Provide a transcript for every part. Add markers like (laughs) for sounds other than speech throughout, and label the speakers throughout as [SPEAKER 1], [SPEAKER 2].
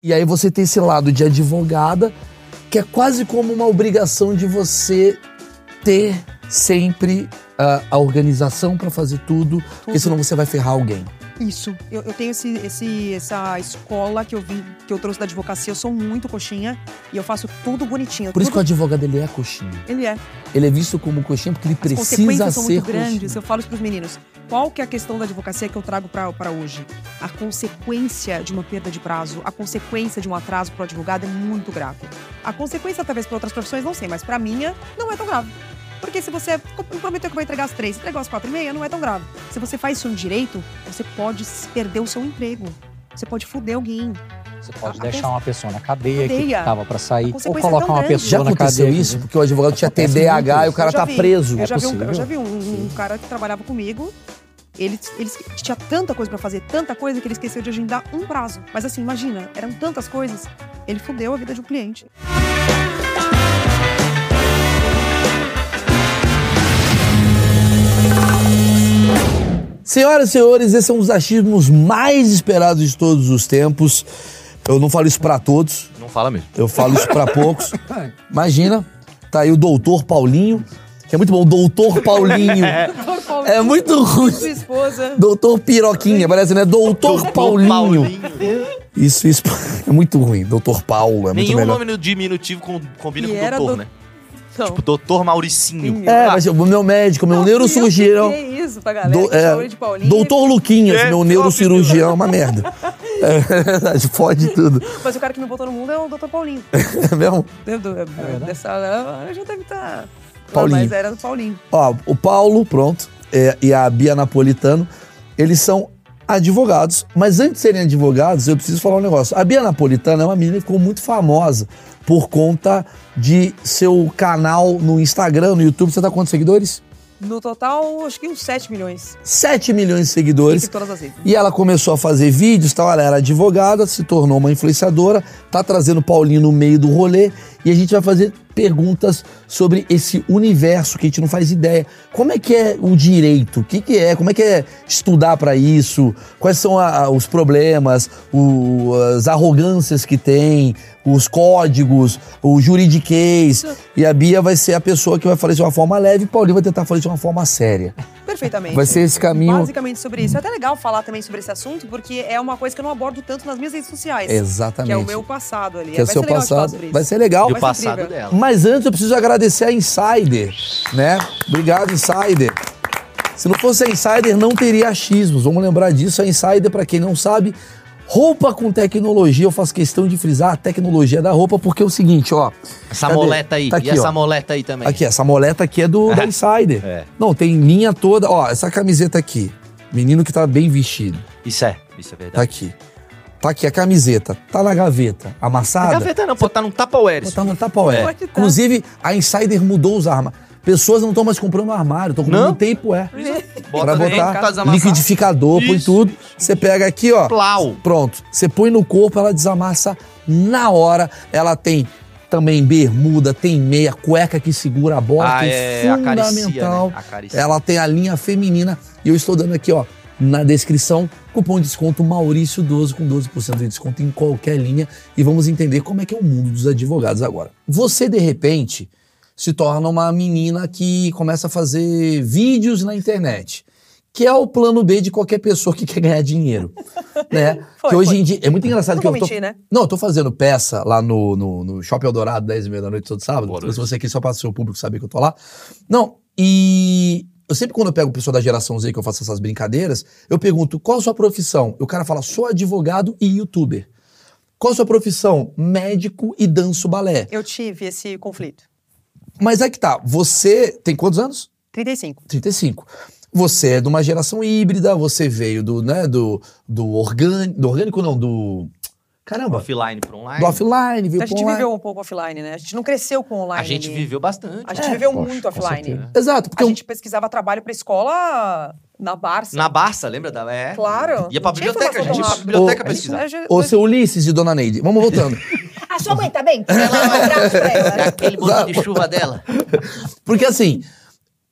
[SPEAKER 1] E aí você tem esse lado de advogada, que é quase como uma obrigação de você ter sempre ah, a organização pra fazer tudo, porque
[SPEAKER 2] Tudo.
[SPEAKER 1] senão você vai ferrar alguém.
[SPEAKER 2] Isso. Eu, eu tenho esse, esse- essa escola que eu vi, que eu trouxe da advocacia. Eu sou muito coxinha e eu faço tudo bonitinho.
[SPEAKER 1] Por isso que o
[SPEAKER 2] tudo...
[SPEAKER 1] advogado ele é coxinha.
[SPEAKER 2] Ele é. As
[SPEAKER 1] Ele é visto como coxinha porque ele precisa
[SPEAKER 2] consequências são
[SPEAKER 1] ser
[SPEAKER 2] muito
[SPEAKER 1] coxinha.
[SPEAKER 2] grandes. Eu falo isso pros meninos. Qual que é a questão da advocacia que eu trago pra pra hoje? A consequência de uma perda de prazo, a consequência de um atraso pro advogado é muito grave. A consequência, talvez, para outras profissões, não sei, mas pra minha, não é tão grave. Porque se você prometeu que vai entregar às três, entregou às quatro e meia, não é tão grave. Se você faz isso direito, você pode perder o seu emprego. Você pode foder alguém.
[SPEAKER 3] Você pode
[SPEAKER 2] A- a
[SPEAKER 3] deixar uma pessoa na cadeia,
[SPEAKER 2] Tá Cadeia.
[SPEAKER 3] que tava pra sair,
[SPEAKER 2] A
[SPEAKER 3] ou
[SPEAKER 2] consequência é
[SPEAKER 3] colocar
[SPEAKER 2] tão
[SPEAKER 3] uma
[SPEAKER 2] grande.
[SPEAKER 3] pessoa
[SPEAKER 1] Já
[SPEAKER 3] na cadeia.
[SPEAKER 1] aconteceu isso?
[SPEAKER 3] né?
[SPEAKER 1] Porque o advogado tinha
[SPEAKER 3] Acontece
[SPEAKER 1] TDAH
[SPEAKER 3] muito
[SPEAKER 1] e o
[SPEAKER 3] isso.
[SPEAKER 1] cara
[SPEAKER 2] Eu já
[SPEAKER 1] tá
[SPEAKER 2] vi.
[SPEAKER 1] preso.
[SPEAKER 2] Eu,
[SPEAKER 3] É
[SPEAKER 2] já vi um, eu
[SPEAKER 3] possível?
[SPEAKER 2] já vi um, um cara que trabalhava comigo. Ele, ele esque- tinha tanta coisa pra fazer, tanta coisa que ele esqueceu de agendar um prazo. Mas assim, imagina, eram tantas coisas. Ele fudeu a vida de um cliente. (laughs)
[SPEAKER 1] Senhoras e senhores, esses são os achismos mais esperados de todos os tempos. Eu não falo isso pra todos,
[SPEAKER 4] Não fala mesmo.
[SPEAKER 1] eu falo isso pra poucos. Imagina, tá aí o doutor Paulinho, que é muito bom, doutor
[SPEAKER 4] (laughs)
[SPEAKER 1] Paulinho. É muito ruim.
[SPEAKER 2] Sua esposa.
[SPEAKER 1] Doutor Piroquinha, parece, né? Doutor, Paulinho. Isso, isso (laughs) é muito ruim. Doutor Paulo, é muito
[SPEAKER 4] Nenhum
[SPEAKER 1] melhor.
[SPEAKER 4] nome no diminutivo com- combina
[SPEAKER 2] E
[SPEAKER 4] com
[SPEAKER 2] era
[SPEAKER 4] doutor,
[SPEAKER 2] do-
[SPEAKER 4] né?
[SPEAKER 2] Então,
[SPEAKER 1] um
[SPEAKER 4] Tipo, doutor Mauricinho.
[SPEAKER 1] É, mas o meu médico, meu neurocirurgião.
[SPEAKER 2] É isso pra galera.
[SPEAKER 1] Do-
[SPEAKER 2] que
[SPEAKER 1] é,
[SPEAKER 2] chama ele de Paulinho.
[SPEAKER 1] doutor Luquinhas,
[SPEAKER 4] É,
[SPEAKER 1] meu
[SPEAKER 4] top,
[SPEAKER 1] neurocirurgião, é
[SPEAKER 4] (laughs)
[SPEAKER 1] uma merda. É verdade, fode tudo.
[SPEAKER 2] Mas o cara que me botou no mundo é o doutor Paulinho.
[SPEAKER 1] É mesmo?
[SPEAKER 2] Do- do- Dessa hora já deve estar.
[SPEAKER 1] Paulinho.
[SPEAKER 2] Mas era do Paulinho.
[SPEAKER 1] Ó, o Paulo, pronto, é, e a Bia Napolitano, eles são advogados. Mas antes de serem advogados, eu preciso falar um negócio. A Bia Napolitano é uma menina que ficou muito famosa por conta de seu canal no Instagram, no YouTube. Você tá com quantos seguidores?
[SPEAKER 2] No total, acho que uns 7 milhões.
[SPEAKER 1] 7 milhões de
[SPEAKER 2] Entre
[SPEAKER 1] seguidores.
[SPEAKER 2] todas as redes.
[SPEAKER 1] E ela começou a fazer vídeos, tal, ela era advogada, se tornou uma influenciadora, tá trazendo o Paulinho no meio do rolê e a gente vai fazer perguntas sobre esse universo que a gente não faz ideia. Como é que é o direito? O que, que é? Como é que é estudar pra isso? Quais são a- a- os problemas, o- as arrogâncias que tem, os códigos, o juridiquês? E a Bia vai ser a pessoa que vai falar isso de uma forma leve e o Paulinho vai tentar falar isso de uma forma séria.
[SPEAKER 2] Perfeitamente.
[SPEAKER 1] Vai ser esse caminho.
[SPEAKER 2] Basicamente sobre isso. É até legal falar também sobre esse assunto, porque é uma coisa que eu não abordo tanto nas minhas redes sociais.
[SPEAKER 1] Exatamente.
[SPEAKER 2] Que é o meu passado ali.
[SPEAKER 1] que é o
[SPEAKER 2] Vai
[SPEAKER 1] seu
[SPEAKER 2] ser legal de falar
[SPEAKER 1] passado.
[SPEAKER 2] sobre isso.
[SPEAKER 1] Vai ser legal.
[SPEAKER 4] E
[SPEAKER 2] Vai ser
[SPEAKER 4] o passado
[SPEAKER 2] é incrível.
[SPEAKER 4] dela.
[SPEAKER 1] Mas antes eu preciso agradecer a Insider, né? Obrigado, Insider. Se não fosse a Insider, não teria achismos. Vamos lembrar disso. A Insider, para quem não sabe, roupa com tecnologia. Eu faço questão de frisar a tecnologia da roupa, porque é o seguinte, ó.
[SPEAKER 4] Essa
[SPEAKER 1] Cadê?
[SPEAKER 4] moleta aí.
[SPEAKER 1] Tá aqui,
[SPEAKER 4] e essa
[SPEAKER 1] ó.
[SPEAKER 4] moleta aí também.
[SPEAKER 1] Aqui, essa moleta aqui é
[SPEAKER 2] (laughs)
[SPEAKER 1] do da Insider.
[SPEAKER 4] É.
[SPEAKER 1] Não, tem linha toda. Ó, essa camiseta aqui. Menino que tá bem vestido.
[SPEAKER 4] Isso é. Isso é
[SPEAKER 1] Tá
[SPEAKER 4] verdade.
[SPEAKER 1] aqui. Tá aqui a camiseta. Tá na gaveta.
[SPEAKER 4] Tá
[SPEAKER 1] Amassada.
[SPEAKER 4] gaveta não, pô. Tá num Tupperware. isso.
[SPEAKER 1] Botar no Tupperware.
[SPEAKER 2] Pode tá.
[SPEAKER 1] Inclusive, a Insider mudou os armários. Pessoas não estão mais comprando armário, estão comprando
[SPEAKER 4] Não?
[SPEAKER 1] um Tupperware. Pra
[SPEAKER 4] dentro, tá
[SPEAKER 1] botar
[SPEAKER 4] desamassado.
[SPEAKER 1] liquidificador, põe
[SPEAKER 4] Isso,
[SPEAKER 1] tudo. Você pega aqui, ó.
[SPEAKER 4] Plau.
[SPEAKER 1] Pronto. Você põe no corpo, ela desamassa na hora. Ela tem também bermuda, tem meia, cueca que segura a bola,
[SPEAKER 4] Ah,
[SPEAKER 1] que
[SPEAKER 4] é,
[SPEAKER 1] é
[SPEAKER 4] acaricia,
[SPEAKER 1] fundamental.
[SPEAKER 4] né? Acaricia.
[SPEAKER 1] Ela tem a linha feminina. E eu estou dando aqui, ó, na descrição, cupom de desconto Maurício 12, com 12% de desconto em qualquer linha. E vamos entender como é que é o mundo dos advogados agora. Você, de repente, se torna uma menina que começa a fazer vídeos na internet. Que é o plano B de qualquer pessoa que quer ganhar
[SPEAKER 2] (laughs)
[SPEAKER 1] dinheiro. né?
[SPEAKER 2] (laughs) Foi,
[SPEAKER 1] que hoje
[SPEAKER 2] foi.
[SPEAKER 1] em dia. É muito engraçado
[SPEAKER 2] Não
[SPEAKER 1] que
[SPEAKER 2] vou
[SPEAKER 1] eu tô.
[SPEAKER 2] mentir, né?
[SPEAKER 1] Não, eu tô fazendo peça lá no, no, no Shopping Eldorado, 10 e meia da noite, todo sábado.
[SPEAKER 4] Boa
[SPEAKER 1] Se você aqui só para o seu público saber que eu tô lá. Não, e eu sempre quando eu pego pessoa da geração Z que eu faço essas brincadeiras, eu pergunto, qual a sua profissão? E o cara fala, sou advogado e youtuber. Qual a sua profissão? Médico e danço balé.
[SPEAKER 2] Eu tive esse conflito.
[SPEAKER 1] Mas é que tá, você tem quantos anos?
[SPEAKER 2] 35.
[SPEAKER 1] 35. Você é de uma geração híbrida, você veio do, né, do, do orgânico, do orgânico não, do, caramba,
[SPEAKER 4] Offline pra online.
[SPEAKER 1] do offline, veio
[SPEAKER 2] a gente
[SPEAKER 1] pro online.
[SPEAKER 2] viveu um pouco offline, né? A gente não cresceu com online.
[SPEAKER 4] A gente
[SPEAKER 1] né?
[SPEAKER 2] ali.
[SPEAKER 4] viveu bastante.
[SPEAKER 2] A gente
[SPEAKER 4] É.
[SPEAKER 2] viveu
[SPEAKER 3] poxa,
[SPEAKER 2] muito
[SPEAKER 3] com
[SPEAKER 2] offline.
[SPEAKER 3] certeza.
[SPEAKER 1] Exato, porque
[SPEAKER 2] A
[SPEAKER 1] um-
[SPEAKER 2] gente pesquisava trabalho pra escola na Barça.
[SPEAKER 4] Na Barça, lembra da... É.
[SPEAKER 2] Claro.
[SPEAKER 4] Ia pra
[SPEAKER 2] Não tinha
[SPEAKER 4] biblioteca, a
[SPEAKER 2] informação
[SPEAKER 4] gente
[SPEAKER 2] tão
[SPEAKER 4] ia pra
[SPEAKER 2] rápida.
[SPEAKER 4] biblioteca
[SPEAKER 1] Ô,
[SPEAKER 4] pesquisar.
[SPEAKER 2] É, já-
[SPEAKER 1] Ô, seu Ulisses e Dona Neide, vamos voltando.
[SPEAKER 5] A sua mãe tá bem? Ela um
[SPEAKER 2] (laughs)
[SPEAKER 5] abraço pra ela.
[SPEAKER 2] É
[SPEAKER 4] Aquele monte de chuva dela.
[SPEAKER 1] Porque assim,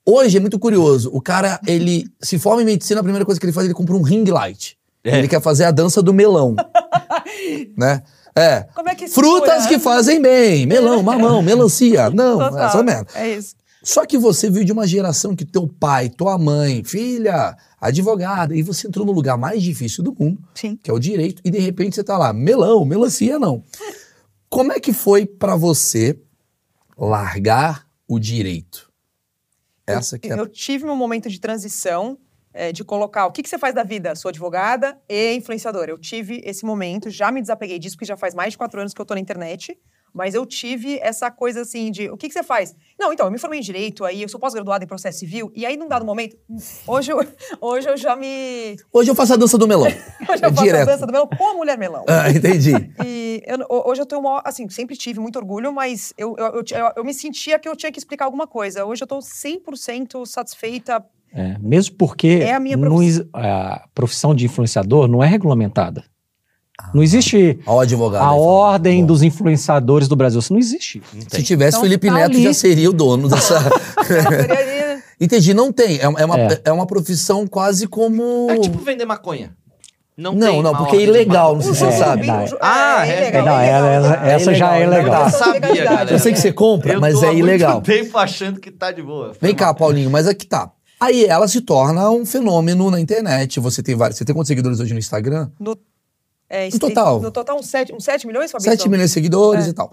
[SPEAKER 1] hoje é muito curioso, o cara, ele se forma em medicina, a primeira coisa que ele faz, ele compra um ring light.
[SPEAKER 4] É.
[SPEAKER 1] Ele quer fazer a dança do melão, né? É.
[SPEAKER 6] Como é que
[SPEAKER 1] Frutas
[SPEAKER 2] né?
[SPEAKER 1] que fazem bem. Melão, mamão, melancia. Não,
[SPEAKER 6] Total.
[SPEAKER 1] essa merda.
[SPEAKER 6] É isso.
[SPEAKER 1] Só que você veio de uma geração que teu pai, tua mãe, filha, advogada, e você entrou no lugar mais difícil do mundo,
[SPEAKER 6] Sim.
[SPEAKER 1] que é o direito, e de repente você tá lá, melão, melancia não. Como é que foi pra você largar o direito? Essa que é
[SPEAKER 2] Eu tive um momento de transição, eh, de colocar o que, que você faz da vida? Sou advogada e influenciadora. Eu tive esse momento, já me desapeguei disso, porque já faz mais de quatro anos que eu tô na internet. Mas eu tive essa coisa assim de o que, que você faz? Não, então, eu me formei em direito, aí eu sou pós-graduada em processo civil, e aí num dado momento, hoje eu, hoje eu já me.
[SPEAKER 1] Hoje eu faço a dança do melão. (laughs)
[SPEAKER 2] Hoje eu faço
[SPEAKER 1] É Direto.
[SPEAKER 2] a dança do melão com a mulher melão.
[SPEAKER 1] Ah, entendi.
[SPEAKER 2] E eu- ho- hoje eu tenho uma. Assim, sempre tive muito orgulho, mas eu, eu, eu, ti- eu- eu me sentia que eu tinha que explicar alguma coisa. Hoje eu tô 100% satisfeita.
[SPEAKER 7] É, mesmo porque
[SPEAKER 2] É a minha
[SPEAKER 7] não
[SPEAKER 2] profissão.
[SPEAKER 7] is- a profissão de influenciador não é regulamentada.
[SPEAKER 1] Ah,
[SPEAKER 7] Não existe
[SPEAKER 1] Ó, o advogado.
[SPEAKER 7] a
[SPEAKER 1] aí falando.
[SPEAKER 7] ordem
[SPEAKER 1] é Bom,
[SPEAKER 7] dos influenciadores do Brasil. Isso não existe.
[SPEAKER 4] Não
[SPEAKER 1] Se
[SPEAKER 4] tem.
[SPEAKER 1] tivesse,
[SPEAKER 7] Então
[SPEAKER 1] Felipe
[SPEAKER 7] tá
[SPEAKER 1] Neto
[SPEAKER 7] ali.
[SPEAKER 1] já seria o dono
[SPEAKER 4] (laughs)
[SPEAKER 1] dessa.
[SPEAKER 2] Eu teria-
[SPEAKER 1] Entendi, não tem. É, é uma,
[SPEAKER 7] É.
[SPEAKER 1] é. uma profissão quase como.
[SPEAKER 4] É tipo vender maconha. Não,
[SPEAKER 1] Não,
[SPEAKER 4] tem
[SPEAKER 1] não,
[SPEAKER 4] uma
[SPEAKER 1] porque é
[SPEAKER 4] ordem de
[SPEAKER 1] ilegal,
[SPEAKER 4] maconha.
[SPEAKER 1] não sei
[SPEAKER 2] O
[SPEAKER 1] se você
[SPEAKER 2] Um jogo
[SPEAKER 1] sabe.
[SPEAKER 2] do bingo,
[SPEAKER 7] Não,
[SPEAKER 2] o jo-
[SPEAKER 4] Ah,
[SPEAKER 2] é,
[SPEAKER 4] é,
[SPEAKER 2] ilegal,
[SPEAKER 7] não,
[SPEAKER 2] é ilegal,
[SPEAKER 7] ela-
[SPEAKER 2] é
[SPEAKER 7] essa já é
[SPEAKER 2] ilegal.
[SPEAKER 7] legal.
[SPEAKER 4] Eu sabia, galera.
[SPEAKER 1] Eu sei que você compra,
[SPEAKER 4] Eu
[SPEAKER 1] mas
[SPEAKER 4] tô há
[SPEAKER 1] é ilegal.
[SPEAKER 4] muito tempo achando que tá de boa.
[SPEAKER 1] Vem cá, Paulinho, mas aqui tá. Aí ela se torna um fenômeno na internet. Você tem vários. Você tem quantos seguidores hoje no Instagram?
[SPEAKER 2] É,
[SPEAKER 1] No total.
[SPEAKER 2] No total, uns 7, uns sete milhões, Fabrício?
[SPEAKER 1] 7 milhões de
[SPEAKER 2] É.
[SPEAKER 1] seguidores e tal.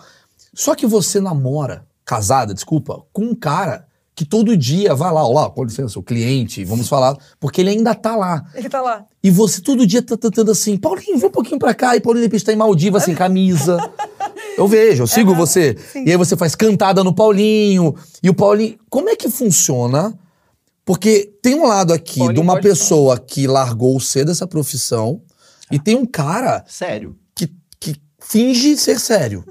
[SPEAKER 1] Só que você namora, casada, desculpa, com um cara que todo dia vai lá, ó lá, com licença, o cliente, vamos falar, porque ele ainda tá lá.
[SPEAKER 2] Ele tá lá.
[SPEAKER 1] E você todo dia tá tentando assim, Paulinho, vem um pouquinho pra cá. E Paulinho, de repente, tá em Maldiva,
[SPEAKER 2] (laughs)
[SPEAKER 1] sem camisa. Eu vejo, eu sigo você. E aí você faz cantada no Paulinho. E o Paulinho... Como é que funciona? Porque tem um lado aqui
[SPEAKER 2] Paulinho
[SPEAKER 1] de uma
[SPEAKER 2] pode
[SPEAKER 1] pessoa que largou cedo essa profissão. E
[SPEAKER 2] Tá.
[SPEAKER 1] tem um cara
[SPEAKER 4] Sério.
[SPEAKER 1] que, que finge ser sério.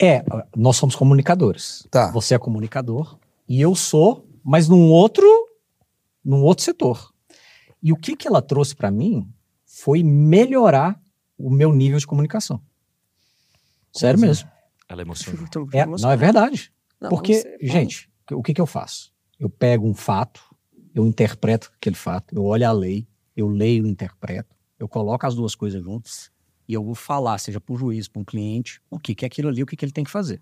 [SPEAKER 7] É, nós somos comunicadores.
[SPEAKER 1] Tá.
[SPEAKER 7] Você é comunicador e eu sou, mas num outro, num outro setor. E o que que ela trouxe para mim foi melhorar o meu nível de comunicação. Sério
[SPEAKER 4] assim?
[SPEAKER 7] mesmo.
[SPEAKER 4] Ela emociona.
[SPEAKER 7] É, não é verdade. Porque,
[SPEAKER 6] você fala.
[SPEAKER 7] gente, o que que eu faço? Eu pego um fato, eu interpreto aquele fato, eu olho a lei, eu leio e interpreto, eu coloco as duas coisas juntas e eu vou falar, seja para o juiz, para um cliente, o que que é aquilo ali, o que que ele tem que fazer.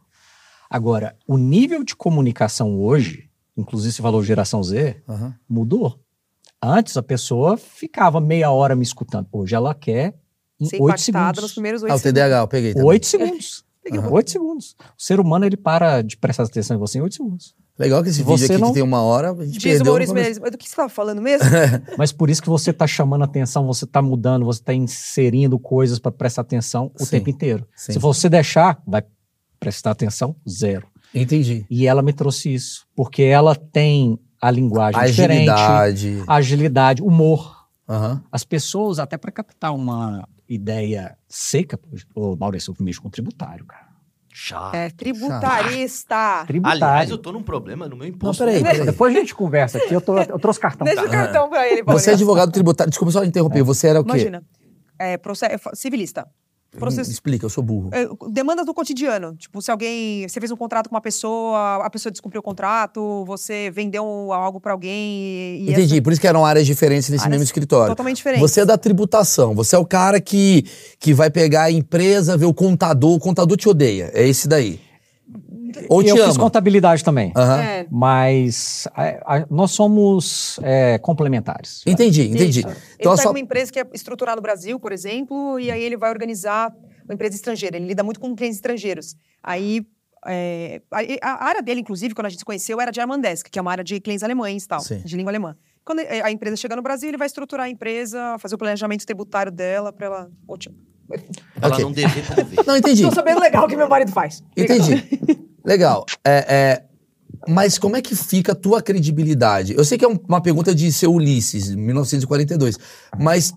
[SPEAKER 7] Agora, o nível de comunicação hoje, inclusive esse valor geração Z,
[SPEAKER 1] Aham.
[SPEAKER 7] mudou. Antes a pessoa ficava meia hora me escutando. Hoje ela quer
[SPEAKER 2] tá
[SPEAKER 7] em
[SPEAKER 6] Ser
[SPEAKER 7] oito
[SPEAKER 6] impactada nos
[SPEAKER 7] segundos.
[SPEAKER 6] primeiros
[SPEAKER 1] Ah,
[SPEAKER 6] oito
[SPEAKER 1] o TDAH, eu peguei também.
[SPEAKER 6] (laughs)
[SPEAKER 7] Oito segundos.
[SPEAKER 1] Aham.
[SPEAKER 7] Oito segundos. O ser humano, ele para de prestar atenção em você em oito segundos.
[SPEAKER 1] Legal que esse
[SPEAKER 7] Você
[SPEAKER 1] vídeo aqui
[SPEAKER 7] não-
[SPEAKER 1] que tem uma hora, a gente
[SPEAKER 6] Diz
[SPEAKER 1] perdeu.
[SPEAKER 6] o
[SPEAKER 1] no
[SPEAKER 6] Maurício
[SPEAKER 1] começo.
[SPEAKER 6] Meirelles, mas do que você estava falando
[SPEAKER 1] (laughs)
[SPEAKER 6] mesmo?
[SPEAKER 7] Mas por isso que você está chamando atenção, você está mudando, você está inserindo coisas para prestar atenção o
[SPEAKER 1] Sim.
[SPEAKER 7] tempo inteiro.
[SPEAKER 1] Sim.
[SPEAKER 7] Se você deixar, vai prestar atenção zero.
[SPEAKER 1] Entendi.
[SPEAKER 7] E ela me trouxe isso, porque ela tem a linguagem diferente,
[SPEAKER 1] Agilidade.
[SPEAKER 7] agilidade, humor.
[SPEAKER 1] Aham.
[SPEAKER 7] As pessoas, até para captar uma ideia seca, ô Maurício, eu mexo com tributário, cara.
[SPEAKER 4] Chato.
[SPEAKER 2] É tributarista.
[SPEAKER 1] Tá.
[SPEAKER 7] Tributário.
[SPEAKER 4] Aliás, eu tô num problema no meu
[SPEAKER 1] Não,
[SPEAKER 4] imposto. né?
[SPEAKER 1] peraí, peraí.
[SPEAKER 7] Depois a gente conversa aqui, eu, tô- eu trouxe cartão.
[SPEAKER 2] Deixa o cartão pra ele, Paulinho.
[SPEAKER 1] Tá. Você é advogado tributário. Desculpa só interromper. Você era o quê? Hum.
[SPEAKER 2] Imagina. É, proce- é, fa- civilista. Processo...
[SPEAKER 1] Me explica, eu sou burro.
[SPEAKER 2] é, demandas do cotidiano. Tipo, se alguém. Você fez um contrato com uma pessoa, a pessoa descumpriu o contrato, você vendeu um, algo pra alguém e. e
[SPEAKER 1] Entendi, por isso que eram áreas diferentes nesse
[SPEAKER 2] Áreas
[SPEAKER 1] mesmo
[SPEAKER 2] É
[SPEAKER 1] escritório.
[SPEAKER 2] totalmente diferente.
[SPEAKER 1] Você é da tributação, você é o cara que, que vai pegar a empresa, ver o contador, o contador te odeia, é esse daí. Ou te Ah.
[SPEAKER 7] eu
[SPEAKER 1] ama.
[SPEAKER 7] fiz contabilidade também.
[SPEAKER 1] Aham.
[SPEAKER 2] É,
[SPEAKER 7] Mas a- a- nós somos é, complementares.
[SPEAKER 1] Entendi, entendi.
[SPEAKER 2] Isso.
[SPEAKER 1] Então, a
[SPEAKER 2] ele pega
[SPEAKER 1] sua-
[SPEAKER 2] uma empresa que é estruturada no Brasil, por exemplo, e aí ele vai organizar uma empresa estrangeira. Ele lida muito com clientes estrangeiros. Aí, é, aí a a área dele, inclusive, quando a gente se conheceu, era de Armandesk, que é uma área de clientes alemães e tal,
[SPEAKER 1] Sim.
[SPEAKER 2] de língua alemã. Quando é, a empresa chegar no Brasil, ele vai estruturar a empresa, fazer o planejamento tributário dela para ela... Ótimo.
[SPEAKER 4] Ela
[SPEAKER 1] Ok.
[SPEAKER 4] não dever por (laughs) dever.
[SPEAKER 1] Não,
[SPEAKER 7] (laughs)
[SPEAKER 1] entendi.
[SPEAKER 2] Tô sabendo legal o que meu marido faz.
[SPEAKER 1] Entendi. Legal. É, é, mas como é que fica a tua credibilidade? Eu sei que é um- uma pergunta de seu Ulisses, 1942, mas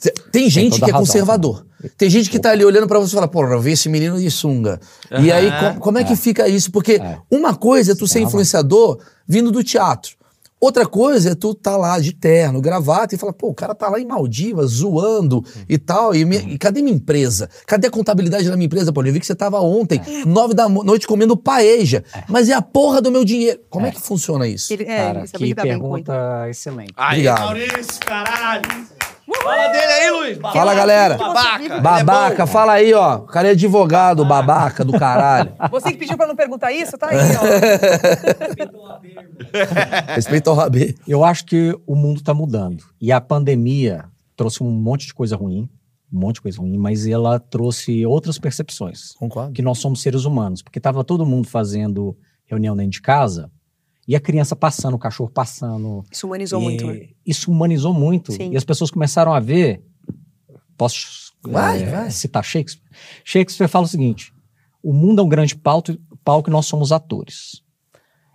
[SPEAKER 1] te- tem gente
[SPEAKER 7] toda
[SPEAKER 1] que é
[SPEAKER 7] razão,
[SPEAKER 1] conservador. Tem gente que tá ali olhando pra você e fala, pô, eu vi esse menino de sunga. E aí,
[SPEAKER 4] Aham.
[SPEAKER 1] co- como é que fica isso? Porque
[SPEAKER 7] É.
[SPEAKER 1] uma coisa é tu ser
[SPEAKER 7] Tem razão.
[SPEAKER 1] influenciador vindo do teatro. Outra coisa é tu tá lá de terno, gravata e fala, pô, o cara tá lá em Maldivas, zoando e tal, e, minha- e cadê minha empresa? Cadê a contabilidade da minha empresa, Paulinho? Eu vi que você tava ontem, nove da mo- noite, comendo paeja, mas é a porra do meu dinheiro. Como é,
[SPEAKER 7] É.
[SPEAKER 1] que funciona isso?
[SPEAKER 2] Ele, é,
[SPEAKER 7] Cara,
[SPEAKER 2] ele sabe
[SPEAKER 7] que
[SPEAKER 2] lidar bem com
[SPEAKER 7] pergunta excelente.
[SPEAKER 4] Aí,
[SPEAKER 1] Obrigado.
[SPEAKER 4] Maurício, caralho.
[SPEAKER 2] Muito
[SPEAKER 4] Fala dele aí, Luiz. Babaca.
[SPEAKER 1] Fala, galera.
[SPEAKER 4] é Babaca. Ele é
[SPEAKER 1] Babaca,
[SPEAKER 4] bom.
[SPEAKER 1] fala aí, ó. O cara é advogado, babaca do (laughs) caralho.
[SPEAKER 3] Você que pediu pra não perguntar isso, tá aí, ó.
[SPEAKER 1] Respeita o Rabê.
[SPEAKER 7] Eu acho que o mundo está mudando. E a pandemia trouxe um monte de coisa ruim, um monte de coisa ruim, mas ela trouxe outras percepções.
[SPEAKER 1] Concordo.
[SPEAKER 7] Que nós somos seres humanos, porque estava todo mundo fazendo reunião dentro de casa e a criança passando, o cachorro passando.
[SPEAKER 2] Isso humanizou
[SPEAKER 7] E
[SPEAKER 2] muito. né?
[SPEAKER 7] Isso humanizou muito.
[SPEAKER 2] Sim.
[SPEAKER 7] E as pessoas começaram a ver. Posso
[SPEAKER 1] Vai,
[SPEAKER 7] eh,
[SPEAKER 1] vai.
[SPEAKER 7] citar Shakespeare? Shakespeare fala o seguinte: o mundo é um grande palco, palco e nós somos atores.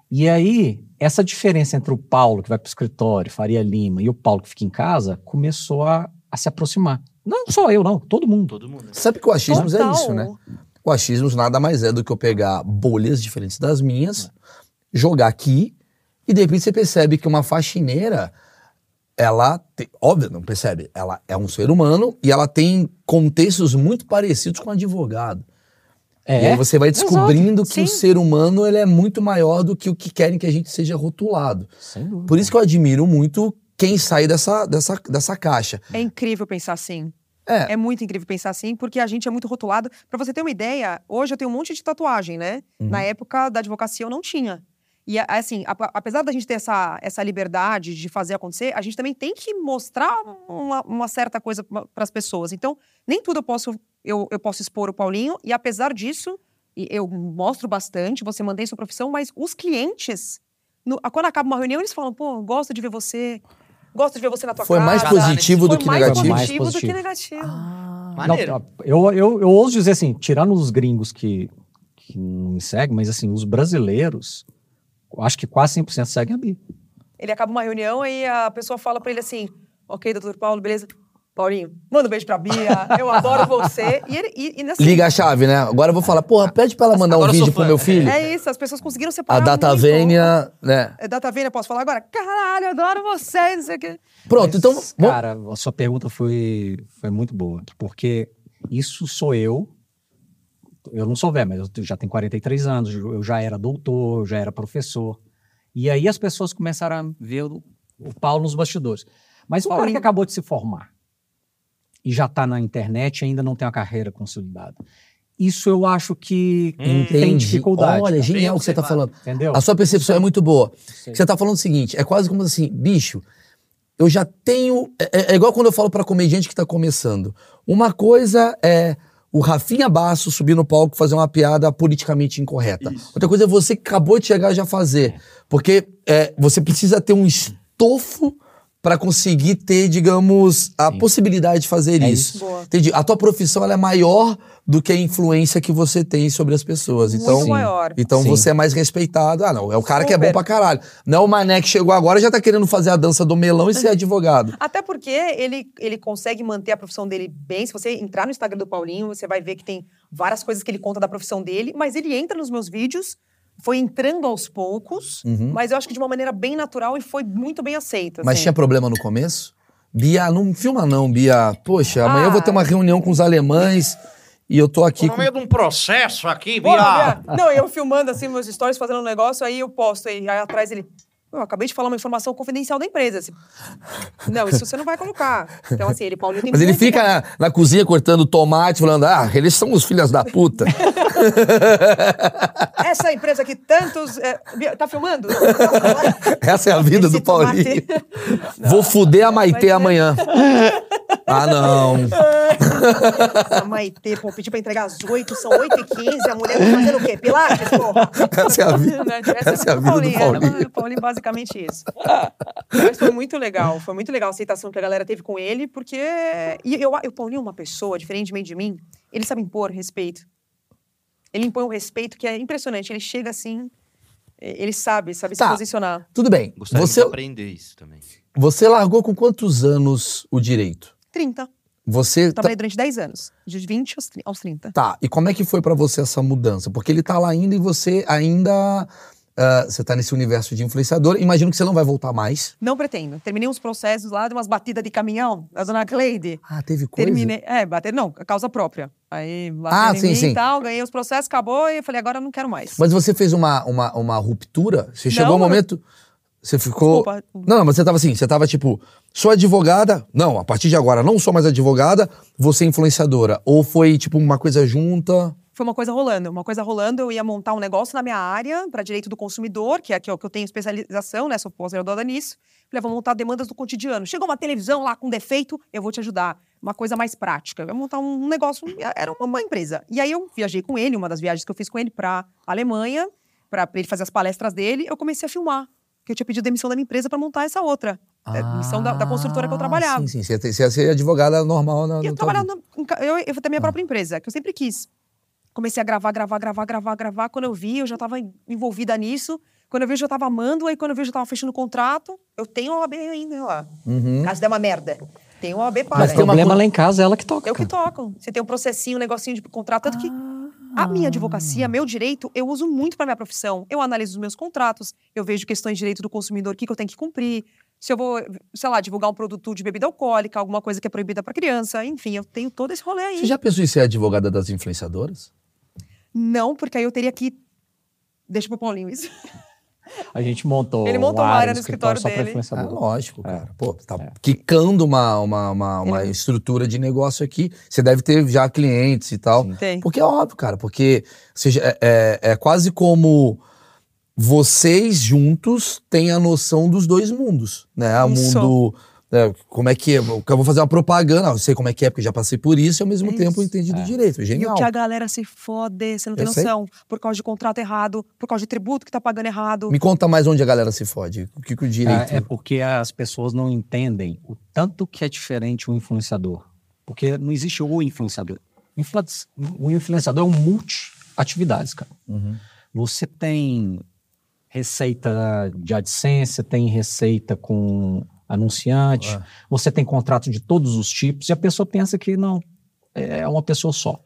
[SPEAKER 7] E aí, essa diferença entre o Paulo que vai para o escritório, Faria Lima, e o Paulo que fica em casa, começou a, a se aproximar. Não só eu, não, todo mundo.
[SPEAKER 4] Todo mundo. né?
[SPEAKER 1] Sabe que o achismo é
[SPEAKER 2] Total.
[SPEAKER 1] isso, né? O achismo nada mais é do que eu pegar bolhas diferentes das minhas, jogar aqui, e de repente você percebe que uma faxineira, ela, tem, óbvio, não percebe, ela é um ser humano e ela tem contextos muito parecidos com advogado.
[SPEAKER 7] É?
[SPEAKER 1] E aí você vai descobrindo que o
[SPEAKER 2] Sim.
[SPEAKER 1] ser humano ele é muito maior do que o que querem que a gente seja rotulado.
[SPEAKER 7] Sem dúvida.
[SPEAKER 1] Por isso que eu admiro muito quem sai dessa, dessa, dessa caixa.
[SPEAKER 2] É incrível pensar assim.
[SPEAKER 1] É.
[SPEAKER 2] É muito incrível pensar assim, porque a gente é muito rotulado. Pra você ter uma ideia, hoje eu tenho um monte de tatuagem, né?
[SPEAKER 1] Uhum.
[SPEAKER 2] Na época da advocacia eu não tinha. E a- assim, a- apesar da gente ter essa, essa liberdade de fazer acontecer, a gente também tem que mostrar uma, uma certa coisa para as pessoas. Então, nem tudo eu posso eu, eu posso expor o Paulinho, e apesar disso, e eu mostro bastante, você mantém sua profissão, mas os clientes, no- a- quando acaba uma reunião, eles falam, pô, gosto de ver você, gosto de ver você na tua
[SPEAKER 1] Foi
[SPEAKER 2] casa.
[SPEAKER 1] mais
[SPEAKER 4] Já dá, né?
[SPEAKER 1] positivo do
[SPEAKER 2] Foi
[SPEAKER 1] que
[SPEAKER 2] mais
[SPEAKER 1] negativo.
[SPEAKER 7] Mais
[SPEAKER 2] positivo do que
[SPEAKER 7] positivo.
[SPEAKER 2] negativo.
[SPEAKER 4] Maneiro.
[SPEAKER 7] Não, eu, eu, eu ouso dizer assim, tirando os gringos que, que não me seguem, mas assim, os brasileiros, eu acho que quase 100% seguem a Bi.
[SPEAKER 3] Ele acaba uma reunião e a pessoa fala pra ele assim: Ok, doutor Paulo, beleza? Paulinho, manda um beijo pra Bia, eu adoro você. E, ele, e, assim, e nessa-
[SPEAKER 1] Liga a chave, né? Agora eu vou falar, porra, pede pra ela mandar
[SPEAKER 4] Agora
[SPEAKER 1] um
[SPEAKER 4] eu sou
[SPEAKER 1] vídeo pro
[SPEAKER 4] fã.
[SPEAKER 1] meu filho.
[SPEAKER 2] É isso, as pessoas conseguiram separar
[SPEAKER 1] a data
[SPEAKER 2] muito.
[SPEAKER 1] vênia, né?
[SPEAKER 2] É, Data Vênia, posso falar agora? Caralho, adoro você, não sei o quê.
[SPEAKER 1] Pronto,
[SPEAKER 7] Mas,
[SPEAKER 1] então. vamos-
[SPEAKER 7] Cara, a sua pergunta foi, foi muito boa, porque isso sou eu. Eu não sou velho, mas eu já tenho 43 anos, eu já era doutor, eu já era professor. E aí as pessoas começaram a ver o, o Paulo nos bastidores. Mas o cara que acabou de se formar e já está na internet e ainda não tem uma carreira consolidada. Isso eu acho que
[SPEAKER 4] Hum.
[SPEAKER 7] tem dificuldade.
[SPEAKER 1] Olha,
[SPEAKER 7] cara,
[SPEAKER 1] genial o que você tá falando.
[SPEAKER 7] entendeu?
[SPEAKER 1] A sua percepção é muito boa.
[SPEAKER 7] Sei.
[SPEAKER 1] Você tá falando o seguinte: é quase como assim, bicho, eu já tenho. É, é- é igual quando eu falo pra comediante que tá começando. Uma coisa é o Rafinha Basso subir no palco e fazer uma piada politicamente incorreta.
[SPEAKER 4] Isso.
[SPEAKER 1] Outra coisa é você que acabou de chegar já fazer. Porque é, você precisa ter um estofo pra conseguir ter, digamos, a
[SPEAKER 7] Sim.
[SPEAKER 1] possibilidade de fazer
[SPEAKER 7] É
[SPEAKER 1] isso.
[SPEAKER 3] Boa.
[SPEAKER 1] Entendi. A tua profissão ela é maior do que a influência que você tem sobre as pessoas. Então,
[SPEAKER 3] muito maior.
[SPEAKER 1] então
[SPEAKER 7] Sim.
[SPEAKER 1] você é mais respeitado. Ah, não. É o cara que é bom
[SPEAKER 3] Super.
[SPEAKER 1] pra caralho. Não é o mané que chegou agora e já tá querendo fazer a dança do melão
[SPEAKER 3] (laughs)
[SPEAKER 1] e ser advogado.
[SPEAKER 3] Até porque ele, ele consegue manter a profissão dele bem. Se você entrar no Instagram do Paulinho, você vai ver que tem várias coisas que ele conta da profissão dele, mas ele entra nos meus vídeos, foi entrando aos poucos,
[SPEAKER 1] Uhum.
[SPEAKER 3] mas eu acho que de uma maneira bem natural e foi muito bem aceita.
[SPEAKER 1] Mas
[SPEAKER 3] assim.
[SPEAKER 1] tinha problema no começo? Bia, não filma não, Bia. Poxa, amanhã eu vou ter
[SPEAKER 3] Ah.
[SPEAKER 1] uma reunião com os alemães e eu tô aqui
[SPEAKER 4] Tô no
[SPEAKER 1] com...
[SPEAKER 4] meio de um processo aqui,
[SPEAKER 1] Ah.
[SPEAKER 3] Bora,
[SPEAKER 4] Bia.
[SPEAKER 3] Bia. Não, eu filmando assim meus stories, fazendo um negócio, aí eu posto, aí, aí atrás ele. Eu acabei de falar uma informação confidencial da empresa. Assim, não, isso você não vai colocar. Então, assim, ele, Paulinho, tem
[SPEAKER 1] Mas ele
[SPEAKER 3] muita-
[SPEAKER 1] fica na, na cozinha cortando tomate, falando, ah, eles são os filhos da
[SPEAKER 3] (laughs)
[SPEAKER 1] puta.
[SPEAKER 3] Essa empresa que tantos. é, Bia, tá filmando? Não,
[SPEAKER 1] Essa é a vida
[SPEAKER 3] Esse
[SPEAKER 1] do Paulinho.
[SPEAKER 3] (laughs) tomate.
[SPEAKER 1] Vou fuder a Maitê
[SPEAKER 3] Mas é-
[SPEAKER 1] amanhã. Ah,
[SPEAKER 3] (laughs)
[SPEAKER 1] não.
[SPEAKER 3] Essa Maitê, pô, pediu pra entregar às 8, são 8 e 15 a mulher tá fazendo o quê? Pilates, porra?
[SPEAKER 1] Essa é a vida.
[SPEAKER 3] Né?
[SPEAKER 1] Essa é a vida do
[SPEAKER 3] era,
[SPEAKER 1] Paulinho.
[SPEAKER 3] mano, o Paulinho, né, basicamente isso. Mas foi muito legal, foi muito legal a aceitação que a galera teve com ele, porque. E eu, o Paulinho é uma pessoa, diferentemente de mim, ele sabe impor respeito. Ele impõe um respeito que é impressionante. Ele chega assim, eh, ele sabe, sabe
[SPEAKER 1] Tá.
[SPEAKER 3] se posicionar.
[SPEAKER 1] Tudo bem.
[SPEAKER 4] Gostaria
[SPEAKER 1] Você,
[SPEAKER 4] de aprender isso também.
[SPEAKER 1] você largou com quantos anos o direito?
[SPEAKER 2] 30.
[SPEAKER 1] Você
[SPEAKER 2] Eu trabalhei durante 10 anos, de 20 aos tri- aos 30.
[SPEAKER 1] Tá, e como é que foi pra você essa mudança? Porque ele tá lá ainda e você ainda. ah, você tá nesse universo de influenciador. Imagino que você não vai voltar mais.
[SPEAKER 2] Não pretendo. Terminei uns processos lá, de umas batidas de caminhão da dona Cleide.
[SPEAKER 1] Ah, teve coisa.
[SPEAKER 2] Terminei. É, bater não, a causa própria. Aí
[SPEAKER 1] Ah,
[SPEAKER 2] bateram em
[SPEAKER 1] sim,
[SPEAKER 2] mim
[SPEAKER 1] sim.
[SPEAKER 2] e tal, ganhei os processos, acabou, e eu falei, agora eu não quero mais.
[SPEAKER 1] Mas você fez uma, uma, uma ruptura? Você chegou ao
[SPEAKER 2] Não, eu-
[SPEAKER 1] momento. Você ficou.
[SPEAKER 2] Desculpa.
[SPEAKER 1] Não, não, mas você tava assim, você tava tipo, sou advogada. Não, a partir de agora não sou mais advogada, você influenciadora. Ou foi tipo uma coisa junta.
[SPEAKER 2] foi uma coisa rolando. Uma coisa rolando, eu ia montar um negócio na minha área para direito do consumidor, que é que eu, que eu tenho especialização, né? Sou pós-graduada nisso. Falei, "Ah, vou montar demandas do cotidiano. Chegou uma televisão lá com defeito, eu vou te ajudar. Uma coisa mais prática. Eu ia montar um negócio, era uma empresa. E aí eu viajei com ele, uma das viagens que eu fiz com ele para Alemanha, para ele fazer as palestras dele, eu comecei a filmar. Que eu tinha pedido demissão da minha empresa para montar essa outra. É, missão da- da construtora que eu
[SPEAKER 1] Ah,
[SPEAKER 2] trabalhava.
[SPEAKER 1] Sim, sim. Você, tem- você ia ser advogada normal na.
[SPEAKER 2] E eu
[SPEAKER 1] na tua
[SPEAKER 2] trabalhava
[SPEAKER 1] vida.
[SPEAKER 2] na- em ca- eu, eu até minha própria empresa, que eu sempre quis. Comecei a gravar, gravar, gravar, gravar, gravar. Quando eu vi, eu já estava envolvida nisso. Quando eu vi, eu já estava amando. Aí quando eu vi, eu já estava fechando o contrato.
[SPEAKER 3] Eu tenho OAB ainda lá.
[SPEAKER 1] Uhum.
[SPEAKER 3] Caso der uma merda. Tem OAB para.
[SPEAKER 7] Mas
[SPEAKER 1] tem
[SPEAKER 7] o
[SPEAKER 1] uma
[SPEAKER 7] problema
[SPEAKER 1] co-
[SPEAKER 7] lá em casa é ela que toca.
[SPEAKER 3] Eu que toco. Você tem um processinho, um negocinho de contrato. Tanto que
[SPEAKER 2] A
[SPEAKER 1] Ah.
[SPEAKER 2] minha advocacia, meu direito, eu uso muito para minha profissão. Eu analiso os meus contratos, eu vejo questões de direito do consumidor, o que, que eu tenho que cumprir. Se eu vou, sei lá, divulgar um produto de bebida alcoólica, alguma coisa que é proibida para criança. Enfim, eu tenho todo esse rolê aí.
[SPEAKER 1] Você já pensou em ser advogada das influenciadoras?
[SPEAKER 2] Não, porque aí eu teria que... Deixa pro Paulinho isso.
[SPEAKER 7] A gente montou.
[SPEAKER 3] Ele montou uma área no escritório
[SPEAKER 7] só pra
[SPEAKER 3] dele.
[SPEAKER 1] Ah,
[SPEAKER 7] influenciador.
[SPEAKER 1] lógico,
[SPEAKER 7] É.
[SPEAKER 1] cara. Pô, tá
[SPEAKER 7] É.
[SPEAKER 1] quicando uma, uma, uma, uma estrutura de negócio aqui. Você deve ter já clientes e tal.
[SPEAKER 2] Tem.
[SPEAKER 1] Porque é óbvio, cara, porque ou seja, é, é- é quase como vocês juntos têm a noção dos dois mundos, né? O
[SPEAKER 2] Isso.
[SPEAKER 1] mundo. né, como é que é? Eu vou fazer uma propaganda, eu sei como é que é, porque já passei por isso e ao mesmo
[SPEAKER 2] É
[SPEAKER 1] tempo
[SPEAKER 2] isso.
[SPEAKER 1] entendi do
[SPEAKER 7] É.
[SPEAKER 1] direito. É
[SPEAKER 2] E
[SPEAKER 1] genial.
[SPEAKER 2] o que a galera se fode, você não tem
[SPEAKER 1] Eu sei.
[SPEAKER 2] noção. Por causa de contrato errado, por causa de tributo que tá pagando errado.
[SPEAKER 1] Me conta mais onde a galera se fode. O que, que o direito. né?
[SPEAKER 7] É, é porque as pessoas não entendem o tanto que é diferente um influenciador. Porque não existe o influenciador. Infla- O influenciador é um multi-atividades, cara.
[SPEAKER 1] Uhum.
[SPEAKER 7] Você tem receita de AdSense, você tem receita com anunciante,
[SPEAKER 1] Ah.
[SPEAKER 7] você tem contrato de todos os tipos, e a pessoa pensa que não, é uma pessoa só.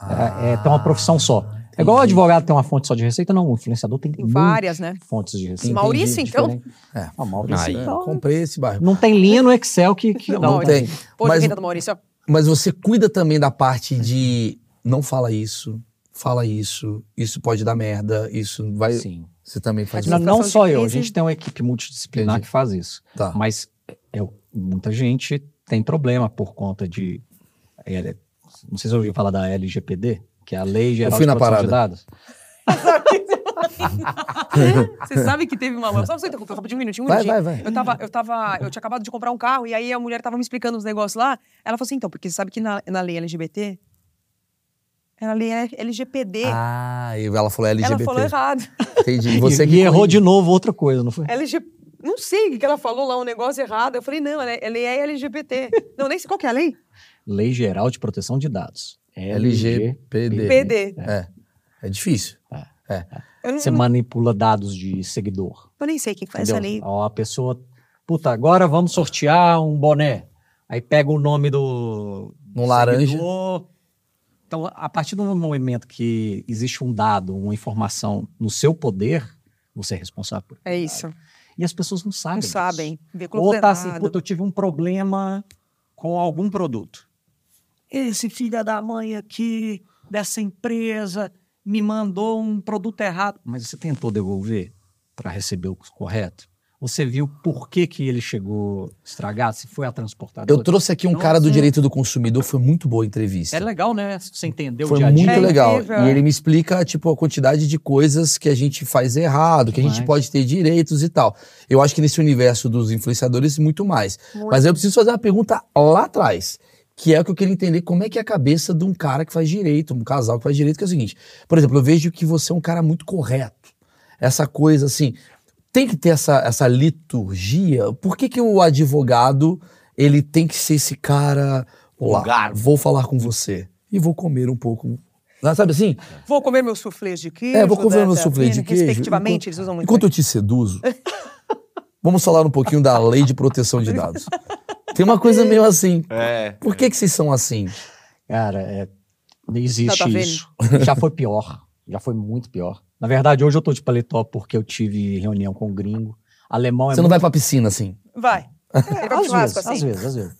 [SPEAKER 7] É, é, tem
[SPEAKER 1] Ah.
[SPEAKER 7] uma profissão só. É igual o
[SPEAKER 1] entendi.
[SPEAKER 7] advogado tem uma fonte só de receita, não. O influenciador tem,
[SPEAKER 2] Tem várias, né?
[SPEAKER 7] muitas fontes de receita.
[SPEAKER 3] Maurício, então?
[SPEAKER 7] diferente.
[SPEAKER 1] É.
[SPEAKER 7] Ah, Maurício,
[SPEAKER 4] Aí.
[SPEAKER 1] É,
[SPEAKER 7] então,
[SPEAKER 1] comprei esse bairro.
[SPEAKER 7] Não tem linha no Excel que. que um
[SPEAKER 1] Não, tem.
[SPEAKER 3] Pô,
[SPEAKER 1] Mas-
[SPEAKER 3] de renda do
[SPEAKER 2] é
[SPEAKER 3] Maurício. ó.
[SPEAKER 1] Mas você cuida também da parte de não fala isso, fala isso, isso pode dar merda, isso vai.
[SPEAKER 7] Sim.
[SPEAKER 1] Você também faz
[SPEAKER 7] Não,
[SPEAKER 1] isso.
[SPEAKER 7] não só
[SPEAKER 2] de
[SPEAKER 7] eu, a
[SPEAKER 2] crise.
[SPEAKER 7] gente tem uma equipe multidisciplinar
[SPEAKER 1] Entendi.
[SPEAKER 7] que faz isso.
[SPEAKER 1] Tá.
[SPEAKER 7] Mas eu- muita gente tem problema por conta de. é, Não sei se você ouviu falar da LGPD, que é a Lei Geral
[SPEAKER 1] fui
[SPEAKER 7] de
[SPEAKER 1] na
[SPEAKER 7] Proteção
[SPEAKER 1] parada.
[SPEAKER 7] de Dados.
[SPEAKER 2] (laughs) Você sabe que teve uma lampa. Só você interromper, só pedir um minutinho, um
[SPEAKER 1] Vai,
[SPEAKER 2] minutinho.
[SPEAKER 1] vai, vai.
[SPEAKER 2] Eu tava, eu tava, eu tinha acabado de comprar um carro e aí a mulher tava me explicando os negócios lá. Ela falou assim, então, porque você sabe que na, na lei LGBT, é na lei LGPD,
[SPEAKER 1] Ah, e ela falou LGBT.
[SPEAKER 2] ela falou errado.
[SPEAKER 1] Entendi. Você
[SPEAKER 7] e
[SPEAKER 1] que
[SPEAKER 7] e errou
[SPEAKER 1] corrige.
[SPEAKER 7] de novo outra coisa, não foi?
[SPEAKER 3] LG... Não sei o que que ela falou lá, um negócio errado. Eu falei, não, ela é- ela é
[SPEAKER 1] (laughs)
[SPEAKER 3] LGBT. não, nem sei qual que é a lei.
[SPEAKER 7] Lei Geral de Proteção de Dados.
[SPEAKER 1] LGPD.
[SPEAKER 3] PD.
[SPEAKER 1] É. É difícil.
[SPEAKER 3] Eu não,
[SPEAKER 7] Você manipula dados de seguidor.
[SPEAKER 2] Eu nem sei quem faz é essa lei.
[SPEAKER 7] Entendeu? Ó, a pessoa. Puta, agora vamos sortear um boné. Aí pega o nome do.
[SPEAKER 1] No laranja.
[SPEAKER 7] seguidor. Então, a partir do momento que existe um dado, uma informação no seu poder, você é responsável por
[SPEAKER 2] É isso.
[SPEAKER 7] E as pessoas não
[SPEAKER 1] Ah,
[SPEAKER 7] sabem.
[SPEAKER 2] Não
[SPEAKER 7] disso.
[SPEAKER 2] sabem. é Veículo
[SPEAKER 7] Ou tá assim,
[SPEAKER 2] blindado.
[SPEAKER 7] puta, eu tive um problema com algum produto. Esse filho da mãe aqui, dessa empresa, me mandou um produto errado. Mas você tentou devolver para receber o correto? Você viu por que, que ele chegou estragado? Se foi a transportadora?
[SPEAKER 1] Eu trouxe aqui um
[SPEAKER 7] Nossa.
[SPEAKER 1] cara do direito do consumidor, foi muito boa a entrevista.
[SPEAKER 7] É legal, né? Você entendeu o
[SPEAKER 1] Foi
[SPEAKER 7] dia a dia.
[SPEAKER 1] muito
[SPEAKER 2] É
[SPEAKER 1] legal.
[SPEAKER 2] incrível.
[SPEAKER 1] E ele me explica, tipo, a quantidade de coisas que a gente faz errado, que a gente
[SPEAKER 7] Demais.
[SPEAKER 1] pode ter direitos e tal. Eu acho que nesse universo dos influenciadores, muito mais. Mas eu preciso fazer uma pergunta lá atrás, que é o que eu queria entender como é que é a cabeça de um cara que faz direito, um casal que faz direito, que é o seguinte. Por exemplo, eu vejo que você é um cara muito correto. Essa coisa, assim, tem que ter essa, essa liturgia. Por que que o advogado, ele tem que ser esse cara...
[SPEAKER 2] Um
[SPEAKER 1] Olá,
[SPEAKER 4] Vulgar.
[SPEAKER 1] vou falar com você e vou comer um pouco. Ah, Sabe assim?
[SPEAKER 2] Vou comer meus suflês de queijo.
[SPEAKER 1] É, vou comer
[SPEAKER 2] dessa
[SPEAKER 1] meus suflês de
[SPEAKER 2] pena,
[SPEAKER 1] queijo,
[SPEAKER 2] Respectivamente,
[SPEAKER 1] enquanto-
[SPEAKER 2] eles usam muito.
[SPEAKER 1] Enquanto eu te
[SPEAKER 2] (laughs)
[SPEAKER 1] seduzo, vamos falar um pouquinho da lei de proteção de dados. Tem uma coisa meio assim.
[SPEAKER 4] É.
[SPEAKER 1] Por que, que vocês são assim?
[SPEAKER 7] Cara, é, não existe
[SPEAKER 2] Tá, tá vendo?
[SPEAKER 7] isso. (laughs) Já foi pior. Já foi muito pior. Na verdade, hoje eu tô de paletó porque eu tive reunião com o gringo. Alemão é
[SPEAKER 1] Você não
[SPEAKER 7] muito...
[SPEAKER 1] vai pra piscina assim.
[SPEAKER 3] Vai.
[SPEAKER 2] É,
[SPEAKER 3] Ele vai pro
[SPEAKER 7] às,
[SPEAKER 3] churrasco,
[SPEAKER 7] vezes,
[SPEAKER 3] assim.
[SPEAKER 7] às vezes, às vezes.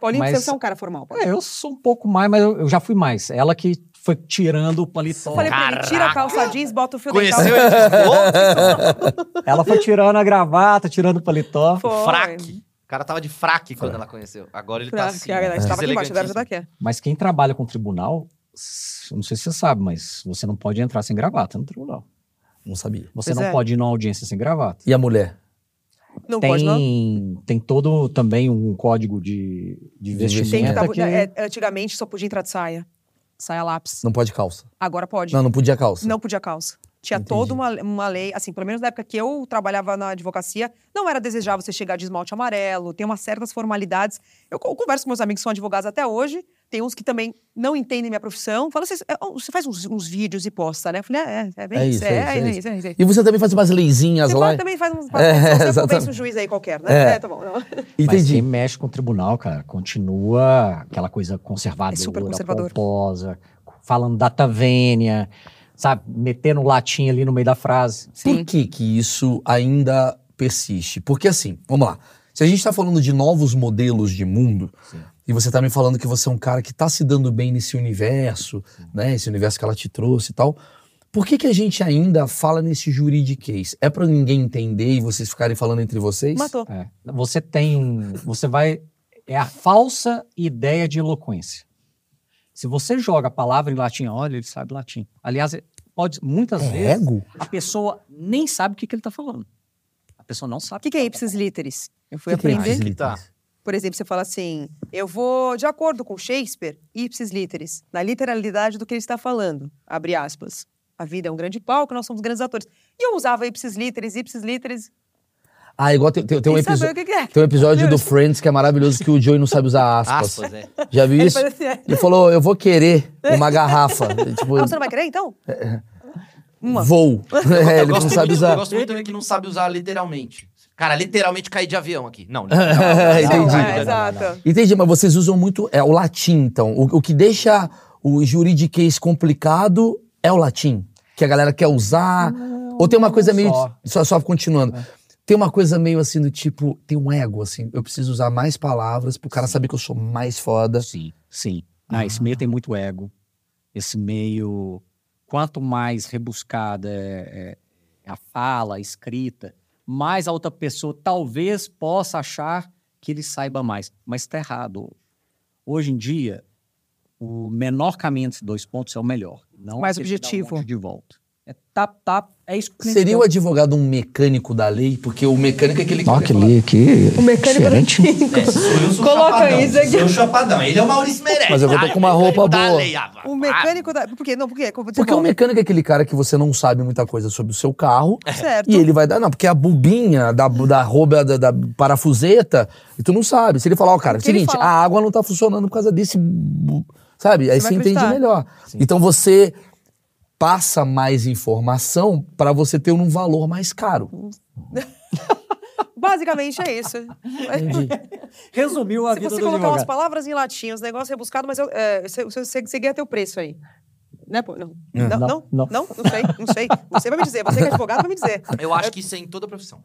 [SPEAKER 2] Paulinho,
[SPEAKER 7] Mas-
[SPEAKER 2] você é um cara formal. Paulinho.
[SPEAKER 7] É, eu sou um pouco mais, mas eu, eu já fui mais. Ela que foi tirando o paletó.
[SPEAKER 2] Eu falei pra ele, tira a calça jeans, bota o fio dental.
[SPEAKER 4] Conheceu ele de
[SPEAKER 2] um
[SPEAKER 4] novo?
[SPEAKER 7] Ela foi tirando a gravata, tirando o paletó.
[SPEAKER 2] Foi.
[SPEAKER 4] Fraque. O cara tava de fraque quando ela conheceu. Agora ele tá
[SPEAKER 2] Claro,
[SPEAKER 4] assim.
[SPEAKER 2] que a galera estava aqui embaixo, agora já tá
[SPEAKER 4] deselegantíssimo.
[SPEAKER 2] aqui.
[SPEAKER 7] Mas quem trabalha com tribunal, s- eu não sei se você sabe, mas você não pode entrar sem gravata no tribunal.
[SPEAKER 1] Não sabia.
[SPEAKER 7] Você
[SPEAKER 2] Pois
[SPEAKER 7] não
[SPEAKER 2] é.
[SPEAKER 7] pode ir numa audiência sem gravata.
[SPEAKER 1] E a mulher?
[SPEAKER 2] Não pode, não.
[SPEAKER 7] Tem, tem todo também um código de, de vestimenta
[SPEAKER 2] Tem que tá,
[SPEAKER 7] que-
[SPEAKER 2] é, antigamente só podia entrar de saia. Saia lápis.
[SPEAKER 1] Não pode calça.
[SPEAKER 2] Agora pode.
[SPEAKER 1] Não, não podia calça.
[SPEAKER 2] Não podia calça. Tinha
[SPEAKER 1] Entendi.
[SPEAKER 2] toda uma, uma lei, assim, pelo menos na época que eu trabalhava na advocacia, não era desejável você chegar de esmalte amarelo, tem umas certas formalidades. Eu, co- converso com meus amigos que são advogados até hoje, tem uns que também não entendem minha profissão, falam assim, "É, ó, você faz uns, uns vídeos e posta, né? Eu falei, é, é, é bem
[SPEAKER 1] É
[SPEAKER 2] isso,
[SPEAKER 1] isso,
[SPEAKER 2] é,
[SPEAKER 1] é isso, é
[SPEAKER 2] é isso, é isso. é isso."
[SPEAKER 1] E você também faz umas leizinhas
[SPEAKER 2] Você
[SPEAKER 1] lá?
[SPEAKER 2] pode também faz uns...
[SPEAKER 1] É, (laughs)
[SPEAKER 2] você
[SPEAKER 1] exatamente.
[SPEAKER 2] convence um juiz aí qualquer,
[SPEAKER 1] É.
[SPEAKER 2] né? É, tá bom. não.
[SPEAKER 7] Mas
[SPEAKER 1] Entendi.
[SPEAKER 7] quem mexe com o tribunal, cara, continua aquela coisa conservadora,
[SPEAKER 2] É super conservador.
[SPEAKER 7] pomposa, falando data vênia, sabe? Metendo latinha ali no meio da frase.
[SPEAKER 1] Por que que isso ainda persiste? Porque assim, vamos lá. Se a gente está falando de novos modelos de mundo,
[SPEAKER 7] Sim.
[SPEAKER 1] e você tá me falando que você é um cara que tá se dando bem nesse universo, né? Esse universo que ela te trouxe e tal. Por que que a gente ainda fala nesse juridiquês? É pra ninguém entender e vocês ficarem falando entre vocês?
[SPEAKER 2] Matou.
[SPEAKER 7] É. Você tem. um, Você vai. É a falsa ideia de eloquência. Se você joga a palavra em latim, olha, ele sabe latim. Aliás, pode, muitas
[SPEAKER 1] É
[SPEAKER 7] vezes
[SPEAKER 1] ego?
[SPEAKER 7] a pessoa nem sabe o que, que ele está falando. A pessoa não sabe.
[SPEAKER 2] O que, que é ipsis literis? Eu fui
[SPEAKER 1] Que que é
[SPEAKER 2] aprender.
[SPEAKER 1] ipsis
[SPEAKER 4] Aí que tá.
[SPEAKER 1] literis?
[SPEAKER 2] Por exemplo, você fala assim: eu vou, de acordo com Shakespeare, ipsis literis, na literalidade do que ele está falando, abre aspas. A vida é um grande palco, nós somos grandes atores. E eu usava ipsis literis, ipsis literis,
[SPEAKER 1] Ah, igual tem, tem- tem um
[SPEAKER 2] sem saber
[SPEAKER 1] episódio.
[SPEAKER 2] o que, que é.
[SPEAKER 1] Tem um episódio do Friends que é maravilhoso que o Joey não sabe
[SPEAKER 2] tá
[SPEAKER 1] usar aspas.
[SPEAKER 4] Aspas, é.
[SPEAKER 1] Já viu
[SPEAKER 2] Ele
[SPEAKER 1] isso?
[SPEAKER 2] faz assim, é.
[SPEAKER 1] Ele falou, eu vou querer uma garrafa. tipo,
[SPEAKER 2] Ah, você não vai querer, então? Uma.
[SPEAKER 1] é. Vou. (laughs) É,
[SPEAKER 4] (laughs) Eu
[SPEAKER 1] ele não
[SPEAKER 4] gosto
[SPEAKER 1] sabe
[SPEAKER 4] muito- Eu
[SPEAKER 1] usar.
[SPEAKER 4] gosto muito também que não sabe usar literalmente. Cara, literalmente cair de avião aqui.
[SPEAKER 1] (laughs)
[SPEAKER 4] Não, não.
[SPEAKER 2] Não,
[SPEAKER 1] Entendi.
[SPEAKER 2] é, exato.
[SPEAKER 1] Entendi, mas vocês usam muito é, o latim, então. O, o que deixa o juridiquês complicado é o latim, que a galera quer usar. Ou tem uma coisa
[SPEAKER 7] não
[SPEAKER 1] meio.
[SPEAKER 7] só.
[SPEAKER 1] Só, só continuando.
[SPEAKER 4] É.
[SPEAKER 1] Tem uma coisa meio assim do tipo, tem um ego, assim. Eu preciso usar mais palavras pro cara saber que eu sou mais foda.
[SPEAKER 7] Sim, sim. Ah, esse meio tem muito ego. Esse meio, quanto mais rebuscada é, é a fala, a escrita, mais a outra pessoa talvez possa achar que ele saiba mais. Mas está errado. Hoje em dia, o menor caminho entre dois pontos é o melhor. Não
[SPEAKER 2] Mais
[SPEAKER 7] aquele que dá um
[SPEAKER 2] objetivo.
[SPEAKER 7] monte de volta. É tap, tap, é isso que o cliente
[SPEAKER 1] Seria o
[SPEAKER 7] quer.
[SPEAKER 1] advogado um mecânico da lei? Porque o mecânico é aquele que.
[SPEAKER 7] que
[SPEAKER 2] O mecânico da
[SPEAKER 7] diferente.
[SPEAKER 4] É, sou eu, sou
[SPEAKER 2] Coloca
[SPEAKER 4] chapadão,
[SPEAKER 2] isso aqui.
[SPEAKER 4] Sou eu, chapadão. Ele é o Maurício Meirelles.
[SPEAKER 1] Mas eu vou ter
[SPEAKER 4] Ah,
[SPEAKER 1] com uma roupa
[SPEAKER 4] tá
[SPEAKER 1] boa.
[SPEAKER 4] ali, ah,
[SPEAKER 2] O mecânico da. Por quê? Não, por quê? Como você
[SPEAKER 1] Porque o
[SPEAKER 2] fala?
[SPEAKER 1] mecânico é aquele cara que você não sabe muita coisa sobre o seu carro.
[SPEAKER 2] Certo.
[SPEAKER 1] E ele vai dar, não, porque a bobinha da, da rouba, da, da parafuseta, e tu não sabe. Se ele falar, ó, cara,
[SPEAKER 2] O que ele
[SPEAKER 1] seguinte,
[SPEAKER 2] fala?
[SPEAKER 1] a água não tá funcionando por causa desse. bu- Sabe? Aí
[SPEAKER 2] Você
[SPEAKER 1] você,
[SPEAKER 2] vai
[SPEAKER 1] entende
[SPEAKER 2] acreditar.
[SPEAKER 1] melhor. Então você passa mais informação pra você ter um valor mais caro.
[SPEAKER 2] Basicamente é isso.
[SPEAKER 1] Entendi.
[SPEAKER 7] Resumiu a
[SPEAKER 2] Se
[SPEAKER 7] vida
[SPEAKER 2] você
[SPEAKER 7] do
[SPEAKER 2] colocar umas
[SPEAKER 7] advogado.
[SPEAKER 2] palavras em latim, os negócios rebuscados, mas eu, é, você, você, você guia teu preço aí. Né, pô? Não. Não, não, não,
[SPEAKER 7] É, não.
[SPEAKER 2] não, sei, não sei. Você vai me dizer, você que é advogado vai me dizer.
[SPEAKER 4] Eu acho que isso é em toda profissão.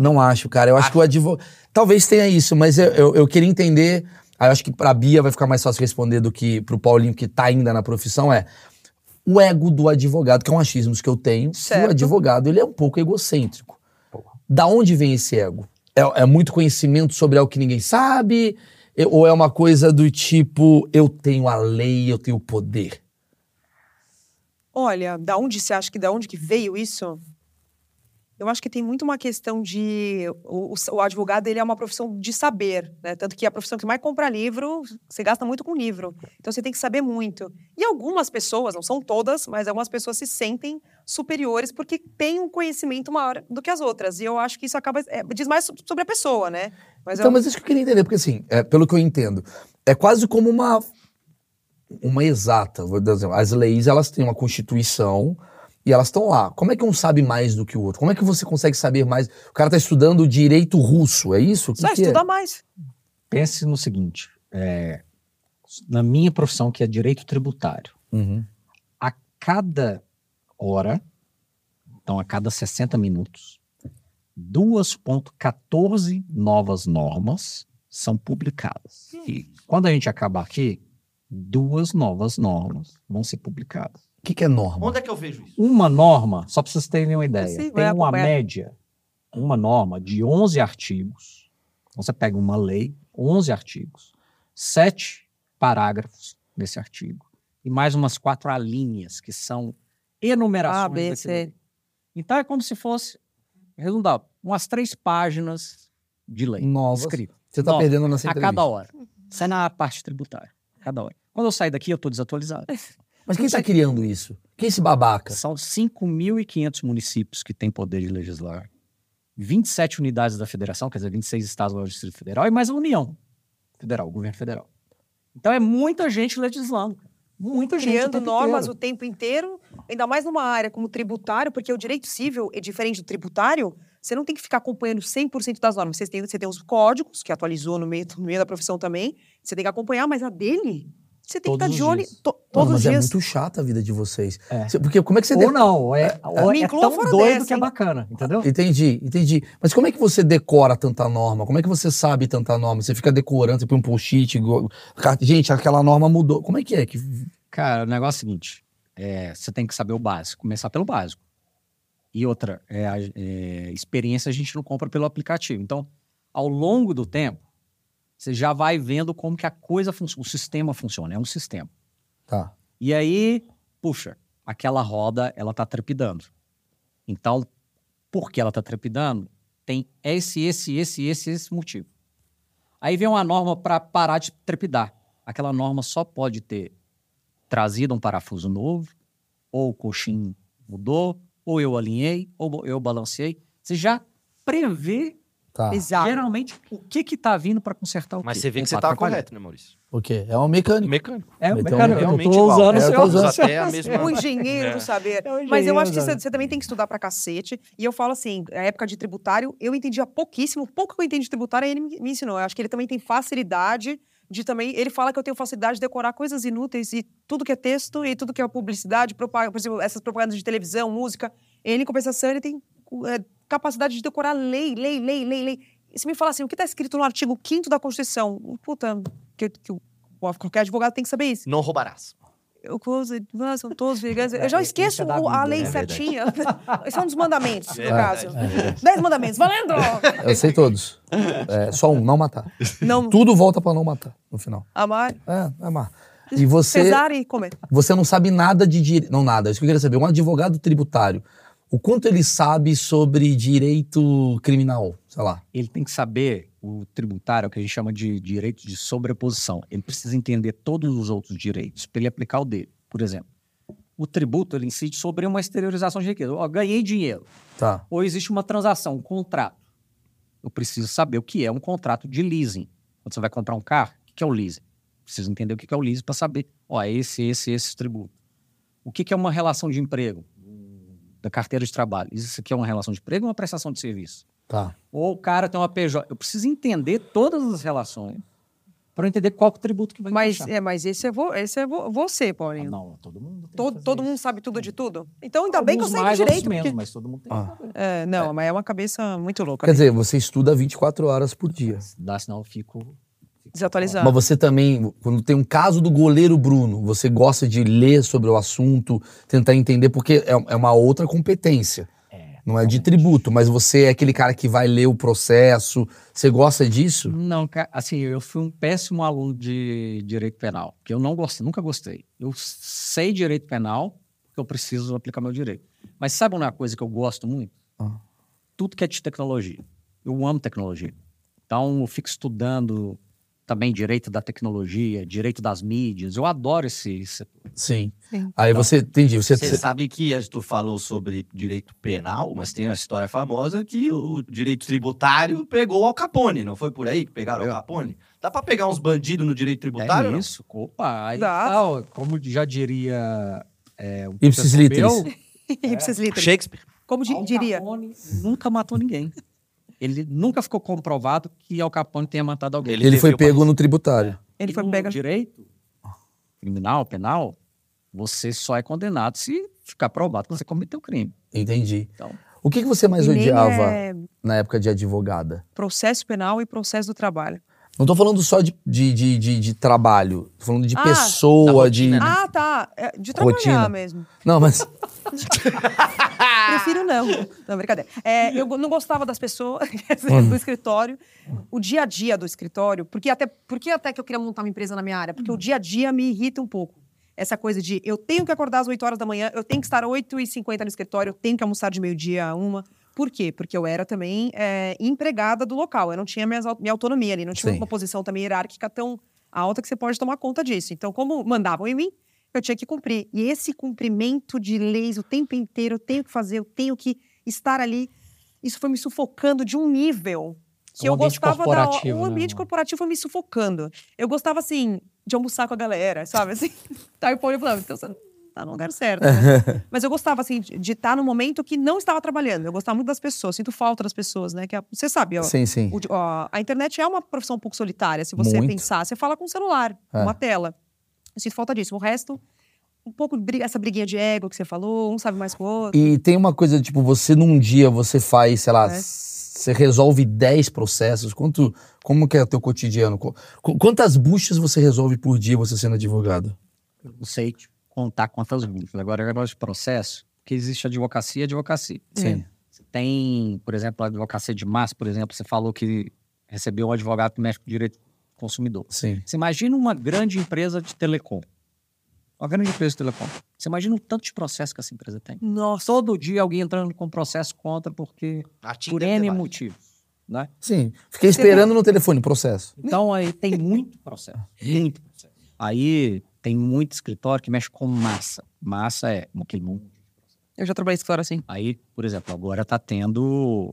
[SPEAKER 1] Não acho, cara. Eu acho, que o advogado. Talvez tenha isso, mas eu, eu, eu queria entender. Aí eu acho que pra Bia vai ficar mais fácil responder do que pro Paulinho, que tá ainda na profissão, é. O ego do advogado, que é um achismo que eu tenho, que o
[SPEAKER 2] Certo.
[SPEAKER 1] advogado ele é um pouco egocêntrico. Da onde vem esse ego? É, é muito conhecimento sobre algo que ninguém sabe? E- Ou é uma coisa do tipo, eu tenho a lei, eu tenho o poder?
[SPEAKER 2] Olha, da onde você acha que da onde que veio isso? Eu acho que tem muito uma questão de o, o- o advogado ele é uma profissão de saber, né? Tanto que a profissão que mais compra livro, você gasta muito com livro. Então você tem que saber muito. E algumas pessoas, não são todas, mas algumas pessoas se sentem superiores porque têm um conhecimento maior do que as outras. E eu acho que isso acaba é, diz mais so- sobre a pessoa, né? Mas
[SPEAKER 1] então,
[SPEAKER 2] eu-
[SPEAKER 1] mas isso que eu queria entender, porque assim, é, pelo que eu entendo, é quase como uma uma exata, vou dizer, as leis elas têm uma constituição e elas estão lá. Como é que um sabe mais do que o outro? Como é que você consegue saber mais? O cara tá estudando direito russo, é isso? O que
[SPEAKER 2] só
[SPEAKER 1] que é?
[SPEAKER 2] estudar mais.
[SPEAKER 7] Pense no seguinte, é, na minha profissão, que é direito tributário,
[SPEAKER 1] Uhum.
[SPEAKER 7] a cada hora, então a cada 60 minutos,
[SPEAKER 4] Hum.
[SPEAKER 7] 2.14 novas normas são publicadas. E quando a gente acabar aqui, duas novas normas vão ser publicadas.
[SPEAKER 1] O que, que é norma?
[SPEAKER 8] Onde é que eu vejo isso?
[SPEAKER 7] Uma norma, só para vocês terem uma ideia,
[SPEAKER 9] Sim, vai
[SPEAKER 7] tem uma
[SPEAKER 9] acompanhar.
[SPEAKER 7] média, uma norma de 11 artigos. Então você pega uma lei, 11 artigos, sete parágrafos desse artigo e mais umas quatro alinhas que são enumerações
[SPEAKER 9] A, B,
[SPEAKER 7] daquilo
[SPEAKER 9] C.
[SPEAKER 7] ali. Então é como se fosse, redundar, umas três páginas de lei
[SPEAKER 1] Novas.
[SPEAKER 7] escrita
[SPEAKER 1] Você tá
[SPEAKER 7] Norma.
[SPEAKER 1] perdendo nessa
[SPEAKER 7] a
[SPEAKER 1] entrevista.
[SPEAKER 7] cada hora. Sai na parte tributária, a cada hora. Quando eu sair daqui, eu estou desatualizado.
[SPEAKER 1] Mas
[SPEAKER 2] um
[SPEAKER 1] quem tá criando isso? Quem é esse babaca?
[SPEAKER 7] São 5.500 municípios que têm poder de legislar. 27 unidades da federação, quer dizer, 26 estados do Distrito Federal e mais a União Federal, o governo federal. Então é muita gente legislando. Muita gente. o
[SPEAKER 2] criando
[SPEAKER 7] tempo
[SPEAKER 2] normas
[SPEAKER 7] inteiro.
[SPEAKER 2] o tempo inteiro, ainda mais numa área como o tributário, porque o direito civil é diferente do tributário, você não tem que ficar acompanhando 100% das normas. Você tem, você tem os códigos, que atualizou no meio, (laughs) no meio da profissão também, você tem que acompanhar, mas a dele, você tem
[SPEAKER 7] Todos
[SPEAKER 2] que estar de
[SPEAKER 7] os
[SPEAKER 2] olho
[SPEAKER 7] dias.
[SPEAKER 2] to-
[SPEAKER 1] Mano,
[SPEAKER 2] todos os
[SPEAKER 1] mas é
[SPEAKER 2] dias.
[SPEAKER 1] muito chata a vida de vocês.
[SPEAKER 7] É.
[SPEAKER 1] Cê- Porque como é que você...
[SPEAKER 7] Ou
[SPEAKER 1] de-
[SPEAKER 7] não, é, ou
[SPEAKER 2] Me
[SPEAKER 7] é
[SPEAKER 2] inclua
[SPEAKER 7] tão
[SPEAKER 2] fora
[SPEAKER 7] doido
[SPEAKER 2] dessa,
[SPEAKER 7] que é
[SPEAKER 2] hein?
[SPEAKER 7] bacana, entendeu?
[SPEAKER 1] Entendi, entendi. Mas como é que você decora tanta norma? Como é que você sabe tanta norma? Você fica decorando, você põe um post-it. igual- Ca- Gente, aquela norma mudou. Como é que é? Que...
[SPEAKER 7] Cara, o negócio é o seguinte: é, você tem que saber o básico, começar pelo básico. E outra, é, a- é, experiência a gente não compra pelo aplicativo. Então, ao longo do tempo, você já vai vendo como que a coisa funciona, o sistema funciona, é um sistema.
[SPEAKER 1] Tá.
[SPEAKER 7] E aí, puxa, aquela roda, ela tá trepidando. Então, por que ela tá trepidando? Tem esse, esse, esse, esse, esse motivo. Aí vem uma norma para parar de trepidar. Aquela norma só pode ter trazido um parafuso novo, ou o coxim mudou, ou eu alinhei, ou eu balancei. Você já prevê,
[SPEAKER 1] Tá.
[SPEAKER 9] Exato.
[SPEAKER 7] geralmente, o que que tá vindo para consertar o
[SPEAKER 8] Mas
[SPEAKER 7] quê?
[SPEAKER 8] você vê que
[SPEAKER 7] Ou
[SPEAKER 8] você
[SPEAKER 7] pra
[SPEAKER 8] tá
[SPEAKER 7] atrapalhar.
[SPEAKER 8] correto, né, Maurício?
[SPEAKER 1] O quê? É um mecânico.
[SPEAKER 8] Mecânico.
[SPEAKER 7] É,
[SPEAKER 1] Então,
[SPEAKER 7] cara, eu
[SPEAKER 8] realmente
[SPEAKER 7] tô
[SPEAKER 8] igual.
[SPEAKER 7] usando o
[SPEAKER 1] É, eu
[SPEAKER 7] seu-
[SPEAKER 1] tô usando.
[SPEAKER 8] até a mesma...
[SPEAKER 2] (laughs) O engenheiro do saber.
[SPEAKER 7] É um
[SPEAKER 2] Mas eu
[SPEAKER 7] engenheiro,
[SPEAKER 2] acho que você,
[SPEAKER 7] sabe?
[SPEAKER 2] você também tem que estudar pra cacete. E eu falo assim, a época de tributário, eu entendia pouquíssimo. Pouco que eu entendi de tributário, ele me, me ensinou. Eu acho que ele também tem facilidade de também... Ele fala que eu tenho facilidade de decorar coisas inúteis e tudo que é texto e tudo que é publicidade, propa- por exemplo, essas propagandas de televisão, música. Ele, em compensação, ele tem eh, capacidade de decorar lei, lei, lei, lei, lei. E se me fala assim, o que tá escrito no artigo 5 da Constituição? Puta, que, que o- qualquer advogado tem que saber isso
[SPEAKER 8] Não roubarás.
[SPEAKER 2] eu close, it, ah, são todos veganos. Eu
[SPEAKER 7] É,
[SPEAKER 2] já
[SPEAKER 7] isso
[SPEAKER 2] esqueço
[SPEAKER 7] é da
[SPEAKER 2] o- a
[SPEAKER 7] Bíblia,
[SPEAKER 2] lei
[SPEAKER 7] né?
[SPEAKER 2] certinha. (laughs) Esse é um dos mandamentos, (laughs) no
[SPEAKER 8] É
[SPEAKER 2] caso.
[SPEAKER 8] verdade.
[SPEAKER 2] Dez mandamentos, valendo!
[SPEAKER 1] Eu sei todos. É, só um, não matar.
[SPEAKER 2] Não
[SPEAKER 1] Tudo volta pra não matar, no final.
[SPEAKER 2] amar,
[SPEAKER 1] É, é má. E você,
[SPEAKER 2] cesar e comer.
[SPEAKER 1] você não sabe nada de direito. Não, nada. Isso que eu queria saber. Um advogado tributário, o quanto ele sabe sobre direito criminal? Sei lá.
[SPEAKER 7] ele tem que saber o tributário, o que a gente chama de direito de sobreposição. Ele precisa entender todos os outros direitos para ele aplicar o dele. Por exemplo, o tributo ele incide sobre uma exteriorização de riqueza. Ó, ganhei dinheiro.
[SPEAKER 1] Tá.
[SPEAKER 7] Ou existe uma transação, um contrato. Eu preciso saber o que é um contrato de leasing. Quando você vai comprar um carro, o que que é o leasing? Preciso entender o que que é o leasing para saber. Ó, é esse, esse, esse tributo. O que que é uma relação de emprego? Da carteira de trabalho. Isso aqui é uma relação de emprego ou uma prestação de serviço?
[SPEAKER 1] Tá.
[SPEAKER 7] ou o cara tem uma PJ. Eu preciso entender todas as relações para É. entender qual que é o tributo que vai
[SPEAKER 9] Mas,
[SPEAKER 7] encaixar.
[SPEAKER 9] é, mas esse é, vo- esse é vo- você,
[SPEAKER 7] Ah,
[SPEAKER 9] Paulinho.
[SPEAKER 7] não, todo mundo. tem que
[SPEAKER 2] Todo,
[SPEAKER 7] fazer
[SPEAKER 2] todo
[SPEAKER 7] isso.
[SPEAKER 2] mundo sabe tudo de tudo? Então, ainda bem que eu
[SPEAKER 7] Alguns
[SPEAKER 2] sei
[SPEAKER 7] mais,
[SPEAKER 2] de direito.
[SPEAKER 7] outros menos,
[SPEAKER 2] Porque...
[SPEAKER 7] mas todo mundo tem.
[SPEAKER 1] Ah.
[SPEAKER 7] que saber.
[SPEAKER 9] É, não, mas é uma cabeça muito louca.
[SPEAKER 1] Quer
[SPEAKER 9] né?
[SPEAKER 1] dizer, você estuda 24 horas por dia.
[SPEAKER 7] Se Dá senão eu fico.
[SPEAKER 2] Tá.
[SPEAKER 9] Desatualizado.
[SPEAKER 2] (laughs)
[SPEAKER 1] Mas você também, quando tem um caso do goleiro Bruno, você gosta de ler sobre o assunto, tentar entender, porque é, é uma outra competência. não é de tributo, mas você é aquele cara que vai ler o processo. Você gosta disso?
[SPEAKER 7] Não, cara, assim, eu fui um péssimo aluno de direito penal, que eu não gostei, nunca gostei. Eu sei direito penal, porque eu preciso aplicar meu direito. Mas sabe uma coisa que eu gosto muito?
[SPEAKER 1] Ah.
[SPEAKER 7] Tudo que é de tecnologia. Eu amo tecnologia. Então, eu fico estudando também direito da tecnologia, direito das mídias. Eu adoro esse, esse
[SPEAKER 1] Sim.
[SPEAKER 9] Sim.
[SPEAKER 1] Aí você, entendi, você,
[SPEAKER 4] Você sabe que a- tu falou sobre direito penal, mas tem uma história famosa que o direito tributário pegou o Al Capone, não foi por aí que pegaram o Al Capone? Dá pra pegar uns bandidos no direito tributário?
[SPEAKER 7] É
[SPEAKER 4] não?
[SPEAKER 7] isso, opa. Aí,
[SPEAKER 9] Dá.
[SPEAKER 7] tá, ó, como já diria é, um
[SPEAKER 1] Ipsis
[SPEAKER 7] professor
[SPEAKER 1] literis.
[SPEAKER 7] meu,
[SPEAKER 9] Ipsis literis.
[SPEAKER 8] Shakespeare.
[SPEAKER 9] Como di-
[SPEAKER 7] Al
[SPEAKER 9] diria?
[SPEAKER 7] Capone nunca matou ninguém. Ele nunca ficou comprovado que Al Capone tenha matado alguém.
[SPEAKER 1] ele foi pego no tributário.
[SPEAKER 9] Ele
[SPEAKER 7] E
[SPEAKER 9] foi
[SPEAKER 7] no
[SPEAKER 9] pega.
[SPEAKER 7] direito criminal, penal, você só é condenado se ficar provado que você cometeu crime.
[SPEAKER 1] Entendi.
[SPEAKER 7] Então.
[SPEAKER 1] O que, que você mais
[SPEAKER 9] E nem
[SPEAKER 1] odiava
[SPEAKER 9] é
[SPEAKER 1] na época de advogada?
[SPEAKER 9] processo penal e processo do trabalho.
[SPEAKER 1] Não tô falando só de, de, de, de- de trabalho, tô falando de
[SPEAKER 2] Ah,
[SPEAKER 1] pessoa,
[SPEAKER 4] da rotina,
[SPEAKER 1] de.
[SPEAKER 4] né?
[SPEAKER 2] Ah, tá. É, De trabalhar
[SPEAKER 1] Rotina.
[SPEAKER 2] mesmo.
[SPEAKER 1] Não, mas.
[SPEAKER 2] Prefiro não. Não, brincadeira. É, eu go- não gostava das pessoas, (laughs) quer dizer, do escritório, o dia a dia do escritório, porque até, porque até que eu queria montar uma empresa na minha área, porque o dia a dia me irrita um pouco. Essa coisa de eu tenho que acordar às 8 horas da manhã, eu tenho que estar às 8h50 no escritório, eu tenho que almoçar de meio-dia a uma. Por quê? Porque eu era também é, empregada do local, eu não tinha minhas au- minha autonomia ali, não tinha
[SPEAKER 1] Sim.
[SPEAKER 2] uma posição também hierárquica tão alta que você pode tomar conta disso. Então, como mandavam em mim, eu tinha que cumprir. E esse cumprimento de leis o tempo inteiro, eu tenho que fazer, eu tenho que estar ali. Isso foi me sufocando de um nível que
[SPEAKER 7] É um
[SPEAKER 2] eu
[SPEAKER 7] ambiente
[SPEAKER 2] gostava da.
[SPEAKER 7] corporativo,
[SPEAKER 2] O um
[SPEAKER 7] né,
[SPEAKER 2] ambiente
[SPEAKER 7] amor?
[SPEAKER 2] corporativo foi me sufocando. Eu gostava, assim, de almoçar com a galera, sabe? Assim, (laughs) tá, e o Paulo falava, então você tá no lugar certo.
[SPEAKER 7] (laughs)
[SPEAKER 2] né? Mas eu gostava, assim, de de estar no momento que não estava trabalhando. Eu gostava muito das pessoas, sinto falta das pessoas, né? Que a- você sabe, ó,
[SPEAKER 1] Sim, sim.
[SPEAKER 2] o de- ó, a internet é uma profissão um pouco solitária, se você
[SPEAKER 1] Muito.
[SPEAKER 2] pensar. Você fala com um celular, com
[SPEAKER 1] É.
[SPEAKER 2] uma tela. Eu sinto falta disso. O resto, um pouco de briga- essa briguinha de ego que você falou, um sabe mais que o outro.
[SPEAKER 1] E tem uma coisa, tipo, você num dia você faz, sei lá,
[SPEAKER 2] É.
[SPEAKER 1] você resolve 10 processos. Quanto, como que é o teu cotidiano? Qu- qu- Quantas buchas você resolve por dia você sendo advogado?
[SPEAKER 7] Eu não sei te contar quantas multas. Agora, é um negócio de processo, que existe advocacia e advocacia.
[SPEAKER 1] Sim.
[SPEAKER 7] Você tem, por exemplo, a advocacia de massa, por exemplo, você falou que recebeu um advogado que mexe com direito do consumidor.
[SPEAKER 1] Sim.
[SPEAKER 7] Você imagina uma grande empresa de telecom. Uma grande empresa de telecom. Você imagina o tanto de processo que essa empresa tem.
[SPEAKER 2] Nossa.
[SPEAKER 7] Todo dia alguém entrando com processo contra porque
[SPEAKER 4] A Tim
[SPEAKER 7] por
[SPEAKER 4] deve ter
[SPEAKER 7] N
[SPEAKER 4] vários.
[SPEAKER 7] motivos, né?
[SPEAKER 1] Sim. Fiquei
[SPEAKER 2] um
[SPEAKER 1] esperando no telefone o processo.
[SPEAKER 7] Então aí tem muito processo, muito processo. Aí tem muito escritório que mexe com massa. Massa é aquele mundo.
[SPEAKER 2] Eu já trabalhei em escritório assim.
[SPEAKER 7] Aí, por exemplo, agora está tendo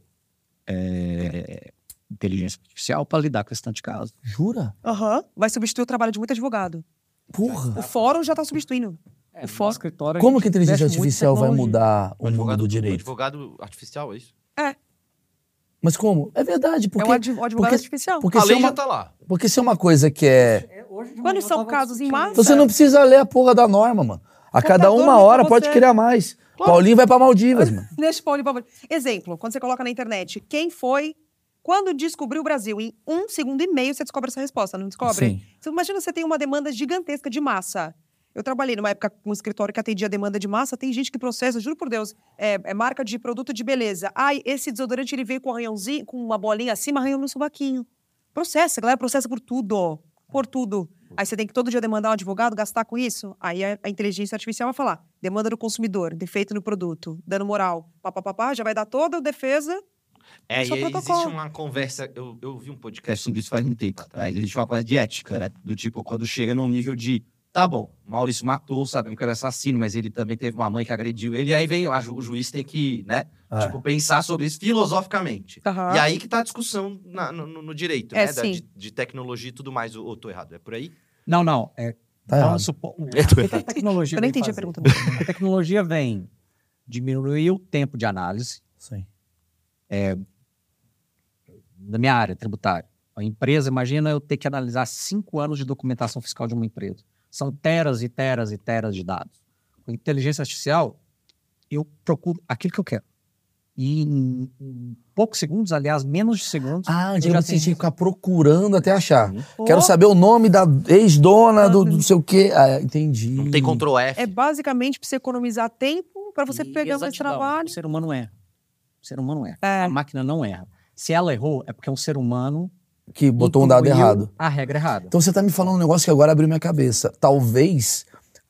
[SPEAKER 7] é, inteligência artificial para lidar com esse tanto de caso.
[SPEAKER 1] Jura?
[SPEAKER 2] Aham. Vai substituir o trabalho de muito advogado. O
[SPEAKER 7] Ah,
[SPEAKER 1] Porra.
[SPEAKER 2] fórum já tá substituindo.
[SPEAKER 7] É,
[SPEAKER 2] fora-
[SPEAKER 7] escritório
[SPEAKER 1] Como que a inteligência
[SPEAKER 7] investe muito em
[SPEAKER 1] artificial vai
[SPEAKER 7] tecnologia.
[SPEAKER 1] mudar o mundo
[SPEAKER 4] Um Advogado-
[SPEAKER 1] do direito?
[SPEAKER 4] Advogado artificial, é isso?
[SPEAKER 1] Mas como? É verdade,
[SPEAKER 2] é
[SPEAKER 1] porque.
[SPEAKER 2] um adv- advogado
[SPEAKER 1] porque-
[SPEAKER 2] artificial.
[SPEAKER 1] Porque
[SPEAKER 4] a
[SPEAKER 1] se, é
[SPEAKER 4] lei
[SPEAKER 1] uma,
[SPEAKER 4] já tá lá.
[SPEAKER 1] porque se é uma coisa que é.
[SPEAKER 2] Quando são casos em massa.
[SPEAKER 1] Então você não precisa ler a porra da norma, mano. A cada
[SPEAKER 2] Computador
[SPEAKER 1] uma
[SPEAKER 2] lê pra
[SPEAKER 1] hora pode
[SPEAKER 2] você.
[SPEAKER 1] criar mais. Paulinho vai pra Maldivas, mano.
[SPEAKER 2] Deixa o Paulo Paulo. Exemplo, quando você coloca na internet quem foi, quando descobriu o Brasil, em um segundo e meio você descobre essa resposta, não descobre?
[SPEAKER 1] Sim.
[SPEAKER 2] Você imagina você tem uma demanda gigantesca de massa. Eu trabalhei numa época com um escritório que atendia demanda de massa. Tem gente que processa, juro por Deus, é, é marca de produto de beleza. Ai, esse desodorante ele veio com arranhãozinho, com uma bolinha acima, arranhou no subaquinho. Processa, galera, processa por tudo. Por tudo. Aí você tem que todo dia demandar um advogado, gastar com isso. Aí a, a inteligência artificial vai falar: demanda do consumidor, defeito no produto, dano moral, papapá, já vai dar toda a defesa.
[SPEAKER 4] É,
[SPEAKER 2] Só
[SPEAKER 4] e aí existe
[SPEAKER 2] protocolo.
[SPEAKER 4] uma conversa. Eu, eu vi um podcast Tá,
[SPEAKER 10] podcast sobre
[SPEAKER 4] sobre
[SPEAKER 10] isso faz um tempo
[SPEAKER 4] né?
[SPEAKER 10] atrás. Existe uma coisa de ética, né? Do tipo, quando chega num nível de, tá bom, Maurício matou, sabemos que era assassino, mas ele também teve uma mãe que agrediu ele. E aí vem, a ju- o juiz tem que, né?
[SPEAKER 1] É.
[SPEAKER 10] Tipo, pensar sobre isso filosoficamente.
[SPEAKER 2] Aham.
[SPEAKER 4] E aí que tá a discussão na- no, no- no direito,
[SPEAKER 2] Ah. É,
[SPEAKER 4] né? da-
[SPEAKER 2] sim.
[SPEAKER 4] de, de tecnologia e tudo mais. Ou ou tô errado, é por aí?
[SPEAKER 7] Não, não. É,
[SPEAKER 1] Tá
[SPEAKER 7] então,
[SPEAKER 1] errado.
[SPEAKER 7] supo- o
[SPEAKER 4] É, tô
[SPEAKER 7] que a tecnologia
[SPEAKER 2] Eu não
[SPEAKER 7] vem
[SPEAKER 2] entendi a
[SPEAKER 7] fazer? (laughs)
[SPEAKER 2] pergunta.
[SPEAKER 7] A tecnologia vem diminuir o tempo de análise
[SPEAKER 1] Sim.
[SPEAKER 7] na minha área tributária. A empresa, imagina eu ter que analisar cinco anos de documentação fiscal de uma empresa. São teras e teras e teras de dados. Com inteligência artificial, eu procuro aquilo que eu quero. E em, em poucos segundos, aliás, menos de segundos,
[SPEAKER 1] Ah,
[SPEAKER 7] Eu já
[SPEAKER 1] antigamente você
[SPEAKER 7] tenho.
[SPEAKER 1] tinha que ficar procurando até achar.
[SPEAKER 2] Pô,
[SPEAKER 1] Quero saber o nome da ex-dona do, do não sei o quê. Ah, entendi.
[SPEAKER 4] Não tem Ctrl F.
[SPEAKER 2] É basicamente para você economizar tempo, para você
[SPEAKER 7] E
[SPEAKER 2] pegar mais
[SPEAKER 7] exatidão.
[SPEAKER 2] trabalho.
[SPEAKER 7] O ser humano erra. O ser humano erra.
[SPEAKER 2] É.
[SPEAKER 7] A máquina não erra. Se ela errou, é porque um ser humano
[SPEAKER 1] Que botou um dado
[SPEAKER 7] incluiu
[SPEAKER 1] errado.
[SPEAKER 7] A regra errada.
[SPEAKER 1] Então você tá me falando um negócio que agora abriu minha cabeça. Talvez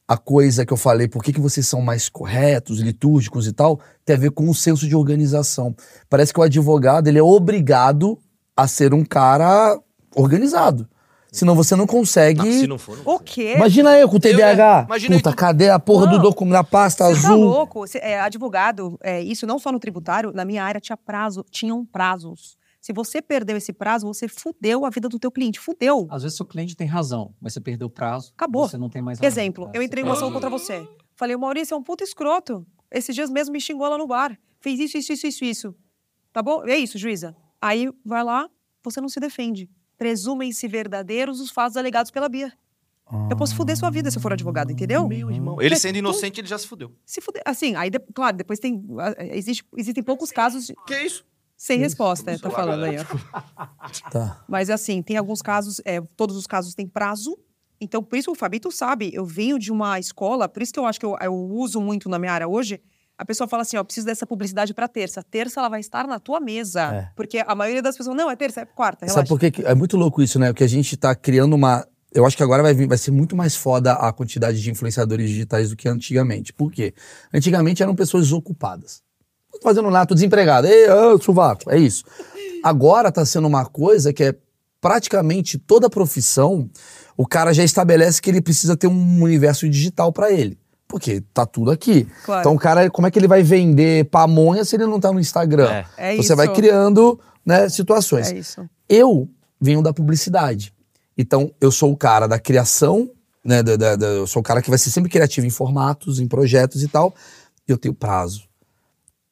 [SPEAKER 1] a coisa que eu falei, por que, que vocês são mais corretos, litúrgicos e tal, tem a ver com o senso de organização. Parece que o advogado, ele é obrigado a ser um cara organizado. Senão você não consegue...
[SPEAKER 4] Não, se não for, não
[SPEAKER 2] O
[SPEAKER 4] for.
[SPEAKER 2] quê?
[SPEAKER 1] Imagina eu com o TDAH.
[SPEAKER 4] imagina eu
[SPEAKER 1] Puta,
[SPEAKER 4] com-
[SPEAKER 1] cadê a porra do
[SPEAKER 2] Não.
[SPEAKER 1] documento, da pasta
[SPEAKER 2] Você tá
[SPEAKER 1] azul?
[SPEAKER 2] louco? Cê- é, advogado, é, isso não só no tributário, na minha área tinha prazo, tinham prazos. Se você perdeu esse prazo, você fudeu a vida do teu cliente, fudeu.
[SPEAKER 4] Ah,
[SPEAKER 7] Às vezes o cliente tem razão, mas você perdeu o prazo.
[SPEAKER 2] Acabou.
[SPEAKER 7] Você não tem
[SPEAKER 4] tá.
[SPEAKER 7] mais razão.
[SPEAKER 2] Exemplo,
[SPEAKER 7] É,
[SPEAKER 2] eu
[SPEAKER 7] você
[SPEAKER 2] entrei em uma
[SPEAKER 7] perdeu.
[SPEAKER 2] ação contra você. Falei, o Maurício é um puto escroto. Esses dias mesmo me xingou lá no bar. Fez isso, isso, isso, isso, isso. Tá bom? É isso, juíza. Aí vai lá, você não se defende. Presumem-se verdadeiros os fatos alegados pela Bia.
[SPEAKER 1] Ah.
[SPEAKER 2] Eu posso fuder sua vida se eu for advogado, entendeu?
[SPEAKER 4] Meu irmão. Ele
[SPEAKER 2] é
[SPEAKER 4] sendo inocente, ele já se fudeu.
[SPEAKER 2] Se fuder. Assim, aí, de- claro, depois tem. ah, Existe, existem poucos casos. de-
[SPEAKER 4] Que isso?
[SPEAKER 2] Sem resposta,
[SPEAKER 10] Vamos
[SPEAKER 2] tá
[SPEAKER 10] falar,
[SPEAKER 1] né?
[SPEAKER 2] falando aí,
[SPEAKER 10] galera.
[SPEAKER 1] Tipo
[SPEAKER 2] ó.
[SPEAKER 1] Tá.
[SPEAKER 2] Mas assim, tem alguns casos, é, todos os casos têm prazo. Então, por isso que o Fabito sabe, eu venho de uma escola, por isso que eu acho que eu, eu uso muito na minha área hoje. A pessoa fala assim: ó, preciso dessa publicidade para terça. Terça ela vai estar na tua mesa.
[SPEAKER 1] É.
[SPEAKER 2] Porque a maioria das pessoas, não, é terça, é quarta, relaxa.
[SPEAKER 1] Sabe por quê? que É muito louco isso, né? Porque a gente tá criando uma. Eu acho que agora vai, vir- vai ser muito mais foda a quantidade de influenciadores digitais do que antigamente. Por quê? Antigamente eram pessoas desocupadas. Não tô fazendo nada, tô desempregado. Ei, ah, sovaco. É isso. Agora tá sendo uma coisa que é praticamente toda profissão, o cara já estabelece que ele precisa ter um universo digital pra ele. Porque tá tudo aqui.
[SPEAKER 2] Claro.
[SPEAKER 1] Então o cara, como é que ele vai vender pamonha se ele não tá no Instagram?
[SPEAKER 4] É.
[SPEAKER 2] é
[SPEAKER 1] Você
[SPEAKER 2] isso.
[SPEAKER 1] vai criando né, situações.
[SPEAKER 2] É isso.
[SPEAKER 1] Eu venho da publicidade. Então, eu sou o cara da criação, né? da- da- da- eu sou o cara que vai ser sempre criativo em formatos, em projetos e tal. E eu tenho prazo.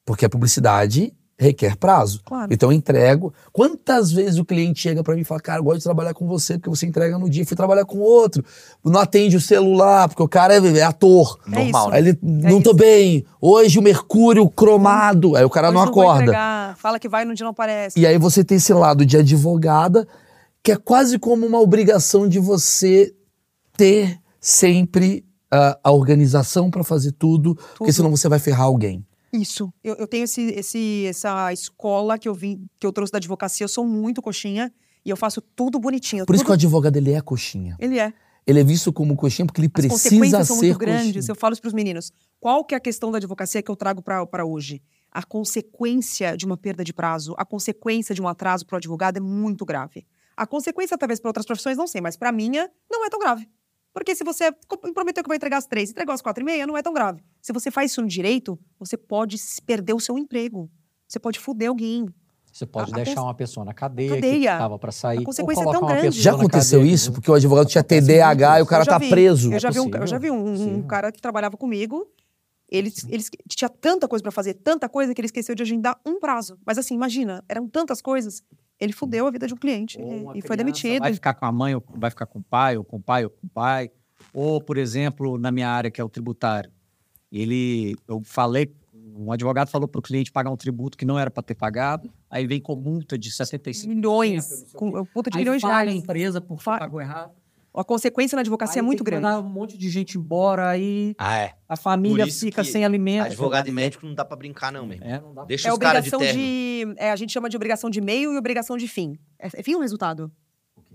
[SPEAKER 1] Porque a publicidade requer prazo.
[SPEAKER 2] Claro. É
[SPEAKER 1] Então eu entrego. Quantas vezes o cliente chega pra mim e fala, cara, eu gosto de trabalhar com você, porque você entrega no dia, fui trabalhar com outro. Não atende o celular, porque o cara é, é ator.
[SPEAKER 2] É
[SPEAKER 4] Normal,
[SPEAKER 2] isso.
[SPEAKER 4] né?
[SPEAKER 1] Aí ele, não tô
[SPEAKER 2] isso.
[SPEAKER 1] bem. Hoje o mercúrio cromado. Aí o cara
[SPEAKER 2] Hoje
[SPEAKER 1] não
[SPEAKER 2] vou
[SPEAKER 1] acorda.
[SPEAKER 2] entregar, Fala que vai no dia não aparece.
[SPEAKER 1] E aí você tem esse lado de advogada, que é quase como uma obrigação de você ter sempre ah, a organização pra fazer tudo, porque
[SPEAKER 2] Tudo.
[SPEAKER 1] senão você vai ferrar alguém.
[SPEAKER 2] Isso. Eu, eu tenho esse, esse- essa escola que eu vim, que eu trouxe da advocacia, eu sou muito coxinha e eu faço tudo bonitinho.
[SPEAKER 1] Por isso que o
[SPEAKER 2] tudo...
[SPEAKER 1] advogado ele é coxinha.
[SPEAKER 2] Ele é.
[SPEAKER 1] Ele é visto como coxinha porque ele
[SPEAKER 2] As
[SPEAKER 1] precisa
[SPEAKER 2] consequências são
[SPEAKER 1] ser
[SPEAKER 2] muito grandes.
[SPEAKER 1] coxinha.
[SPEAKER 2] Eu falo isso para os meninos. Qual que é a questão da advocacia que eu trago para hoje? A consequência de uma perda de prazo, a consequência de um atraso para o advogado é muito grave. A consequência, talvez, para outras profissões, não sei, mas para minha, não é tão grave. Porque se você co- prometeu que vai entregar às três, entregou às quatro e meia, não é tão grave. Se você faz isso no direito, você pode s- perder o seu emprego. Você pode foder alguém.
[SPEAKER 7] Você pode
[SPEAKER 2] A- a
[SPEAKER 7] deixar
[SPEAKER 2] cons-
[SPEAKER 7] uma pessoa na cadeia, que
[SPEAKER 2] Cadeia.
[SPEAKER 7] estava para sair.
[SPEAKER 2] A
[SPEAKER 7] ou
[SPEAKER 2] consequência é
[SPEAKER 7] colocar
[SPEAKER 2] tão
[SPEAKER 7] uma
[SPEAKER 2] grande.
[SPEAKER 7] pessoa
[SPEAKER 1] Já
[SPEAKER 7] na
[SPEAKER 1] aconteceu
[SPEAKER 7] cadeia,
[SPEAKER 1] isso?
[SPEAKER 7] entendeu?
[SPEAKER 1] Porque o advogado tinha
[SPEAKER 7] Acontece
[SPEAKER 1] TDAH e o
[SPEAKER 7] muito
[SPEAKER 1] cara
[SPEAKER 2] Eu já
[SPEAKER 1] tá
[SPEAKER 2] né? vi.
[SPEAKER 1] preso.
[SPEAKER 2] Eu já vi um,
[SPEAKER 7] possível,
[SPEAKER 2] eu já vi um-
[SPEAKER 7] é
[SPEAKER 2] um,
[SPEAKER 7] possível.
[SPEAKER 2] cara que trabalhava comigo. Ele, ele esque- tinha tanta coisa pra fazer, tanta coisa que ele esqueceu de agendar um prazo. Mas assim, imagina, eram tantas coisas. Ele fudeu a vida de um cliente
[SPEAKER 7] Ou
[SPEAKER 2] e-
[SPEAKER 7] uma
[SPEAKER 2] e foi
[SPEAKER 7] criança
[SPEAKER 2] demitido.
[SPEAKER 7] Vai ficar com a mãe, ou vai ficar com o pai, ou com o pai, ou com o pai. Ou, por exemplo, na minha área, que é o tributário. Ele, eu falei, um advogado falou para o cliente pagar um tributo que não era para ter pagado, aí vem com multa de 75
[SPEAKER 2] Milhões. Com, puta de
[SPEAKER 7] Aí
[SPEAKER 2] milhões de
[SPEAKER 7] falha a
[SPEAKER 2] reais.
[SPEAKER 7] empresa por
[SPEAKER 2] Fa-
[SPEAKER 7] pagou errado.
[SPEAKER 2] A consequência na advocacia
[SPEAKER 7] Aí
[SPEAKER 2] é muito
[SPEAKER 7] tem que
[SPEAKER 2] grande.
[SPEAKER 7] mandar um monte de gente embora, aí
[SPEAKER 10] Ah, é.
[SPEAKER 7] a família
[SPEAKER 4] Por isso
[SPEAKER 7] fica
[SPEAKER 4] que
[SPEAKER 7] sem alimento.
[SPEAKER 4] Advogado e médico não dá pra brincar, não, mesmo.
[SPEAKER 7] É, não dá.
[SPEAKER 4] Deixa
[SPEAKER 2] É
[SPEAKER 4] os caras de
[SPEAKER 2] obrigação
[SPEAKER 4] terno.
[SPEAKER 2] de. é, a gente chama de obrigação de meio e obrigação de fim. É, é fim ou resultado?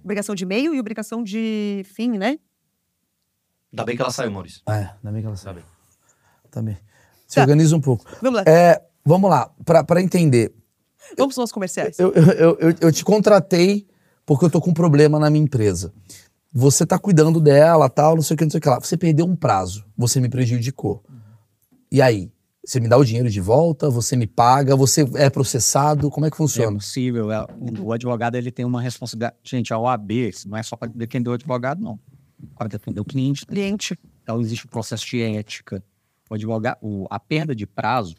[SPEAKER 2] Obrigação de meio e obrigação de fim, né?
[SPEAKER 10] Ainda bem que ela saiu, Maurício.
[SPEAKER 1] É, ainda bem que ela sabe. Também. Se
[SPEAKER 2] Tá.
[SPEAKER 1] organiza um pouco.
[SPEAKER 2] Vamos lá,
[SPEAKER 1] É, vamos lá, pra, pra entender.
[SPEAKER 2] vamos pros nossos comerciais.
[SPEAKER 1] Eu, eu, eu- eu- eu te contratei porque eu tô com um problema na minha empresa. Você tá cuidando dela, tal, não sei o que, não sei o que lá. Você perdeu um prazo, você me prejudicou. E aí? Você me dá o dinheiro de volta, você me paga, você é processado, como é que
[SPEAKER 7] É
[SPEAKER 1] funciona?
[SPEAKER 7] possível. é- o advogado ele tem uma responsabilidade. Gente, a OAB isso não é só para defender o advogado, não. Para defender o cliente.
[SPEAKER 2] Cliente.
[SPEAKER 7] Então, existe o processo de ética. O advogado, o- a perda de prazo,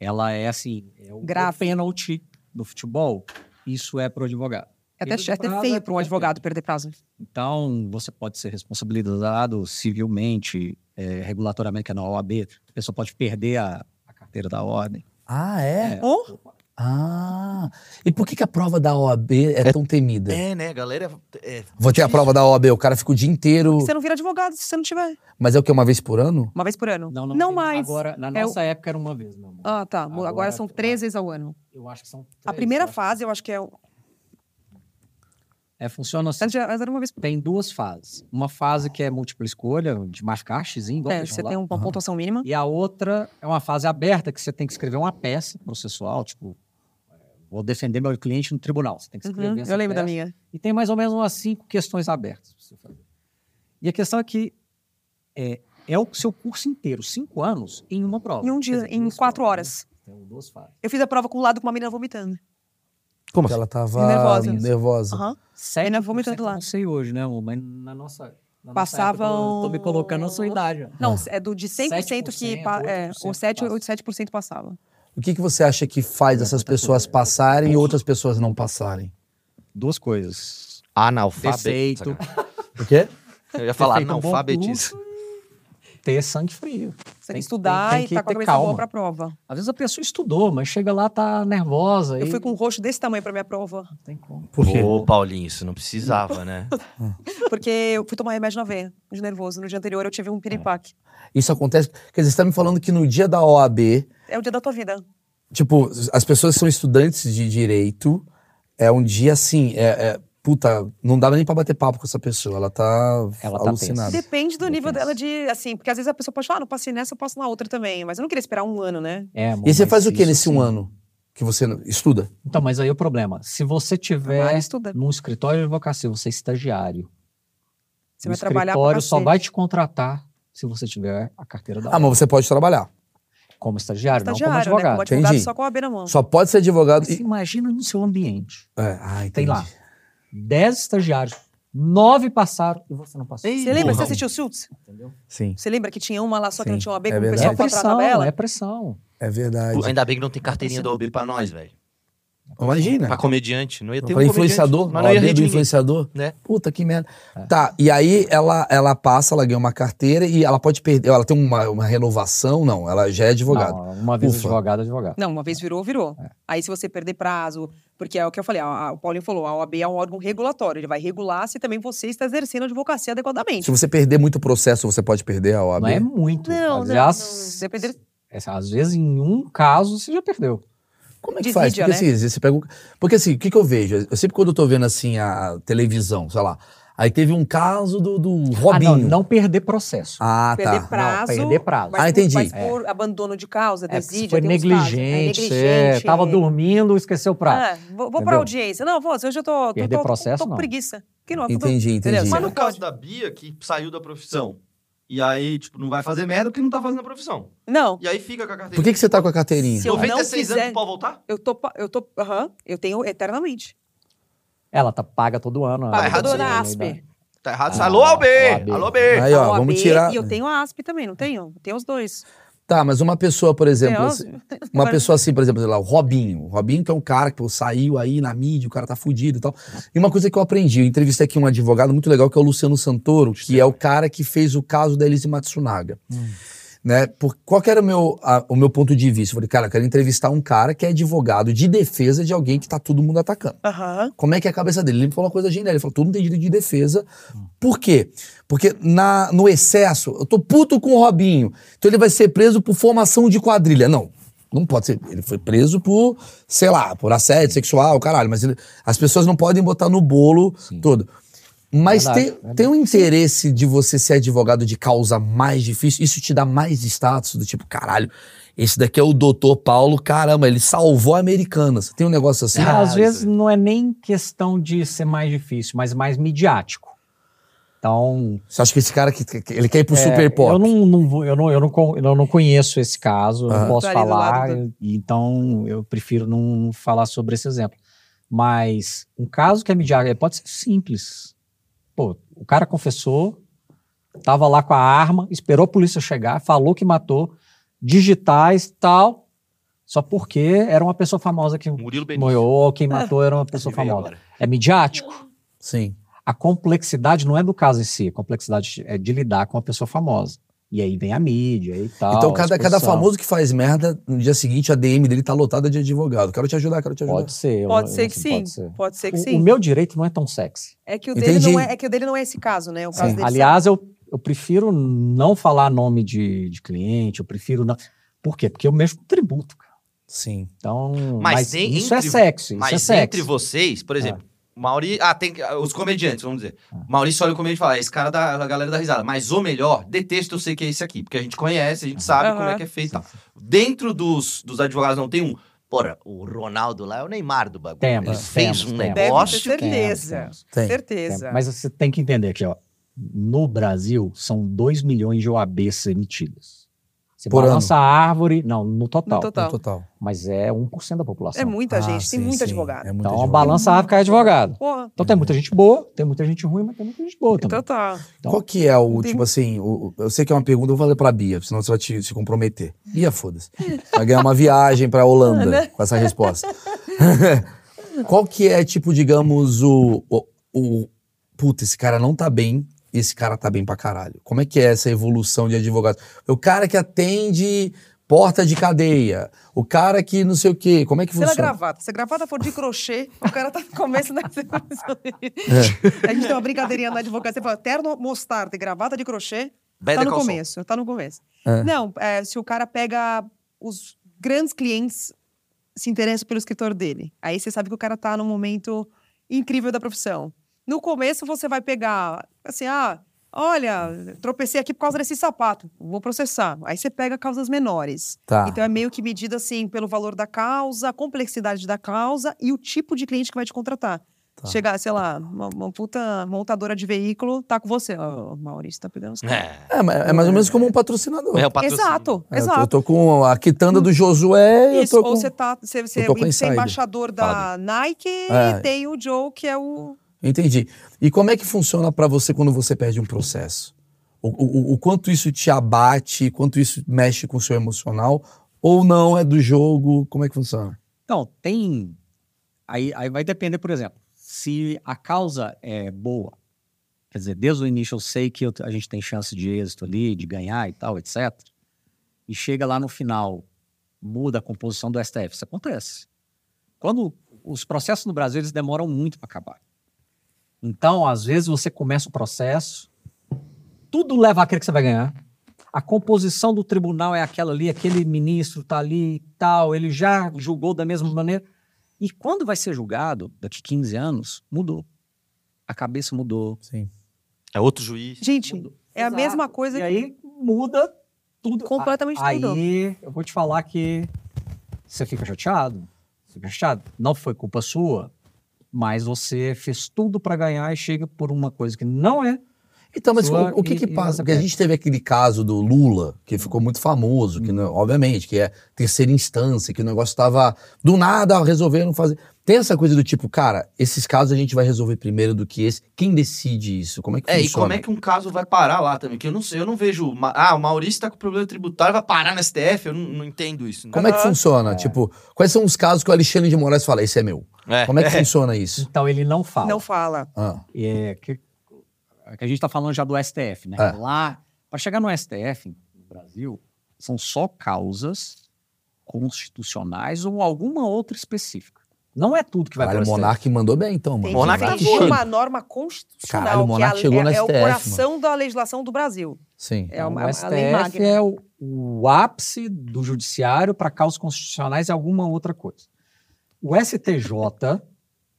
[SPEAKER 7] ela é assim, é o, o
[SPEAKER 2] Grave.
[SPEAKER 7] pênalti do futebol. Isso é para o advogado.
[SPEAKER 2] É até,
[SPEAKER 7] Perda de
[SPEAKER 2] é até
[SPEAKER 7] prazo é
[SPEAKER 2] feio para um
[SPEAKER 7] perfeito.
[SPEAKER 2] advogado perder prazo.
[SPEAKER 7] Então, você pode ser responsabilizado civilmente, é, regulatoriamente, que é na OAB. A pessoa pode perder a, a carteira da ordem.
[SPEAKER 1] Ah, é?
[SPEAKER 7] É.
[SPEAKER 2] Ou
[SPEAKER 1] Ah. E por que, que a prova da OAB é, tão temida?
[SPEAKER 4] É, né, galera? É,
[SPEAKER 1] Vou ter a prova da OAB, o cara fica o dia inteiro.
[SPEAKER 2] Você não vira advogado se você não tiver.
[SPEAKER 1] Mas é o que? Uma vez por ano?
[SPEAKER 2] Uma vez por ano.
[SPEAKER 7] Não, não, tem-
[SPEAKER 2] mais.
[SPEAKER 7] Agora, na
[SPEAKER 2] É o-
[SPEAKER 7] nossa época era uma vez, meu amor.
[SPEAKER 2] Ah, tá. Agora,
[SPEAKER 7] Agora-
[SPEAKER 2] são três vezes ao ano.
[SPEAKER 7] Eu acho que são
[SPEAKER 2] A
[SPEAKER 7] três,
[SPEAKER 2] primeira
[SPEAKER 7] eu acho.
[SPEAKER 2] fase, eu acho que é. o-
[SPEAKER 7] É, funciona assim.
[SPEAKER 2] Antes já- antes era uma vez por
[SPEAKER 7] Tem duas fases. Uma fase que é múltipla escolha, de marcar xizinho, igual
[SPEAKER 2] ano. É,
[SPEAKER 7] deixa
[SPEAKER 2] você
[SPEAKER 7] rolar.
[SPEAKER 2] tem uma pontuação mínima.
[SPEAKER 7] E a outra é uma fase aberta que você tem que escrever uma peça processual, tipo, é, vou defender meu cliente no tribunal. Você tem que escrever
[SPEAKER 2] Uhum,
[SPEAKER 7] essa
[SPEAKER 2] Eu lembro da
[SPEAKER 7] peça.
[SPEAKER 2] minha.
[SPEAKER 7] E tem mais ou menos umas cinco questões abertas pra você fazer. E a questão é que é, é o seu curso inteiro, cinco anos, em uma prova.
[SPEAKER 2] Em um
[SPEAKER 7] Quer
[SPEAKER 2] dia,
[SPEAKER 7] dizer,
[SPEAKER 2] em
[SPEAKER 7] duas
[SPEAKER 2] quatro
[SPEAKER 7] provas,
[SPEAKER 2] horas.
[SPEAKER 7] né? Tem duas fases.
[SPEAKER 2] Eu fiz a prova com o lado com uma menina vomitando.
[SPEAKER 1] Como Ela tava
[SPEAKER 2] Nervosa.
[SPEAKER 1] nervosa.
[SPEAKER 2] Aham.
[SPEAKER 7] Sete
[SPEAKER 2] Ainda vou me tanto lá.
[SPEAKER 7] Não sei hoje, né, amor? Mas na nossa. Na
[SPEAKER 2] Passavam-
[SPEAKER 7] Nossa época, eu tô- eu tô me colocando na sua idade. ó.
[SPEAKER 2] Não, é do de 100% que. pa- É,
[SPEAKER 7] 7%,
[SPEAKER 2] ou 7 ou
[SPEAKER 7] passa.
[SPEAKER 2] 7% passava.
[SPEAKER 1] O que, que você acha que faz essas pessoas passarem e outras pessoas não passarem?
[SPEAKER 7] Duas coisas.
[SPEAKER 2] Tá
[SPEAKER 4] analfabeto.
[SPEAKER 7] Defeito. (laughs)
[SPEAKER 4] sacanagem.
[SPEAKER 1] O quê?
[SPEAKER 4] Eu ia falar
[SPEAKER 7] Defeito, um bom
[SPEAKER 4] analfabetismo.
[SPEAKER 7] ter sangue frio.
[SPEAKER 2] Você tem
[SPEAKER 7] Tem-
[SPEAKER 2] que estudar
[SPEAKER 7] tem- tem
[SPEAKER 2] e
[SPEAKER 7] que
[SPEAKER 2] tá com a
[SPEAKER 7] ter
[SPEAKER 2] cabeça boa
[SPEAKER 7] calma.
[SPEAKER 2] pra prova.
[SPEAKER 7] Às vezes a pessoa estudou, mas chega lá, tá nervosa.
[SPEAKER 2] Eu
[SPEAKER 7] e
[SPEAKER 2] fui com um roxo desse tamanho pra minha prova,
[SPEAKER 7] Não tem como.
[SPEAKER 1] Por quê?
[SPEAKER 4] Ô, Paulinho, isso não precisava, né?
[SPEAKER 2] porque eu fui tomar remédio na veia, de nervoso. No dia anterior eu
[SPEAKER 7] É.
[SPEAKER 2] tive um piripaque.
[SPEAKER 1] Isso acontece. Quer dizer, você tá me falando que no dia da OAB,
[SPEAKER 2] É o dia da tua vida.
[SPEAKER 1] Tipo, as pessoas que são estudantes de direito, é um dia assim, é, é- puta, não dá nem pra bater papo com essa pessoa, ela tá
[SPEAKER 7] Ela tá
[SPEAKER 1] alucinada.
[SPEAKER 7] tensa.
[SPEAKER 2] Depende do nível dela
[SPEAKER 7] Depende.
[SPEAKER 2] de, assim, porque às vezes a pessoa pode falar, ah, não passei nessa, eu passo na outra também. Mas eu não queria esperar um ano, né?
[SPEAKER 7] É, amor,
[SPEAKER 1] e você
[SPEAKER 7] mas
[SPEAKER 1] faz o que
[SPEAKER 7] isso,
[SPEAKER 1] nesse um
[SPEAKER 7] assim-
[SPEAKER 1] ano que você não- estuda?
[SPEAKER 7] Então, mas aí é o problema. Se você
[SPEAKER 2] Vai
[SPEAKER 7] tiver
[SPEAKER 2] estudar.
[SPEAKER 7] num escritório de advocacia, você é estagiário.
[SPEAKER 2] Você
[SPEAKER 7] o
[SPEAKER 2] vai trabalhar pra
[SPEAKER 7] escritório só
[SPEAKER 2] cacete.
[SPEAKER 7] vai te contratar se você tiver a carteira da
[SPEAKER 1] Ah, mas você pode trabalhar. Ah,
[SPEAKER 7] como estagiário, não
[SPEAKER 2] Estagiário,
[SPEAKER 7] como
[SPEAKER 2] né? Como
[SPEAKER 7] advogado.
[SPEAKER 2] advogado,
[SPEAKER 1] Entendi.
[SPEAKER 2] só com a AB na mão.
[SPEAKER 1] Só pode ser advogado.
[SPEAKER 7] Mas
[SPEAKER 1] E...
[SPEAKER 7] imagina no seu ambiente.
[SPEAKER 1] É, ah, entendi.
[SPEAKER 7] Tem lá 10 estagiários, 9 passaram e você não passou.
[SPEAKER 4] Ei,
[SPEAKER 2] Você lembra?
[SPEAKER 4] burrão.
[SPEAKER 2] Você assistiu Suits?
[SPEAKER 1] Sim,
[SPEAKER 2] Você lembra que tinha uma lá só que
[SPEAKER 1] Sim,
[SPEAKER 2] não tinha uma B,
[SPEAKER 1] é
[SPEAKER 2] que o
[SPEAKER 1] verdade.
[SPEAKER 7] É
[SPEAKER 2] pessoal contra a
[SPEAKER 7] pressão,
[SPEAKER 2] tabela?
[SPEAKER 7] é pressão.
[SPEAKER 1] é verdade.
[SPEAKER 4] Pô, Ainda bem que não tem carteirinha do OB pra nós, velho. Pra
[SPEAKER 1] Imagina.
[SPEAKER 4] comediante. Não ia ter
[SPEAKER 1] Pra
[SPEAKER 4] um
[SPEAKER 1] influenciador,
[SPEAKER 4] comediante, mas não ia
[SPEAKER 1] OAB
[SPEAKER 4] rir
[SPEAKER 1] do
[SPEAKER 4] de ninguém.
[SPEAKER 1] influenciador.
[SPEAKER 4] Né? É.
[SPEAKER 1] Puta que merda. Tá, e aí ela, ela passa, ela ganha uma carteira e ela pode perder. Ela tem uma, uma renovação? Não, ela já é advogado.
[SPEAKER 7] Não, uma vez
[SPEAKER 1] Ufa.
[SPEAKER 7] advogado, advogado.
[SPEAKER 2] Não, uma vez virou, virou. Aí se você perder prazo, porque é o que eu falei, a- a- o Paulinho falou, a OAB é um órgão regulatório, ele vai regular se também você está exercendo a advocacia adequadamente.
[SPEAKER 1] Se você perder muito processo, você pode perder a OAB.
[SPEAKER 7] Não é muito.
[SPEAKER 5] Não,
[SPEAKER 7] às,
[SPEAKER 5] não,
[SPEAKER 7] vezes,
[SPEAKER 2] não. Depender-
[SPEAKER 7] é, às vezes, em um caso, você já perdeu.
[SPEAKER 1] Como é que
[SPEAKER 2] Desvia,
[SPEAKER 1] faz? Porque,
[SPEAKER 2] né?
[SPEAKER 1] assim, às vezes você pega o... Porque assim, o que, que eu vejo? Eu sempre quando eu tô vendo assim a televisão, sei lá, aí teve um caso do, do Robinho.
[SPEAKER 7] Ah, não, não perder processo.
[SPEAKER 1] Ah,
[SPEAKER 2] perder
[SPEAKER 1] tá.
[SPEAKER 2] prazo.
[SPEAKER 7] perder prazo.
[SPEAKER 1] Ah, entendi.
[SPEAKER 2] Mas por abandono de causa,
[SPEAKER 7] É, se
[SPEAKER 2] desídia,
[SPEAKER 7] foi
[SPEAKER 2] tem uns
[SPEAKER 7] negligente,
[SPEAKER 2] casos. É,
[SPEAKER 7] você tava dormindo, esqueceu o prazo.
[SPEAKER 2] Ah, vou vou
[SPEAKER 7] Entendeu?
[SPEAKER 2] pra audiência. Não, vou, hoje eu tô, tô,
[SPEAKER 7] Perder
[SPEAKER 2] tô-
[SPEAKER 7] processo,
[SPEAKER 2] tô com
[SPEAKER 7] não.
[SPEAKER 2] preguiça. Que não, tô-
[SPEAKER 1] Entendi, entendi.
[SPEAKER 2] Entendeu? Mas
[SPEAKER 10] Mas
[SPEAKER 2] não
[SPEAKER 10] no caso
[SPEAKER 2] pode.
[SPEAKER 10] da Bia, que saiu da profissão. E aí, tipo, não vai fazer merda porque não tá fazendo a profissão.
[SPEAKER 2] Não,
[SPEAKER 10] E aí fica com a carteira.
[SPEAKER 1] Por que, que você tá com a carteirinha?
[SPEAKER 2] Se eu- não
[SPEAKER 10] 96
[SPEAKER 2] quiser-
[SPEAKER 10] anos pode voltar?
[SPEAKER 2] eu tô, pa- eu tô, aham, eu tenho eternamente.
[SPEAKER 7] Ela tá paga todo ano.
[SPEAKER 2] Paga
[SPEAKER 7] a-
[SPEAKER 10] errado
[SPEAKER 2] todo
[SPEAKER 10] isso,
[SPEAKER 7] a-
[SPEAKER 2] na
[SPEAKER 7] a-
[SPEAKER 2] ASP.
[SPEAKER 10] Tá errado.
[SPEAKER 7] Ah,
[SPEAKER 10] Alô, AB!
[SPEAKER 7] AB.
[SPEAKER 10] Alô, AB!
[SPEAKER 1] Aí,
[SPEAKER 2] A
[SPEAKER 1] ó,
[SPEAKER 2] OAB
[SPEAKER 1] vamos tirar.
[SPEAKER 2] E eu tenho a ASP também, não tenho? Tenho os dois.
[SPEAKER 1] Tá, mas uma pessoa, por exemplo,
[SPEAKER 2] Tem, ó,
[SPEAKER 1] assim- uma pessoa assim, por exemplo, sei lá, o Robinho. O Robinho que é um cara que pô, saiu aí na mídia, o cara tá fudido e tal. E uma coisa que eu aprendi, eu entrevistei aqui um advogado muito legal, que é o Luciano Santoro, que é o cara que fez o caso da Elise Matsunaga. Né? Por, qual que era o meu, a- o meu ponto de vista? Eu falei, cara, eu quero entrevistar um cara que é advogado de defesa de alguém que tá todo mundo atacando
[SPEAKER 2] Aham.
[SPEAKER 1] como é que é a cabeça dele. Ele me falou uma coisa genial. Ele falou, todo mundo tem direito de defesa. Por quê? Porque na, no excesso, eu tô puto com o Robinho. Então ele vai ser preso por formação de quadrilha. Não, não pode ser. Ele foi preso por, sei lá, por assédio sexual, caralho. Mas ele- as pessoas não podem botar no bolo todo. Mas
[SPEAKER 7] Verdade,
[SPEAKER 1] tem,
[SPEAKER 7] verdade.
[SPEAKER 1] tem um interesse de você ser advogado de causa mais difícil? Isso te dá mais status? Do tipo, caralho, esse daqui é o doutor Paulo, caramba, ele salvou a Americanas. Tem um negócio assim?
[SPEAKER 7] Ah, às
[SPEAKER 4] isso
[SPEAKER 7] vezes não é nem questão de ser mais difícil, mas mais midiático. Então,
[SPEAKER 1] Você acha que esse cara que, que- ele quer ir pro
[SPEAKER 7] é,
[SPEAKER 1] Super Pop?
[SPEAKER 7] eu não, não vou- eu, não, eu, não, con- eu não conheço esse caso, eu
[SPEAKER 1] Aham.
[SPEAKER 7] não posso
[SPEAKER 2] Tá ali do
[SPEAKER 7] falar,
[SPEAKER 2] lado
[SPEAKER 7] então eu prefiro não, não falar sobre esse exemplo. Mas um caso que é midiático, ele pode ser simples. Pô, o cara confessou, tava lá com a arma, esperou a polícia chegar, falou que matou, digitais, tal, só porque era uma pessoa famosa que
[SPEAKER 4] Murilo Benício.
[SPEAKER 7] morreu, ou
[SPEAKER 2] É.
[SPEAKER 7] quem matou era uma pessoa
[SPEAKER 4] Me veio
[SPEAKER 7] famosa.
[SPEAKER 4] agora.
[SPEAKER 7] É midiático?
[SPEAKER 1] Sim.
[SPEAKER 7] a complexidade não é do caso em si, a complexidade é de lidar com uma pessoa famosa. E aí vem a mídia e tal.
[SPEAKER 1] então,
[SPEAKER 7] a
[SPEAKER 1] cada, cada
[SPEAKER 7] exposição.
[SPEAKER 1] famoso que faz merda, no dia seguinte a DM dele tá lotada de advogado. Quero te ajudar, quero te ajudar.
[SPEAKER 7] Pode ser. eu-
[SPEAKER 2] Pode
[SPEAKER 7] eu
[SPEAKER 2] ser
[SPEAKER 7] não
[SPEAKER 2] que
[SPEAKER 7] sei,
[SPEAKER 2] sim.
[SPEAKER 7] pode ser.
[SPEAKER 2] Pode ser que
[SPEAKER 7] O-
[SPEAKER 2] sim.
[SPEAKER 7] O, meu direito não é tão sexy.
[SPEAKER 2] É que o dele
[SPEAKER 1] Entendi.
[SPEAKER 2] não é, é que o dele não é esse caso, né? O caso
[SPEAKER 1] Sim.
[SPEAKER 2] dele
[SPEAKER 7] Aliás, eu, eu prefiro não falar nome de, de cliente, eu prefiro não. Por quê? Porque eu mexo com tributo, cara.
[SPEAKER 1] Sim.
[SPEAKER 7] Então,
[SPEAKER 4] Mas
[SPEAKER 7] mas,
[SPEAKER 4] nem
[SPEAKER 7] isso
[SPEAKER 4] entre-
[SPEAKER 7] é sexy. Isso é
[SPEAKER 4] Mas
[SPEAKER 7] sexy.
[SPEAKER 4] entre vocês, por exemplo, Mauri. Ah, tem. que- ah,
[SPEAKER 10] Os
[SPEAKER 4] Os
[SPEAKER 10] comediantes, vamos dizer.
[SPEAKER 7] Ah.
[SPEAKER 10] Maurício olha o comediante e fala: esse cara da a galera da risada. Mas o melhor, detesto eu sei que é esse aqui. Porque a gente conhece, a gente sabe
[SPEAKER 2] Aham.
[SPEAKER 10] como é que é feito e tal. Dentro dos, dos advogados não tem um.
[SPEAKER 4] Porra, o Ronaldo lá é o Neymar do bagulho.
[SPEAKER 7] Temos,
[SPEAKER 4] Ele
[SPEAKER 7] temos,
[SPEAKER 4] fez
[SPEAKER 7] temos.
[SPEAKER 4] um
[SPEAKER 2] Deve
[SPEAKER 4] negócio.
[SPEAKER 2] ter certeza.
[SPEAKER 7] Temos,
[SPEAKER 1] Tem.
[SPEAKER 2] certeza.
[SPEAKER 7] É, Mas você tem que entender aqui, ó. No Brasil, são 2 milhões de OABs emitidas. Você
[SPEAKER 1] Por
[SPEAKER 7] balança a árvore. Não, no total.
[SPEAKER 2] No total.
[SPEAKER 1] Total.
[SPEAKER 7] Mas é 1% da população.
[SPEAKER 2] É muita
[SPEAKER 1] Ah,
[SPEAKER 2] gente,
[SPEAKER 1] sim,
[SPEAKER 2] tem muito
[SPEAKER 1] sim.
[SPEAKER 2] advogado.
[SPEAKER 1] É muito
[SPEAKER 7] então a
[SPEAKER 1] advogado.
[SPEAKER 7] balança a árvore cai advogado.
[SPEAKER 2] Porra,
[SPEAKER 7] Então tem muita gente boa, tem muita gente ruim, mas tem muita gente boa também.
[SPEAKER 2] então tá.
[SPEAKER 7] Então,
[SPEAKER 1] Qual que é o,
[SPEAKER 2] tem-
[SPEAKER 1] tipo assim, o- o- eu sei que é uma pergunta, eu vou fazer pra Bia, senão você vai te, se comprometer. Bia, foda-se. Vai ganhar uma viagem pra Holanda
[SPEAKER 2] Né?
[SPEAKER 1] com essa resposta. (laughs) Qual que é, tipo, digamos, o, o, o- Puta, esse cara não tá bem. esse cara tá bem pra caralho. Como é que é essa evolução de advogado? O cara que atende porta de cadeia, o cara que não sei o quê, como é que
[SPEAKER 3] Se ela é
[SPEAKER 1] funciona?
[SPEAKER 2] gravata.
[SPEAKER 3] Se a gravata for de crochê, o cara tá no começo da
[SPEAKER 1] É.
[SPEAKER 2] A gente tem uma brincadeirinha na advocacia, fala terno, mostarda e gravata de crochê, tá
[SPEAKER 4] Better
[SPEAKER 2] no
[SPEAKER 4] Call Saul.
[SPEAKER 2] começo, tá no começo.
[SPEAKER 1] É.
[SPEAKER 2] Não, é, se o cara pega os grandes clientes, se interessa pelo escritor dele. Aí você sabe que o cara tá num momento incrível da profissão. No começo você vai pegar, assim, ah, olha, tropecei aqui por causa desse sapato, vou processar. Aí você pega causas menores.
[SPEAKER 1] Tá.
[SPEAKER 2] Então é meio que medida assim pelo valor da causa, a complexidade da causa e o tipo de cliente que vai te contratar.
[SPEAKER 1] Tá.
[SPEAKER 2] Chegar, sei lá, uma, uma puta montadora de veículo tá com você. Ó, o Maurício tá pegando os caras.
[SPEAKER 4] É,
[SPEAKER 1] É, mas é mais ou menos como um patrocinador.
[SPEAKER 4] é o patrocínio.
[SPEAKER 2] Exato,
[SPEAKER 1] É, eu, tô, eu
[SPEAKER 2] exato.
[SPEAKER 1] tô com a quitanda do Josué,
[SPEAKER 2] Isso,
[SPEAKER 1] eu tô
[SPEAKER 2] ou
[SPEAKER 1] com...
[SPEAKER 2] você tá. Você, você,
[SPEAKER 1] tô com
[SPEAKER 2] você é
[SPEAKER 1] insider.
[SPEAKER 2] embaixador da Nike
[SPEAKER 1] É.
[SPEAKER 2] e tem o Joe, que é o.
[SPEAKER 1] Entendi. E como é que funciona pra você quando você perde um processo? O, o- o quanto isso te abate, quanto isso mexe com o seu emocional? Ou não, é do jogo? Como é que funciona?
[SPEAKER 7] Então, tem. Aí, aí vai depender, por exemplo, se a causa é boa. Quer dizer, desde o início eu sei que eu- a gente tem chance de êxito ali, de ganhar e tal, etc. E chega lá no final, muda a composição do STF. Isso acontece. Quando os processos no Brasil, eles demoram muito para acabar. Então, às vezes, você começa o processo, tudo leva àquele que você vai ganhar. A composição do tribunal é aquela ali, aquele ministro tá ali e tal, ele já julgou da mesma maneira. E quando vai ser julgado, daqui 15 anos, mudou. A cabeça mudou.
[SPEAKER 1] Sim.
[SPEAKER 4] É outro juiz.
[SPEAKER 2] Gente,
[SPEAKER 7] Mudou.
[SPEAKER 2] é a
[SPEAKER 7] Exato.
[SPEAKER 2] mesma coisa
[SPEAKER 7] E
[SPEAKER 2] que
[SPEAKER 7] aí muda tudo.
[SPEAKER 2] completamente
[SPEAKER 7] aí,
[SPEAKER 2] tudo.
[SPEAKER 7] Aí eu vou te falar que você fica chateado. Você fica chateado. Não foi culpa sua, mas você fez tudo para ganhar e chega por uma coisa que não é.
[SPEAKER 1] Então, mas
[SPEAKER 7] Sua-
[SPEAKER 1] o, o que
[SPEAKER 7] e-
[SPEAKER 1] que
[SPEAKER 7] e
[SPEAKER 1] passa?
[SPEAKER 7] você
[SPEAKER 1] Porque a
[SPEAKER 7] perde.
[SPEAKER 1] gente teve aquele caso do Lula, que ficou muito famoso,
[SPEAKER 10] Hum.
[SPEAKER 1] que não- obviamente, que é terceira instância, que o negócio estava do nada resolveram fazer. Tem essa coisa do tipo, cara, esses casos a gente vai resolver primeiro do que esse. Quem decide isso? Como é que
[SPEAKER 10] É, e
[SPEAKER 1] funciona?
[SPEAKER 10] como é que um caso vai parar lá também? Que eu não sei, eu não vejo. ma- Ah, o Maurício tá com problema tributário, vai parar no STF, eu não, não entendo isso.
[SPEAKER 1] Como é que funciona? Tipo, quais são os casos que o Alexandre de Moraes fala, esse é meu?
[SPEAKER 4] É.
[SPEAKER 1] Como é que funciona isso?
[SPEAKER 7] Então ele não fala.
[SPEAKER 2] Não fala.
[SPEAKER 1] Ah,
[SPEAKER 7] é, que, que a gente está falando já do STF, né?
[SPEAKER 1] É.
[SPEAKER 7] Lá, para chegar no STF no Brasil, são só causas constitucionais ou alguma outra específica. Não é tudo que vai para
[SPEAKER 1] caralho, o Monark mandou bem, então, mano.
[SPEAKER 2] Tem
[SPEAKER 4] Monark
[SPEAKER 1] Monarque
[SPEAKER 4] tá
[SPEAKER 2] que
[SPEAKER 4] chega.
[SPEAKER 2] ter uma norma constitucional
[SPEAKER 1] Caralho, o
[SPEAKER 2] que
[SPEAKER 1] Monark
[SPEAKER 2] é a-
[SPEAKER 1] chegou
[SPEAKER 2] é,
[SPEAKER 1] no
[SPEAKER 2] é o
[SPEAKER 1] STF,
[SPEAKER 2] coração da legislação do Brasil.
[SPEAKER 1] Sim.
[SPEAKER 2] É uma,
[SPEAKER 7] o
[SPEAKER 2] a lei
[SPEAKER 7] STF
[SPEAKER 2] magna.
[SPEAKER 7] é o, o ápice do judiciário para causas constitucionais e alguma outra coisa. O STJ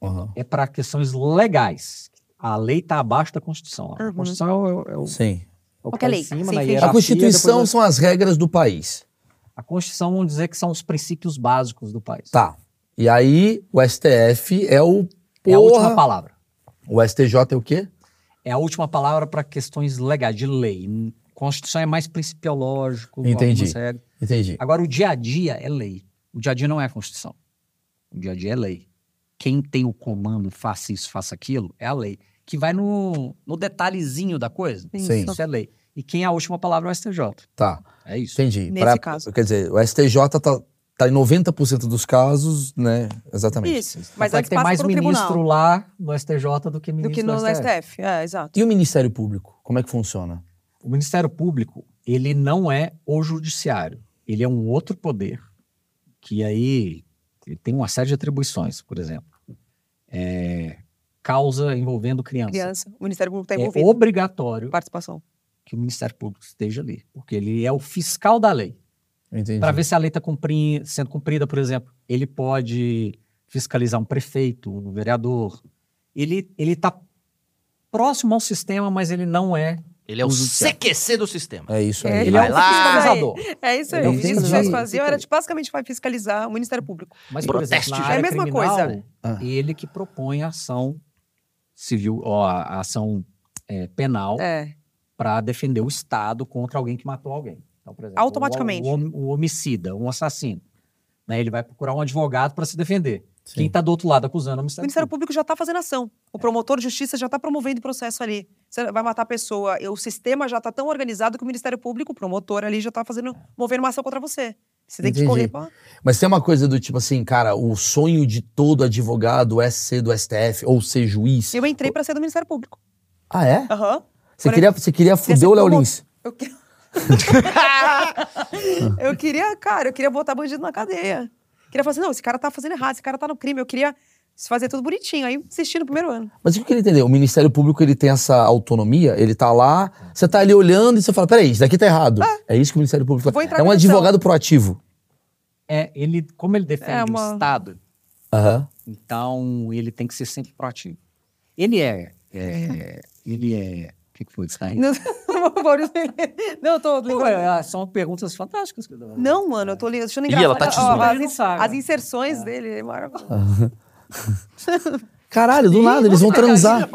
[SPEAKER 1] Aham.
[SPEAKER 7] é para questões legais. A lei está abaixo da Constituição. A
[SPEAKER 2] Uhum.
[SPEAKER 7] Constituição é o, é o,
[SPEAKER 1] Sim.
[SPEAKER 7] é o
[SPEAKER 5] Qualquer
[SPEAKER 7] que tá em
[SPEAKER 5] lei, sem
[SPEAKER 7] cima, na
[SPEAKER 5] fim. A
[SPEAKER 1] A
[SPEAKER 7] hierarquia,
[SPEAKER 1] Constituição
[SPEAKER 7] depois
[SPEAKER 1] são as regras do país.
[SPEAKER 7] A Constituição, vamos dizer que são os princípios básicos do país.
[SPEAKER 1] Tá. E aí, o STF é o.
[SPEAKER 7] É a
[SPEAKER 1] Porra.
[SPEAKER 7] última palavra.
[SPEAKER 1] o STJ é o quê?
[SPEAKER 7] É a última palavra para questões legais, de lei. N- Constituição é mais principiológico.
[SPEAKER 1] Entendi.
[SPEAKER 7] algumas regras.
[SPEAKER 1] Entendi.
[SPEAKER 7] Agora, o dia a dia é lei. O dia a dia não é a Constituição. O dia a dia é lei. Quem tem o comando, faça isso, faça aquilo, é a lei. Que vai no, no detalhezinho da coisa.
[SPEAKER 1] Sim.
[SPEAKER 7] Isso é lei. E quem é a última palavra é o STJ.
[SPEAKER 1] Tá.
[SPEAKER 7] É isso.
[SPEAKER 1] Entendi.
[SPEAKER 2] Nesse caso.
[SPEAKER 1] Quer dizer, o STJ tá, tá em 90% dos casos, né? Exatamente.
[SPEAKER 2] Isso. Mas
[SPEAKER 7] Vai
[SPEAKER 2] antes
[SPEAKER 7] ter
[SPEAKER 2] passa
[SPEAKER 7] mais
[SPEAKER 2] por um tribunal.
[SPEAKER 7] ministro lá no STJ do que
[SPEAKER 2] do
[SPEAKER 7] ministro
[SPEAKER 2] que no
[SPEAKER 7] no STF.
[SPEAKER 2] STF. É, exato.
[SPEAKER 1] E o Ministério Público? Como é que funciona?
[SPEAKER 7] O Ministério Público, ele não é o judiciário. Ele é um outro poder que aí ele tem uma série de atribuições, por exemplo. É, causa envolvendo criança.
[SPEAKER 2] Criança, o Ministério Público está
[SPEAKER 7] é
[SPEAKER 2] envolvido.
[SPEAKER 7] obrigatório
[SPEAKER 2] Participação.
[SPEAKER 7] que o Ministério Público esteja ali, porque ele é o fiscal da lei.
[SPEAKER 1] Entendi.
[SPEAKER 7] Para ver se a lei está sendo cumprida, por exemplo, ele pode fiscalizar um prefeito, um vereador. Ele está próximo ao sistema, mas ele não é.
[SPEAKER 4] Ele é o
[SPEAKER 7] O judiciário.
[SPEAKER 4] CQC do sistema.
[SPEAKER 1] É isso
[SPEAKER 2] É,
[SPEAKER 1] aí.
[SPEAKER 7] Ele
[SPEAKER 4] Vai
[SPEAKER 7] é um
[SPEAKER 4] lá.
[SPEAKER 7] fiscalizador.
[SPEAKER 2] É isso aí.
[SPEAKER 1] Ele é um
[SPEAKER 2] Isso que
[SPEAKER 1] fiscalizador.
[SPEAKER 2] vocês faziam era tipo, basicamente vai fiscalizar o Ministério Público.
[SPEAKER 7] Mas, por
[SPEAKER 4] Proteste,
[SPEAKER 7] exemplo, na
[SPEAKER 4] gente.
[SPEAKER 7] área
[SPEAKER 2] É a mesma
[SPEAKER 7] criminal,
[SPEAKER 2] coisa.
[SPEAKER 1] Ah.
[SPEAKER 7] ele que propõe a ação civil, ó, a ação é, penal
[SPEAKER 2] É.
[SPEAKER 7] para defender o Estado contra alguém que matou alguém. Então, por exemplo,
[SPEAKER 2] Automaticamente.
[SPEAKER 7] O, o, o homicida, um assassino. Né, ele vai procurar um advogado para se defender.
[SPEAKER 1] Sim.
[SPEAKER 7] Quem está do outro lado acusando é o
[SPEAKER 2] O
[SPEAKER 7] Ministério,
[SPEAKER 2] Ministério
[SPEAKER 7] Público.
[SPEAKER 2] Público já está fazendo ação. O promotor de justiça já está promovendo o processo ali. Você vai matar a pessoa. e O sistema já está tão organizado que o Ministério Público, o promotor ali, já está fazendo, movendo uma ação contra você. Você tem
[SPEAKER 1] Entendi.
[SPEAKER 2] que correr pra...
[SPEAKER 1] Mas tem uma coisa do tipo assim, cara, o sonho de todo advogado é ser do STF ou ser juiz.
[SPEAKER 2] Eu entrei para ser do Ministério Público.
[SPEAKER 1] Ah, é?
[SPEAKER 2] Aham.
[SPEAKER 1] Você queria, você queria fuder o Léo Lins.
[SPEAKER 2] Eu,
[SPEAKER 3] (laughs)
[SPEAKER 2] que- eu queria, cara, eu queria botar bandido na cadeia. Queria falar assim, não, esse cara tá fazendo errado, esse cara tá no crime. Eu queria fazer tudo bonitinho. Aí desisti no primeiro ano. (laughs)
[SPEAKER 1] Mas o que eu queria entender? O Ministério Público ele tem essa autonomia, ele tá lá, você tá ali olhando e você fala: peraí, isso daqui tá errado. É isso que o Ministério Público
[SPEAKER 2] Vou
[SPEAKER 1] faz.
[SPEAKER 2] entrar
[SPEAKER 1] É um
[SPEAKER 2] com ação.
[SPEAKER 1] advogado proativo.
[SPEAKER 3] É, ele, como ele defende
[SPEAKER 7] É
[SPEAKER 3] o
[SPEAKER 7] uma-
[SPEAKER 3] Estado,
[SPEAKER 1] Aham.
[SPEAKER 3] então ele tem que ser sempre proativo. Ele é. é ele é. O que, que foi isso aí?
[SPEAKER 2] Não, Maurício, não, eu tô
[SPEAKER 3] Não,
[SPEAKER 2] lembrando.
[SPEAKER 3] é- são perguntas fantásticas. que eu dou.
[SPEAKER 2] Não, mano, eu tô li- achando
[SPEAKER 11] Ih, ela tá te
[SPEAKER 2] Ó,
[SPEAKER 11] zoando.
[SPEAKER 2] as,
[SPEAKER 3] Ele não
[SPEAKER 2] ins-
[SPEAKER 3] sabe.
[SPEAKER 2] as inserções dele, é maravilhoso.
[SPEAKER 1] Caralho, do nada, eles vão transar.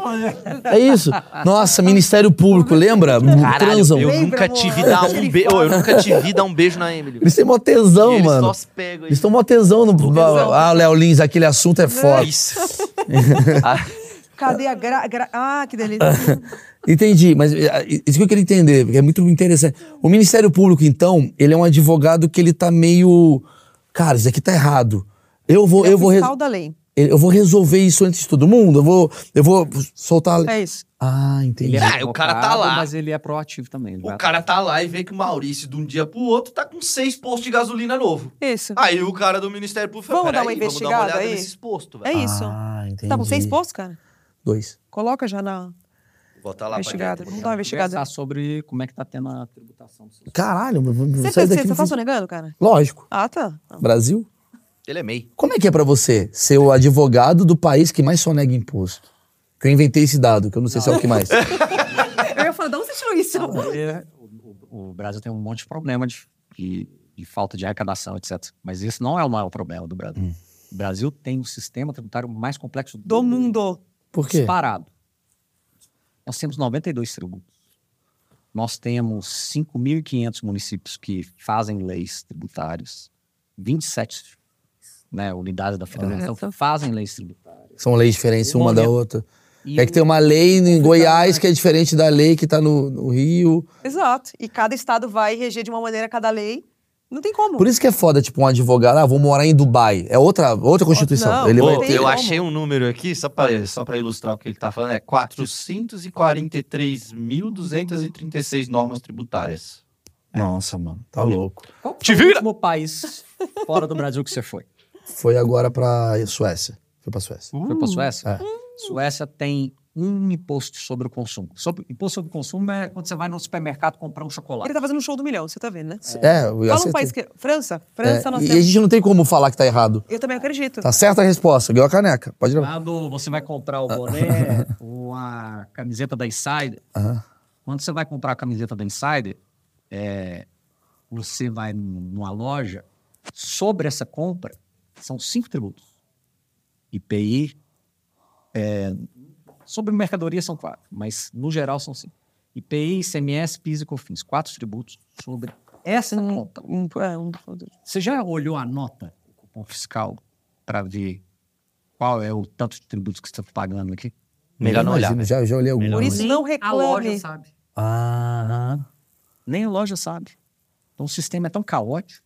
[SPEAKER 1] É isso. Nossa, Ministério Público, lembra? Transam.
[SPEAKER 11] eu
[SPEAKER 2] Lembra,
[SPEAKER 11] nunca
[SPEAKER 2] amor?
[SPEAKER 11] te vi dar um beijo. Eu nunca te vi dar um beijo na Emily.
[SPEAKER 1] Eles têm mó
[SPEAKER 11] E
[SPEAKER 1] tesão,
[SPEAKER 11] eles
[SPEAKER 1] mano.
[SPEAKER 11] só se pegam aí.
[SPEAKER 4] (laughs)
[SPEAKER 1] Eles estão mó tesão no. Ah, Léo Lins, aquele assunto é foda.
[SPEAKER 11] Isso.
[SPEAKER 2] Cadê a gra... gra- Ah, que delícia.
[SPEAKER 1] Entendi, mas eh, isso que eu queria entender, porque é muito interessante. O Ministério Público, então, ele é um advogado que ele tá meio. Cara, isso aqui tá errado. Eu vou,
[SPEAKER 2] É
[SPEAKER 1] eu
[SPEAKER 2] o
[SPEAKER 1] vou, re-
[SPEAKER 2] fiscal da lei.
[SPEAKER 1] eu vou resolver isso antes de todo mundo. Eu vou, eu vou soltar.
[SPEAKER 2] É isso.
[SPEAKER 1] Ah, entendi.
[SPEAKER 11] é- Ah, o cara tá
[SPEAKER 3] advocado,
[SPEAKER 11] lá.
[SPEAKER 3] Mas ele é proativo também. ele vai
[SPEAKER 4] O cara tá lá e vê que o Maurício, de um dia pro outro, tá com seis postos de gasolina novo.
[SPEAKER 2] Isso.
[SPEAKER 4] Aí o cara do Ministério Público
[SPEAKER 2] Vamos
[SPEAKER 4] "Peraí,
[SPEAKER 2] dar uma
[SPEAKER 4] vamos
[SPEAKER 2] investigada
[SPEAKER 4] olhada
[SPEAKER 2] aí?"
[SPEAKER 4] nesses postos,
[SPEAKER 2] É
[SPEAKER 4] velho.
[SPEAKER 2] isso.
[SPEAKER 1] Ah, entendi.
[SPEAKER 2] tá com seis postos, cara?
[SPEAKER 1] Dois.
[SPEAKER 2] Coloca já na
[SPEAKER 4] Bota lá
[SPEAKER 2] É
[SPEAKER 4] pra
[SPEAKER 2] investigada.
[SPEAKER 4] gente.
[SPEAKER 2] Vamos dar uma investigada.
[SPEAKER 3] conversar sobre como é que tá tendo a tributação. do seu-
[SPEAKER 1] Caralho, mas vamos
[SPEAKER 2] Você,
[SPEAKER 1] sair
[SPEAKER 2] pensa-
[SPEAKER 1] daqui.
[SPEAKER 2] você tá
[SPEAKER 1] não-
[SPEAKER 2] sonegando, cara?
[SPEAKER 1] Lógico.
[SPEAKER 2] Ah, tá. Não.
[SPEAKER 1] Brasil?
[SPEAKER 11] Ele é MEI.
[SPEAKER 1] Como é que é pra você ser o advogado do país que mais sonega imposto? Que eu inventei esse dado, que eu não sei se é o que mais.
[SPEAKER 2] Eu ia falar, de onde você tirou
[SPEAKER 1] (laughs)
[SPEAKER 2] isso?
[SPEAKER 3] Porque É. o, o Brasil tem um monte de problema de, de- de falta de arrecadação, etc. Mas esse não é o maior problema do Brasil. O Brasil tem o sistema tributário mais complexo do,
[SPEAKER 2] Do mundo.
[SPEAKER 1] Por
[SPEAKER 2] (laughs)
[SPEAKER 1] quê?
[SPEAKER 3] Disparado. Nós temos 92 tributos. Nós temos 5.500 municípios que fazem leis tributárias. 27 né, unidades da federação que fazem leis tributárias.
[SPEAKER 1] São leis diferentes uma da
[SPEAKER 3] Momento.
[SPEAKER 1] outra.
[SPEAKER 3] E
[SPEAKER 1] É que tem uma lei em
[SPEAKER 3] Conflitado,
[SPEAKER 1] Goiás
[SPEAKER 3] né?
[SPEAKER 1] que é diferente da lei que tá no, no Rio.
[SPEAKER 2] Exato. E cada estado vai reger de uma maneira cada lei. Não tem como.
[SPEAKER 1] Por isso que é foda, tipo, um advogado, ah, vou morar em Dubai. É outra, outra constituição.
[SPEAKER 2] Não,
[SPEAKER 1] Ele é
[SPEAKER 11] Pô,
[SPEAKER 1] vai
[SPEAKER 2] tem
[SPEAKER 1] ter.
[SPEAKER 11] eu
[SPEAKER 2] como.
[SPEAKER 11] achei um número aqui, só pra...
[SPEAKER 4] Pra- Só para ilustrar o que ele tá falando, é 443.236 normas tributárias.
[SPEAKER 1] Nossa, mano, tá louco.
[SPEAKER 3] Qual foi
[SPEAKER 11] Te
[SPEAKER 3] o
[SPEAKER 11] vira!
[SPEAKER 3] último país fora do Brasil que
[SPEAKER 1] (laughs)
[SPEAKER 3] você foi?
[SPEAKER 1] Foi agora pra Suécia. Foi pra Suécia.
[SPEAKER 3] Foi para Suécia?
[SPEAKER 1] É.
[SPEAKER 3] Suécia tem um imposto sobre o consumo. Sobre, imposto sobre o consumo é quando você vai no supermercado comprar um
[SPEAKER 2] Ele
[SPEAKER 3] chocolate.
[SPEAKER 2] tá fazendo um show do milhão, você tá vendo, né?
[SPEAKER 1] É, eu
[SPEAKER 2] Fala um
[SPEAKER 1] acertei.
[SPEAKER 2] país que. França?
[SPEAKER 1] É,
[SPEAKER 2] França, nós
[SPEAKER 1] e a
[SPEAKER 2] temos.
[SPEAKER 1] gente não tem como falar que tá errado.
[SPEAKER 2] Eu também acredito.
[SPEAKER 1] Tá certa a resposta, ganhou a caneca. Pode ir lá.
[SPEAKER 3] Quando você vai comprar
[SPEAKER 1] (laughs)
[SPEAKER 3] o boné ou a camiseta da Insider,
[SPEAKER 2] Ah.
[SPEAKER 1] Aham.
[SPEAKER 3] quando você vai comprar a camiseta da Insider, é, você vai num- numa loja, sobre essa compra, são cinco tributos. IPI, é, sobre mercadoria são quatro, mas no geral são cinco. IPI, ICMS, PIS e COFINS, quatro tributos sobre essa compra.
[SPEAKER 2] Um- é, um-
[SPEAKER 3] Você já olhou a nota do cupom fiscal para ver qual é o tanto de tributos que você está pagando aqui?
[SPEAKER 11] Melhor não olhar, velho.
[SPEAKER 1] Imagino, Já, já olhei algum.
[SPEAKER 2] Por isso,
[SPEAKER 3] Nem
[SPEAKER 2] não
[SPEAKER 3] A loja
[SPEAKER 2] reclame.
[SPEAKER 3] sabe.
[SPEAKER 1] Aham.
[SPEAKER 3] Nem a loja sabe. Então o sistema é tão caótico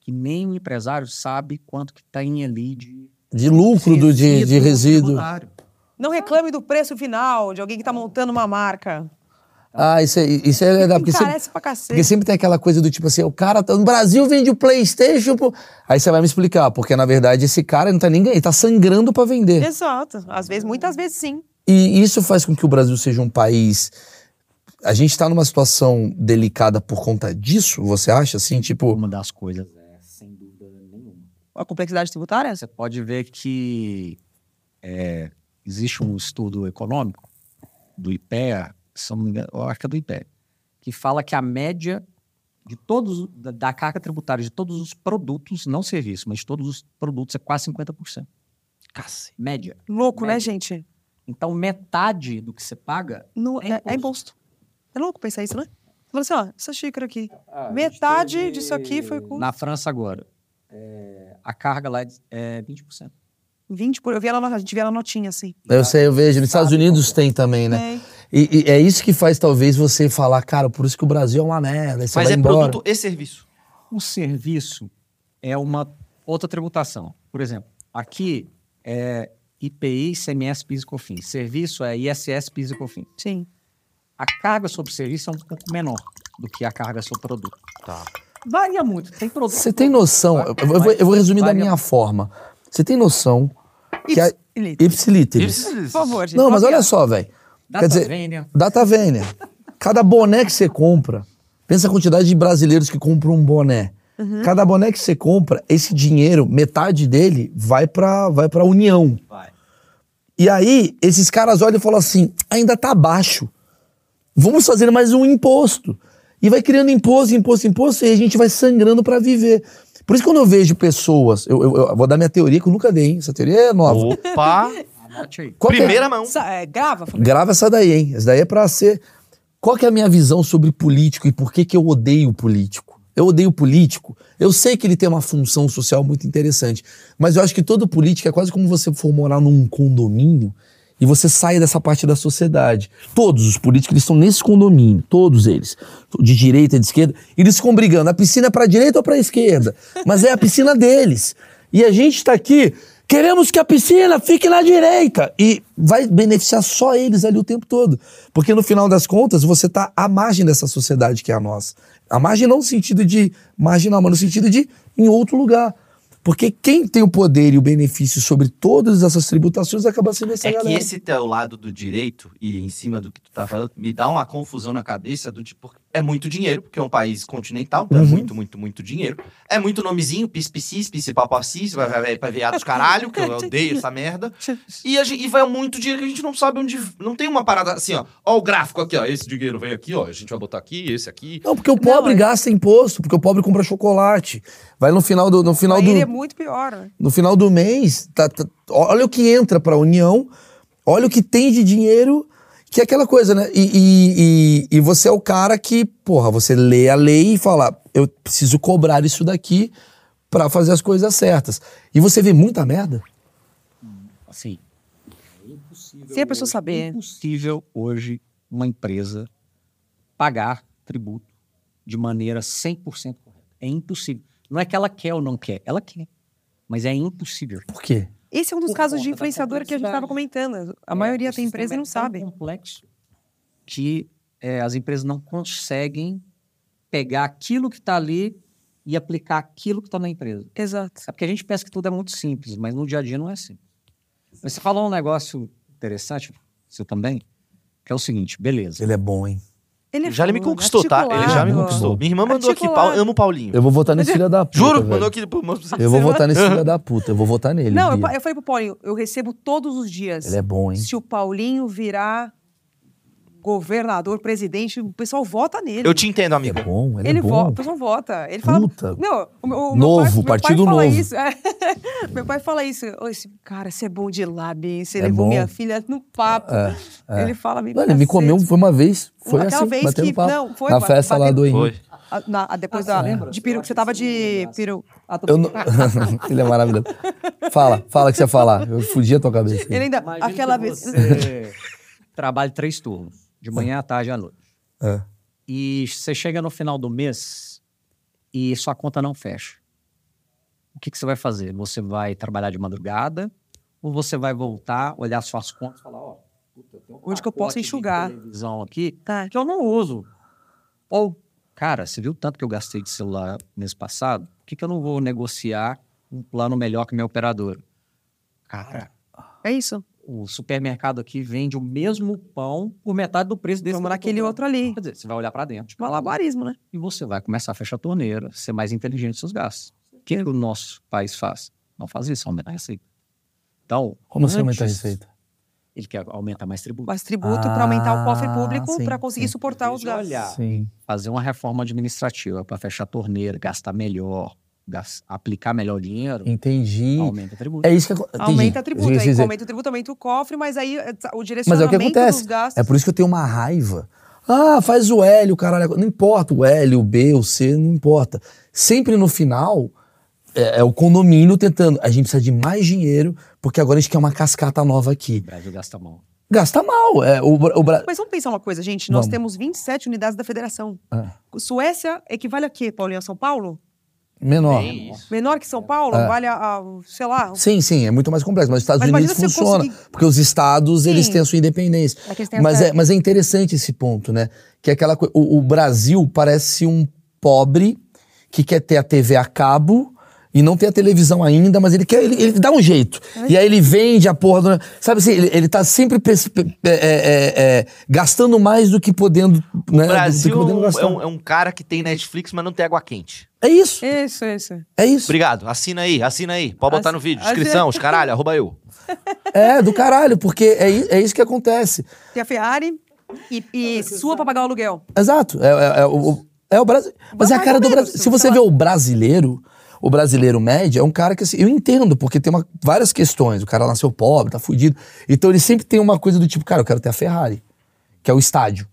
[SPEAKER 3] que nem o empresário sabe quanto que tem ali de
[SPEAKER 1] De lucro do, de, de resíduo.
[SPEAKER 2] tá.
[SPEAKER 3] tributário.
[SPEAKER 2] Não reclame do preço final de alguém que tá montando uma marca.
[SPEAKER 1] Ah, isso é, isso é legal. Porque sempre,
[SPEAKER 2] Parece pra cacete.
[SPEAKER 1] Porque sempre tem aquela coisa do tipo assim, o cara tá, no Brasil vende o Playstation. pô. Aí você vai me explicar, porque na verdade esse cara não tá nem ganhando, ele tá sangrando pra vender.
[SPEAKER 2] Exato. Às vezes, muitas vezes sim.
[SPEAKER 1] E isso faz com que o Brasil seja um país. A gente tá numa situação delicada por conta disso, você acha? Assim, tipo.
[SPEAKER 3] Uma das coisas é, sem dúvida nenhuma.
[SPEAKER 2] A complexidade tributária?
[SPEAKER 3] Você pode ver que é, existe um estudo econômico do IPEA, se eu não me engano, eu acho que é do IPEA, que fala que a média de todos, da, da carga tributária de todos os produtos, não serviços, mas de todos os produtos é quase 50%.
[SPEAKER 11] Cacete.
[SPEAKER 3] Média.
[SPEAKER 2] Louco, né,
[SPEAKER 3] Média.
[SPEAKER 2] gente?
[SPEAKER 3] Então, metade do que você paga
[SPEAKER 2] No- é, é
[SPEAKER 3] imposto.
[SPEAKER 2] imposto. É louco pensar isso, né? Fala assim, ó, essa xícara aqui. Metade disso aqui foi com
[SPEAKER 3] Na França agora, é, a carga lá é de- é 20%.
[SPEAKER 2] 20 por... Eu vi ela, no- a gente vê ela notinha, assim.
[SPEAKER 1] Eu sei, eu vejo. Nos
[SPEAKER 3] Sabe
[SPEAKER 1] Estados Unidos tem também, né?
[SPEAKER 2] É.
[SPEAKER 1] E, e é isso que faz talvez você falar, cara, por isso que o Brasil é uma merda. aí Você
[SPEAKER 11] Mas
[SPEAKER 1] vai
[SPEAKER 11] é
[SPEAKER 1] embora.
[SPEAKER 11] produto e serviço.
[SPEAKER 3] O Um serviço é uma outra tributação. Por exemplo, aqui é IPI, ICMS, PIS e COFINS. Serviço é ISS, PIS e COFINS.
[SPEAKER 2] Sim.
[SPEAKER 3] a carga sobre o serviço é um pouco menor do que a carga sobre o produto.
[SPEAKER 12] Tá.
[SPEAKER 3] Varia muito. Tem produto.
[SPEAKER 1] Você tem noção, eu, eu vou, eu vou resumir da
[SPEAKER 3] Varia-
[SPEAKER 1] minha forma. Você tem noção que a
[SPEAKER 2] Ipsilite.
[SPEAKER 1] Ipsiliteris.
[SPEAKER 2] Por favor, gente.
[SPEAKER 1] Não, mas
[SPEAKER 2] vamos
[SPEAKER 1] olha só, velho.
[SPEAKER 3] Data
[SPEAKER 1] Quer dizer,
[SPEAKER 3] Vênia,
[SPEAKER 1] Data Vênia. Cada boné que você compra, pensa a quantidade de brasileiros que compram um boné. Cada boné que você compra, esse dinheiro, metade dele vai pra, vai pra União.
[SPEAKER 4] Vai.
[SPEAKER 1] E aí, esses caras olham e falam assim: ainda tá baixo. Vamos fazer mais um imposto. E vai criando imposto, imposto, imposto, e a gente vai sangrando pra viver. Por isso, que quando eu vejo pessoas, eu, eu- eu vou dar minha teoria que eu nunca dei, hein? Essa teoria é nova.
[SPEAKER 12] Opa!
[SPEAKER 3] anote aí.
[SPEAKER 1] Qual que é-
[SPEAKER 12] Primeira mão.
[SPEAKER 2] Sa- é, grava, Fabrício.
[SPEAKER 1] Grava essa daí, hein? Essa daí é pra ser. Qual que é a minha visão sobre político e por que, que eu odeio político? Eu odeio político. Eu sei que ele tem uma função social muito interessante, mas eu acho que todo político é quase como você for morar num condomínio e você sai dessa parte da sociedade. Todos os políticos eles estão nesse condomínio, todos eles, de direita e de esquerda, e eles ficam brigando. A piscina é para direita ou para esquerda? Mas é a piscina deles. E a gente está aqui Queremos que a piscina fique na direita. E vai beneficiar só eles ali o tempo todo. Porque no final das contas, você está à margem dessa sociedade que é a nossa. À margem não no sentido de marginal, mas no sentido de em outro lugar. Porque quem tem o poder e o benefício sobre todas essas tributações acaba sendo essa
[SPEAKER 4] É que
[SPEAKER 1] galera.
[SPEAKER 4] esse teu lado do direito, e em cima do que tu tá falando, me dá uma confusão na cabeça do tipo, é muito dinheiro, porque é um país continental, então é
[SPEAKER 1] Uhum.
[SPEAKER 4] muito, muito, muito dinheiro. É muito nomezinho, pis-piscis, pis-papacis, vai- vai- vai pra viado
[SPEAKER 2] (laughs)
[SPEAKER 4] dos caralho, que eu odeio essa merda. E, a gente, e vai muito dinheiro que a gente não sabe onde. Não tem uma parada assim, ó. Ó, o gráfico aqui, ó. Esse dinheiro vem aqui, ó. A gente vai botar aqui, esse aqui.
[SPEAKER 1] Não, porque o pobre
[SPEAKER 2] é-
[SPEAKER 1] gasta imposto, porque o pobre compra chocolate. Vai no final do, no final
[SPEAKER 2] Aí
[SPEAKER 1] do,
[SPEAKER 2] ele é muito pior. né?
[SPEAKER 1] No final do mês, tá- tá- olha o que entra para a União, olha o que tem de dinheiro, que é aquela coisa, né? E, e- e- e você é o cara que, porra, você lê a lei e fala, eu preciso cobrar isso daqui para fazer as coisas certas. E você vê muita merda.
[SPEAKER 3] Assim. é impossível
[SPEAKER 2] Sem a pessoa
[SPEAKER 3] hoje-
[SPEAKER 2] saber.
[SPEAKER 3] É impossível hoje uma empresa pagar tributo de maneira 100% correta. É impossível. Não é que ela quer ou não quer, ela quer. Mas é impossível.
[SPEAKER 1] Por quê?
[SPEAKER 2] Esse é um dos
[SPEAKER 3] Por
[SPEAKER 2] casos
[SPEAKER 3] conta
[SPEAKER 2] de
[SPEAKER 3] da
[SPEAKER 2] influenciador que a gente estava comentando. A maioria tem empresa e não
[SPEAKER 3] sabem.
[SPEAKER 2] sabe.
[SPEAKER 3] É tão complexo que é, as empresas não conseguem pegar aquilo que está ali e aplicar aquilo que está na empresa.
[SPEAKER 2] Exato.
[SPEAKER 3] É porque a gente pensa que tudo é muito simples, mas no dia a dia não é simples. Mas você falou um negócio interessante, você também, que é o seguinte, beleza.
[SPEAKER 1] Ele é bom, hein?
[SPEAKER 2] Ele é
[SPEAKER 12] Já ele me
[SPEAKER 2] fino,
[SPEAKER 12] conquistou, tá? Ele já me
[SPEAKER 2] articulado.
[SPEAKER 12] conquistou. Minha irmã mandou aqui,
[SPEAKER 2] Articulado.
[SPEAKER 12] pau- amo o Paulinho.
[SPEAKER 1] Eu vou votar nesse filho da puta.
[SPEAKER 12] Juro,
[SPEAKER 1] velho.
[SPEAKER 12] mandou aqui pro moço.
[SPEAKER 1] Eu vou votar nesse
[SPEAKER 2] (laughs)
[SPEAKER 1] filho da puta, eu vou votar nele.
[SPEAKER 2] Não, eu,
[SPEAKER 1] Bia.
[SPEAKER 2] pa- eu falei pro Paulinho, eu recebo todos os dias.
[SPEAKER 1] Ele é bom, hein?
[SPEAKER 2] Se o Paulinho virar governador, presidente, o pessoal vota nele.
[SPEAKER 12] Eu te entendo,
[SPEAKER 1] Ele
[SPEAKER 12] amigo.
[SPEAKER 1] é bom, ele, é
[SPEAKER 2] ele
[SPEAKER 1] bom.
[SPEAKER 2] vota, o pessoal vota. Ele fala.
[SPEAKER 1] Puta.
[SPEAKER 2] Não, o, meu-
[SPEAKER 1] Novo,
[SPEAKER 2] o meu pai, meu pai
[SPEAKER 1] partido
[SPEAKER 2] fala
[SPEAKER 1] novo.
[SPEAKER 2] Isso. (laughs) é. meu pai fala isso. Ô, Esse, cara, você é bom de lá, bem. Você
[SPEAKER 1] É
[SPEAKER 2] levou
[SPEAKER 1] bom.
[SPEAKER 2] minha filha no papo.
[SPEAKER 1] É, é.
[SPEAKER 2] Ele fala, me
[SPEAKER 1] Não, ele me comeu, foi uma vez, foi
[SPEAKER 2] assim, Aquela
[SPEAKER 1] assim,
[SPEAKER 2] vez
[SPEAKER 1] batendo
[SPEAKER 2] que-
[SPEAKER 1] papo.
[SPEAKER 2] não, foi,
[SPEAKER 1] na
[SPEAKER 2] ba-
[SPEAKER 1] festa lá
[SPEAKER 2] batendo-
[SPEAKER 1] do Henrique.
[SPEAKER 12] Foi.
[SPEAKER 2] A- na- a- depois
[SPEAKER 3] Ah,
[SPEAKER 2] da.
[SPEAKER 3] você lembra?
[SPEAKER 2] De
[SPEAKER 3] Eu
[SPEAKER 2] peru,
[SPEAKER 3] acho
[SPEAKER 2] você
[SPEAKER 3] que
[SPEAKER 2] tava
[SPEAKER 3] você não
[SPEAKER 2] de
[SPEAKER 3] lembrasse.
[SPEAKER 2] peru. Ah, tô
[SPEAKER 1] Eu não...
[SPEAKER 2] brincando.
[SPEAKER 1] (laughs) Ele é maravilhoso. Fala, fala o que você ia falar. Eu fudi a tua cabeça.
[SPEAKER 2] Ele é ainda.
[SPEAKER 3] Imagina que
[SPEAKER 2] aquela vez.
[SPEAKER 3] Você trabalha três turnos, de manhã
[SPEAKER 2] Ah.
[SPEAKER 3] à tarde e à noite.
[SPEAKER 1] É.
[SPEAKER 3] E você chega no final do mês e sua conta não fecha. O que, que você vai fazer? Você vai trabalhar de madrugada ou você vai voltar, olhar suas contas e falar, ó, puta, eu tenho um
[SPEAKER 2] Onde que eu posso
[SPEAKER 3] pacote de
[SPEAKER 2] enxugar?
[SPEAKER 3] televisão aqui
[SPEAKER 2] Tá.
[SPEAKER 3] que eu não uso. Ou, cara, você viu o tanto que eu gastei de celular mês passado? Por que, que eu não vou negociar um plano melhor que minha operadora? Cara,
[SPEAKER 2] É isso.
[SPEAKER 3] o supermercado aqui vende o mesmo pão por metade do preço desse.
[SPEAKER 2] Vamos
[SPEAKER 3] que eu tô
[SPEAKER 2] naquele
[SPEAKER 3] comprando.
[SPEAKER 2] outro ali.
[SPEAKER 3] Quer dizer, você vai olhar para dentro.
[SPEAKER 2] Malabarismo, né?
[SPEAKER 3] E você vai começar a fechar a torneira, ser mais inteligente nos seus gastos. O que o nosso país faz? Não faz isso, aumentar a receita. Então,
[SPEAKER 1] Como você aumenta a
[SPEAKER 3] antes,
[SPEAKER 1] receita?
[SPEAKER 3] Ele quer aumentar mais
[SPEAKER 2] (laughs)
[SPEAKER 3] tributo,
[SPEAKER 2] Mas tributo para aumentar o cofre
[SPEAKER 1] Ah,
[SPEAKER 2] público
[SPEAKER 1] sim,
[SPEAKER 2] para conseguir
[SPEAKER 1] sim.
[SPEAKER 2] suportar os
[SPEAKER 3] Deixa eu
[SPEAKER 2] gastos.
[SPEAKER 3] olhar.
[SPEAKER 1] Sim.
[SPEAKER 3] fazer uma reforma administrativa para fechar a torneira, gastar melhor, gas- aplicar melhor o dinheiro,
[SPEAKER 1] Entendi.
[SPEAKER 3] aumenta o tributo.
[SPEAKER 1] É isso que acontece.
[SPEAKER 2] Aumenta tributo. Aí
[SPEAKER 1] Dizer.
[SPEAKER 2] aumenta o tributo, aumenta o cofre, mas aí eh, o
[SPEAKER 1] Mas é o
[SPEAKER 2] direcionamento
[SPEAKER 1] que acontece.
[SPEAKER 2] dos gastos.
[SPEAKER 1] É por isso que eu tenho uma raiva. Ah, faz o L, o caralho. Não importa o L, o B, o C, não importa. Sempre no final é, é o condomínio tentando. A gente precisa de mais dinheiro, porque agora a gente quer uma cascata nova aqui.
[SPEAKER 3] O Brasil gasta mal.
[SPEAKER 1] Gasta mal. É, o, Bra- o, Bra-
[SPEAKER 2] Mas vamos pensar uma coisa, gente.
[SPEAKER 1] Vamos.
[SPEAKER 2] Nós temos 27 unidades da federação.
[SPEAKER 1] Ah.
[SPEAKER 2] Suécia equivale a quê, Paulinho? A São Paulo?
[SPEAKER 1] menor.
[SPEAKER 4] Tem isso.
[SPEAKER 2] Menor que São Paulo,
[SPEAKER 1] É.
[SPEAKER 2] vale a, a, sei lá.
[SPEAKER 1] Sim, sim, é muito mais complexo. Mas os Estados
[SPEAKER 2] Mas
[SPEAKER 1] Unidos
[SPEAKER 2] imagina se eu
[SPEAKER 1] funciona,
[SPEAKER 2] conseguir-
[SPEAKER 1] porque os estados, eles
[SPEAKER 2] Sim.
[SPEAKER 1] têm a sua independência.
[SPEAKER 2] É que eles têm
[SPEAKER 1] Mas
[SPEAKER 2] essa-
[SPEAKER 1] é, mas é interessante esse ponto, né? Que é aquela coi- o, o Brasil parece um pobre que quer ter a TV a cabo e não tem a televisão ainda, mas ele quer, ele, ele dá um jeito. E aí ele vende a porra do. Sabe assim, ele, ele tá sempre pes- pe- é, é, é, gastando mais do que podendo. Né?
[SPEAKER 4] O
[SPEAKER 1] do que
[SPEAKER 4] Brasil
[SPEAKER 1] podendo gastar.
[SPEAKER 4] é um, é um cara que tem Netflix, mas não tem água quente.
[SPEAKER 1] É isso,
[SPEAKER 2] Isso, isso.
[SPEAKER 1] é isso.
[SPEAKER 4] Obrigado. Assina aí, assina aí. Pode botar
[SPEAKER 2] Assi-
[SPEAKER 4] no vídeo.
[SPEAKER 2] assi-
[SPEAKER 4] Inscrição, os caralho,
[SPEAKER 1] (laughs)
[SPEAKER 4] arroba eu.
[SPEAKER 1] É, do caralho, porque é, i- é isso que acontece.
[SPEAKER 2] Tem a Ferrari e, e sua pra pagar o aluguel.
[SPEAKER 1] Exato. É, é- é o- o, é o Brasil. Mas é a
[SPEAKER 2] mais
[SPEAKER 1] cara
[SPEAKER 2] ou
[SPEAKER 1] do
[SPEAKER 2] menos,
[SPEAKER 1] Brasil. Se você
[SPEAKER 2] sei
[SPEAKER 1] vê o brasileiro, o brasileiro médio é um cara que assim, eu entendo, porque tem uma- várias questões. O cara nasceu pobre, tá fudido. Então ele sempre tem uma coisa do tipo, cara, eu quero ter a Ferrari, que é o estádio.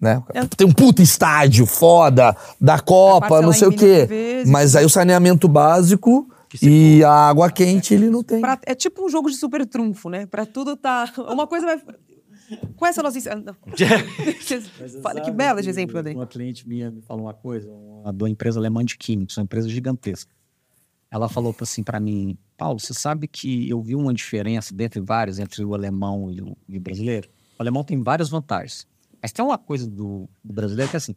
[SPEAKER 1] Né? Tem um puta estádio foda da Copa,
[SPEAKER 2] parcelar
[SPEAKER 1] não sei
[SPEAKER 2] em
[SPEAKER 1] o quê.
[SPEAKER 2] milhões de vezes.
[SPEAKER 1] Mas aí o saneamento básico e a água quente ele não tem.
[SPEAKER 2] Pra- é tipo um jogo de super trunfo, né? Pra tudo tá. Uma coisa vai. Qual é essa nossa. Ah, não.
[SPEAKER 1] Tá
[SPEAKER 4] (laughs)
[SPEAKER 2] Fala, que bela de exemplo, André.
[SPEAKER 7] Uma cliente minha me falou uma coisa, uma de uma empresa alemã de químicos, uma empresa gigantesca. Ela falou assim para mim, Paulo, você sabe que eu vi uma diferença dentre vários, entre o alemão e o, e o brasileiro? O alemão tem várias vantagens, mas tem uma coisa do, do brasileiro que é assim...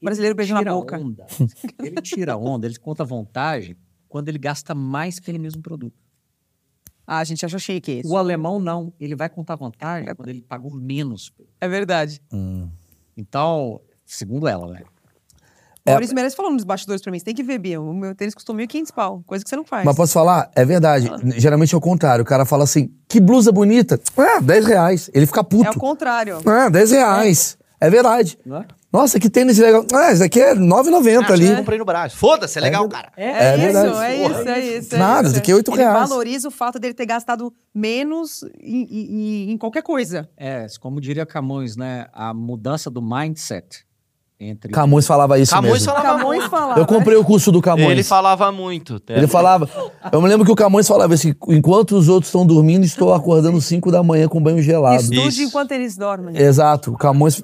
[SPEAKER 2] O brasileiro beija na
[SPEAKER 7] tira um.
[SPEAKER 2] boca.
[SPEAKER 7] onda. Ele tira onda, ele conta vantagem quando ele gasta mais pelo mesmo produto.
[SPEAKER 2] Ah, gente, acha chique isso.
[SPEAKER 7] O alemão não, ele vai contar vantagem quando ele pagou menos.
[SPEAKER 2] É verdade.
[SPEAKER 7] Então, segundo ela, né?
[SPEAKER 2] O Maurício merece falando nos bastidores pra mim. Você tem que ver, Bia. O meu tênis custou 1.500 pau. Coisa que você não faz.
[SPEAKER 1] Mas posso falar? É verdade. Geralmente é o contrário. O cara fala assim, que blusa bonita. Ah, 10 reais. Ele fica puto.
[SPEAKER 2] É o contrário.
[SPEAKER 1] Ah, 10 reais. É, verdade.
[SPEAKER 7] Não é?
[SPEAKER 1] Nossa, que tênis legal. Ah, esse daqui é 9,90 ali.
[SPEAKER 4] Eu comprei no Brasil. Foda-se, é legal, cara.
[SPEAKER 1] É
[SPEAKER 2] isso,
[SPEAKER 1] verdade.
[SPEAKER 2] é isso, é isso. é
[SPEAKER 1] Nada,
[SPEAKER 2] isso.
[SPEAKER 1] do que oito
[SPEAKER 2] Ele
[SPEAKER 1] reais.
[SPEAKER 2] valoriza o fato dele ter gastado menos em, em- em- em qualquer coisa.
[SPEAKER 7] É, como diria Camões, né? A mudança do mindset entre.
[SPEAKER 1] Camões falava isso
[SPEAKER 4] Camões
[SPEAKER 1] mesmo.
[SPEAKER 4] falava
[SPEAKER 2] Camões
[SPEAKER 4] muito.
[SPEAKER 2] falava. né?
[SPEAKER 1] Eu comprei o curso do Camões.
[SPEAKER 4] Ele falava muito.
[SPEAKER 1] Ele falava. Eu me lembro que o Camões falava assim: enquanto os outros estão dormindo, estou acordando 5 da manhã com banho gelado.
[SPEAKER 2] Estude
[SPEAKER 4] Isso.
[SPEAKER 2] enquanto eles dormem.
[SPEAKER 1] É. Exato. O Camões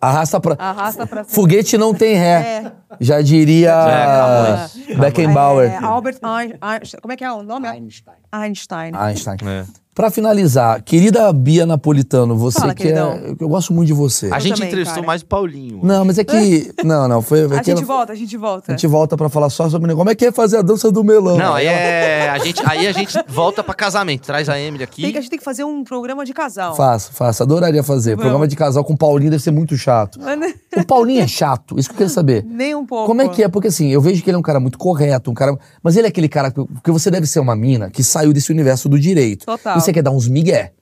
[SPEAKER 1] arrasta pra.
[SPEAKER 2] Arrasta pra cima.
[SPEAKER 1] Foguete não tem ré.
[SPEAKER 2] Ah. É,
[SPEAKER 1] Já diria
[SPEAKER 4] É, Camões.
[SPEAKER 1] Beckenbauer.
[SPEAKER 2] é, Albert Ein- Einstein. Como é que é o nome?
[SPEAKER 7] Einstein.
[SPEAKER 2] Einstein.
[SPEAKER 1] Einstein.
[SPEAKER 4] É.
[SPEAKER 1] Pra finalizar, querida Bia Napolitano, você
[SPEAKER 2] Fala,
[SPEAKER 1] que é.
[SPEAKER 2] queridão.
[SPEAKER 1] Eu gosto muito de você.
[SPEAKER 4] A
[SPEAKER 2] Eu
[SPEAKER 4] gente
[SPEAKER 2] também,
[SPEAKER 4] entrevistou
[SPEAKER 2] cara.
[SPEAKER 4] mais o Paulinho.
[SPEAKER 1] Não, mas é
[SPEAKER 2] (laughs)
[SPEAKER 1] que. Não, não, foi.
[SPEAKER 2] A
[SPEAKER 1] é que
[SPEAKER 2] gente
[SPEAKER 1] ela-
[SPEAKER 2] volta, a gente volta.
[SPEAKER 1] a gente volta pra falar só sobre. Como é que é fazer a dança do melão?
[SPEAKER 4] Não, aí é. A gente, aí a gente volta pra casamento. Traz a Emily aqui.
[SPEAKER 2] Tem que, a gente tem que fazer um programa de casal.
[SPEAKER 1] Faço, faço. Adoraria fazer.
[SPEAKER 2] Vamos.
[SPEAKER 1] Programa de casal com o Paulinho deve ser muito chato.
[SPEAKER 2] Mas né,
[SPEAKER 1] O Paulinho é chato, isso que eu queria saber.
[SPEAKER 2] (laughs) Nem um pouco.
[SPEAKER 1] Como é que é? Porque assim, eu vejo que ele é um cara muito correto, um cara. Mas ele é aquele cara. que- Porque você deve ser uma mina que saiu desse universo do direito.
[SPEAKER 2] Total.
[SPEAKER 1] E você quer dar uns migué.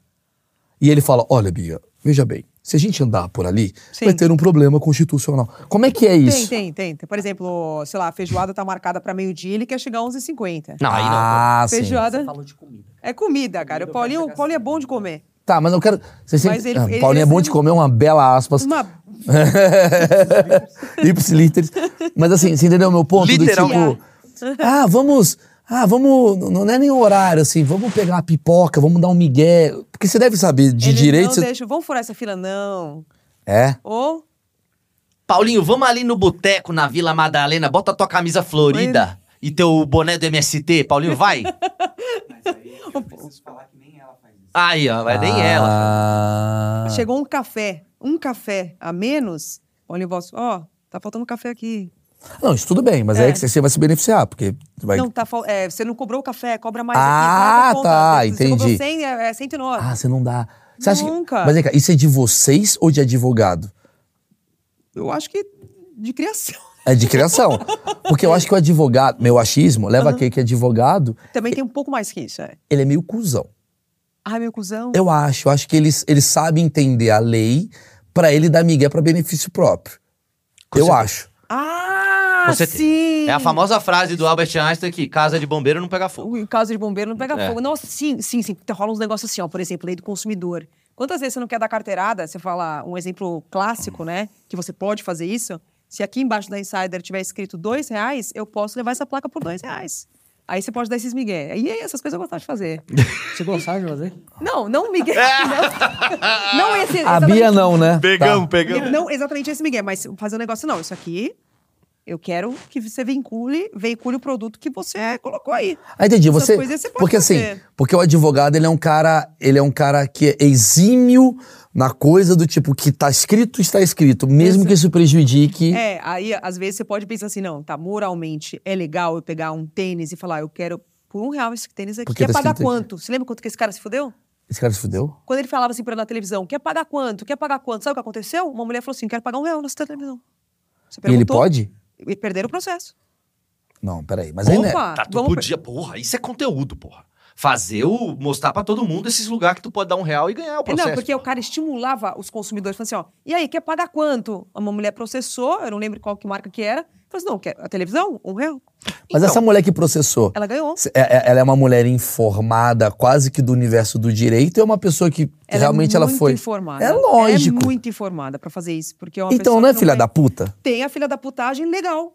[SPEAKER 1] E ele fala: olha, Bia, veja bem, se a gente andar por ali,
[SPEAKER 2] Sim.
[SPEAKER 1] vai ter um problema constitucional. Como é que é
[SPEAKER 2] Tem,
[SPEAKER 1] isso?
[SPEAKER 2] tem, tem. Por exemplo, sei lá, a feijoada tá marcada pra meio-dia, ele quer chegar às 11h50.
[SPEAKER 4] Não, aí não.
[SPEAKER 1] Ah, sim.
[SPEAKER 2] Feijoada
[SPEAKER 7] Falou de comida.
[SPEAKER 2] é comida, cara. O Paulinho, o Paulinho é bom de comer.
[SPEAKER 1] Tá, mas eu quero. Você
[SPEAKER 2] Mas
[SPEAKER 1] sempre-
[SPEAKER 2] ele-
[SPEAKER 1] Ah,
[SPEAKER 2] ele-
[SPEAKER 1] Paulinho é
[SPEAKER 2] ele
[SPEAKER 1] bom de
[SPEAKER 2] sempre-
[SPEAKER 1] comer uma bela aspas. (laughs)
[SPEAKER 2] Uma
[SPEAKER 1] Ipsilíteres. Mas assim, você entendeu o meu ponto? Do tipo,
[SPEAKER 4] Literalmente.
[SPEAKER 1] ah, vamos. Ah, vamos. Não é nem o horário, assim, vamos pegar uma pipoca, vamos dar um migué. Porque você deve saber de
[SPEAKER 2] Ele
[SPEAKER 1] direito.
[SPEAKER 2] Não
[SPEAKER 1] você-
[SPEAKER 2] deixa, vamos furar essa fila, não.
[SPEAKER 1] É.
[SPEAKER 2] Ou.
[SPEAKER 4] Paulinho, vamos ali no boteco na Vila Madalena, bota tua camisa florida e teu boné do MST, Paulinho,
[SPEAKER 2] (laughs)
[SPEAKER 4] vai. (laughs) Aí, ó, vai É, nem ela.
[SPEAKER 1] Ah,
[SPEAKER 2] Chegou um café, um café a menos. Olha o vosso, ó, tá faltando café aqui.
[SPEAKER 1] Não, isso tudo bem, mas
[SPEAKER 2] É.
[SPEAKER 1] aí que você você vai se beneficiar, porque vai.
[SPEAKER 2] Não, tá fal- é, você não cobrou o café, cobra mais
[SPEAKER 1] Ah,
[SPEAKER 2] aqui. paga a conta.
[SPEAKER 1] tá,
[SPEAKER 2] Você cobrou
[SPEAKER 1] entendi.
[SPEAKER 2] 100, é, é 109.
[SPEAKER 1] Ah, você não dá. Você acha que-
[SPEAKER 2] Nunca.
[SPEAKER 1] Mas vem cá, isso é de vocês ou de advogado?
[SPEAKER 2] Eu acho que de criação. (laughs)
[SPEAKER 1] É de criação. Porque eu acho que o advogado, meu achismo, leva aquele que é advogado,
[SPEAKER 2] Também tem um pouco mais que isso, é.
[SPEAKER 1] ele é meio cuzão.
[SPEAKER 2] Ai, meu cuzão.
[SPEAKER 1] Eu acho, eu acho que eles, eles sabem entender a lei pra ele dar migué pra benefício próprio. eu acho.
[SPEAKER 2] Ah,
[SPEAKER 4] Com certeza.
[SPEAKER 2] sim!
[SPEAKER 4] É a famosa frase do Albert Einstein que casa de bombeiro não pega fogo.
[SPEAKER 2] Em caso de bombeiro não pega
[SPEAKER 4] É.
[SPEAKER 2] fogo. Nossa, sim, sim, sim. Rola uns negócios assim, ó. Por exemplo, lei do consumidor. Quantas vezes você não quer dar carteirada? Você fala um exemplo clássico, né? Que você pode fazer isso. Se aqui embaixo da Insider tiver escrito dois reais, eu posso levar essa placa por dois reais. Aí você pode dar esses migué. E aí, essas coisas eu gostava de fazer.
[SPEAKER 7] (laughs) Você gostava de fazer?
[SPEAKER 2] Não, não migué. não, não esse.
[SPEAKER 1] A
[SPEAKER 2] exatamente-
[SPEAKER 1] Bia não, né? Tá.
[SPEAKER 2] Não exatamente esse migué, mas fazer um negócio, não. Isso aqui... Eu quero que você vincule, veicule o produto que você colocou aí.
[SPEAKER 1] Ah, entendi.
[SPEAKER 2] Essas
[SPEAKER 1] Você,
[SPEAKER 2] coisas você pode
[SPEAKER 1] porque
[SPEAKER 2] fazer.
[SPEAKER 1] assim, porque o advogado ele é um cara, ele é um cara que é exímio na coisa do tipo que tá escrito está escrito, mesmo que isso prejudique.
[SPEAKER 2] É, aí às vezes você pode pensar assim, não, tá, moralmente é legal eu pegar um tênis e falar, eu quero por um real esse tênis aqui,
[SPEAKER 1] Porque
[SPEAKER 2] quer
[SPEAKER 1] tá
[SPEAKER 2] pagar
[SPEAKER 1] escrito aqui.
[SPEAKER 2] quanto? Você lembra quanto que esse cara se fudeu?
[SPEAKER 1] Esse cara se fudeu?
[SPEAKER 2] Quando ele falava assim pra ela na televisão, quer pagar quanto? Quer pagar quanto? Sabe o que aconteceu? Uma mulher falou assim, quero pagar um real nessa televisão. Você
[SPEAKER 1] E ele
[SPEAKER 2] perguntou?
[SPEAKER 1] pode?
[SPEAKER 2] E perderam o processo.
[SPEAKER 1] Não, peraí. Mas aí, né?
[SPEAKER 2] Opa,
[SPEAKER 4] Tá, tu
[SPEAKER 2] vamos...
[SPEAKER 4] podia, porra, isso é conteúdo, porra. Fazer o. mostrar pra todo mundo esses lugares que tu pode dar um real e ganhar o
[SPEAKER 2] É,
[SPEAKER 4] processo.
[SPEAKER 2] Não, porque o cara estimulava os consumidores, falando assim, ó, e aí, quer pagar quanto? Uma mulher processou, eu não lembro qual que marca que era, falou assim, não, quer a televisão? Um real.
[SPEAKER 1] Mas essa mulher que processou,
[SPEAKER 2] Ela ganhou.
[SPEAKER 1] se- é- é- ela é uma mulher informada, quase que do universo do direito, e é uma pessoa que
[SPEAKER 2] Ela
[SPEAKER 1] realmente
[SPEAKER 2] é
[SPEAKER 1] ela
[SPEAKER 2] muito
[SPEAKER 1] foi.
[SPEAKER 2] Informada.
[SPEAKER 1] É lógico.
[SPEAKER 2] Ela é muito informada pra fazer isso, porque é uma
[SPEAKER 1] Então,
[SPEAKER 2] pessoa
[SPEAKER 1] né,
[SPEAKER 2] que não
[SPEAKER 1] filha
[SPEAKER 2] é-
[SPEAKER 1] da puta?
[SPEAKER 2] Tem a filha da putagem legal.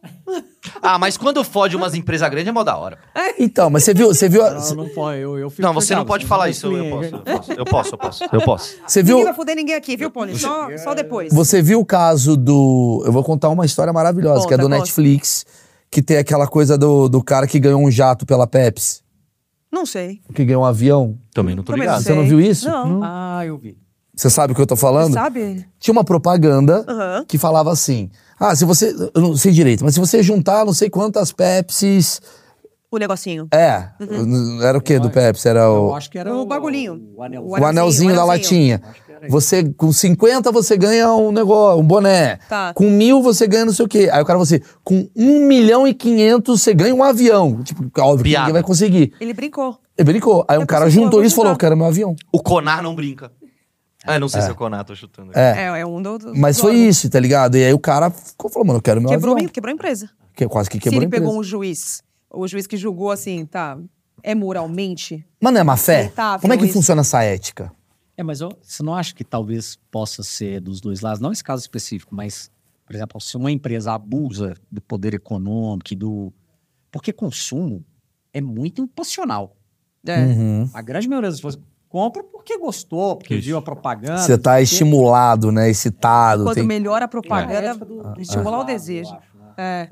[SPEAKER 4] Ah, mas quando fode umas empresas grandes é mó da hora.
[SPEAKER 1] Então, mas você viu, você viu,
[SPEAKER 3] Não, não pode, eu, eu fico assim.
[SPEAKER 4] Não, você não
[SPEAKER 3] bravo,
[SPEAKER 4] pode
[SPEAKER 3] senão
[SPEAKER 4] falar
[SPEAKER 3] eu
[SPEAKER 4] isso, eu
[SPEAKER 3] cliente.
[SPEAKER 4] posso. Eu posso, eu posso, eu posso.
[SPEAKER 1] você
[SPEAKER 2] Ninguém
[SPEAKER 1] viu,
[SPEAKER 2] vai foder ninguém aqui, viu, Pony? Só, só depois.
[SPEAKER 1] Você viu o caso do. Eu vou contar uma história maravilhosa, que é
[SPEAKER 2] Conta,
[SPEAKER 1] do
[SPEAKER 2] conta.
[SPEAKER 1] Netflix, que tem aquela coisa do, do cara que ganhou um jato pela Pepsi,
[SPEAKER 2] Não sei.
[SPEAKER 1] que ganhou um avião.
[SPEAKER 4] Também não tô
[SPEAKER 2] Também não
[SPEAKER 4] ligado.
[SPEAKER 1] Você
[SPEAKER 2] sei.
[SPEAKER 1] não viu isso?
[SPEAKER 2] Não.
[SPEAKER 3] Ah, eu vi.
[SPEAKER 1] Você sabe o que eu tô falando?
[SPEAKER 2] Sabe?
[SPEAKER 1] Tinha uma propaganda
[SPEAKER 2] Aham.
[SPEAKER 1] que falava assim: ah, se você. Eu não sei direito, mas se você juntar não sei quantas Pepsis.
[SPEAKER 2] O negocinho.
[SPEAKER 1] É.
[SPEAKER 2] Uhum.
[SPEAKER 1] Era o quê do Pepsi? Era
[SPEAKER 3] Eu
[SPEAKER 1] o.
[SPEAKER 3] acho que era
[SPEAKER 2] o
[SPEAKER 3] o,
[SPEAKER 2] bagulhinho.
[SPEAKER 3] O anel.
[SPEAKER 2] O
[SPEAKER 1] O anelzinho,
[SPEAKER 2] anelzinho,
[SPEAKER 1] da
[SPEAKER 2] o anelzinho.
[SPEAKER 1] latinha. Você, com 50, você ganha um negócio, um boné.
[SPEAKER 2] Tá.
[SPEAKER 1] Com mil, você ganha não sei o quê. Aí o cara falou assim, com 1 milhão e 500, você ganha um avião. Tipo, óbvio que
[SPEAKER 4] Piada.
[SPEAKER 1] ninguém vai conseguir.
[SPEAKER 2] Ele brincou.
[SPEAKER 1] Ele brincou. Aí
[SPEAKER 2] Eu
[SPEAKER 1] um cara
[SPEAKER 2] pensei, eu
[SPEAKER 1] juntou
[SPEAKER 2] vou
[SPEAKER 1] isso e falou, eu
[SPEAKER 2] juntar.
[SPEAKER 1] quero meu avião.
[SPEAKER 4] O Conar não brinca. Ah, não sei se é o Conar, tô chutando. aqui.
[SPEAKER 2] É, é, um do, do-
[SPEAKER 1] Mas
[SPEAKER 2] do
[SPEAKER 1] foi
[SPEAKER 2] órgão.
[SPEAKER 1] isso, tá ligado? E aí o cara ficou falando, mano, eu quero meu
[SPEAKER 2] Quebrou,
[SPEAKER 1] avião.
[SPEAKER 2] a- quebrou a empresa.
[SPEAKER 1] Que quase que
[SPEAKER 2] Se
[SPEAKER 1] quebrou
[SPEAKER 2] ele
[SPEAKER 1] a empresa.
[SPEAKER 2] pegou um juiz, o juiz que julgou assim, tá, é moralmente.
[SPEAKER 1] Mano, é má fé?
[SPEAKER 2] aceitável
[SPEAKER 1] Como é que
[SPEAKER 2] isso?
[SPEAKER 1] funciona essa ética?
[SPEAKER 3] É, mas eu- você não acha que talvez possa ser dos dois lados? Não esse caso específico, mas, por exemplo, se uma empresa abusa do poder econômico, e do. Porque consumo é muito passional.
[SPEAKER 2] É.
[SPEAKER 1] Uhum.
[SPEAKER 3] A grande maioria das pessoas compra porque gostou, porque viu a propaganda.
[SPEAKER 1] Você tá estimulado, né? Excitado.
[SPEAKER 2] Quanto
[SPEAKER 1] tem- É.
[SPEAKER 2] melhor É a propaganda,
[SPEAKER 3] propaganda
[SPEAKER 2] estimular o desejo. É,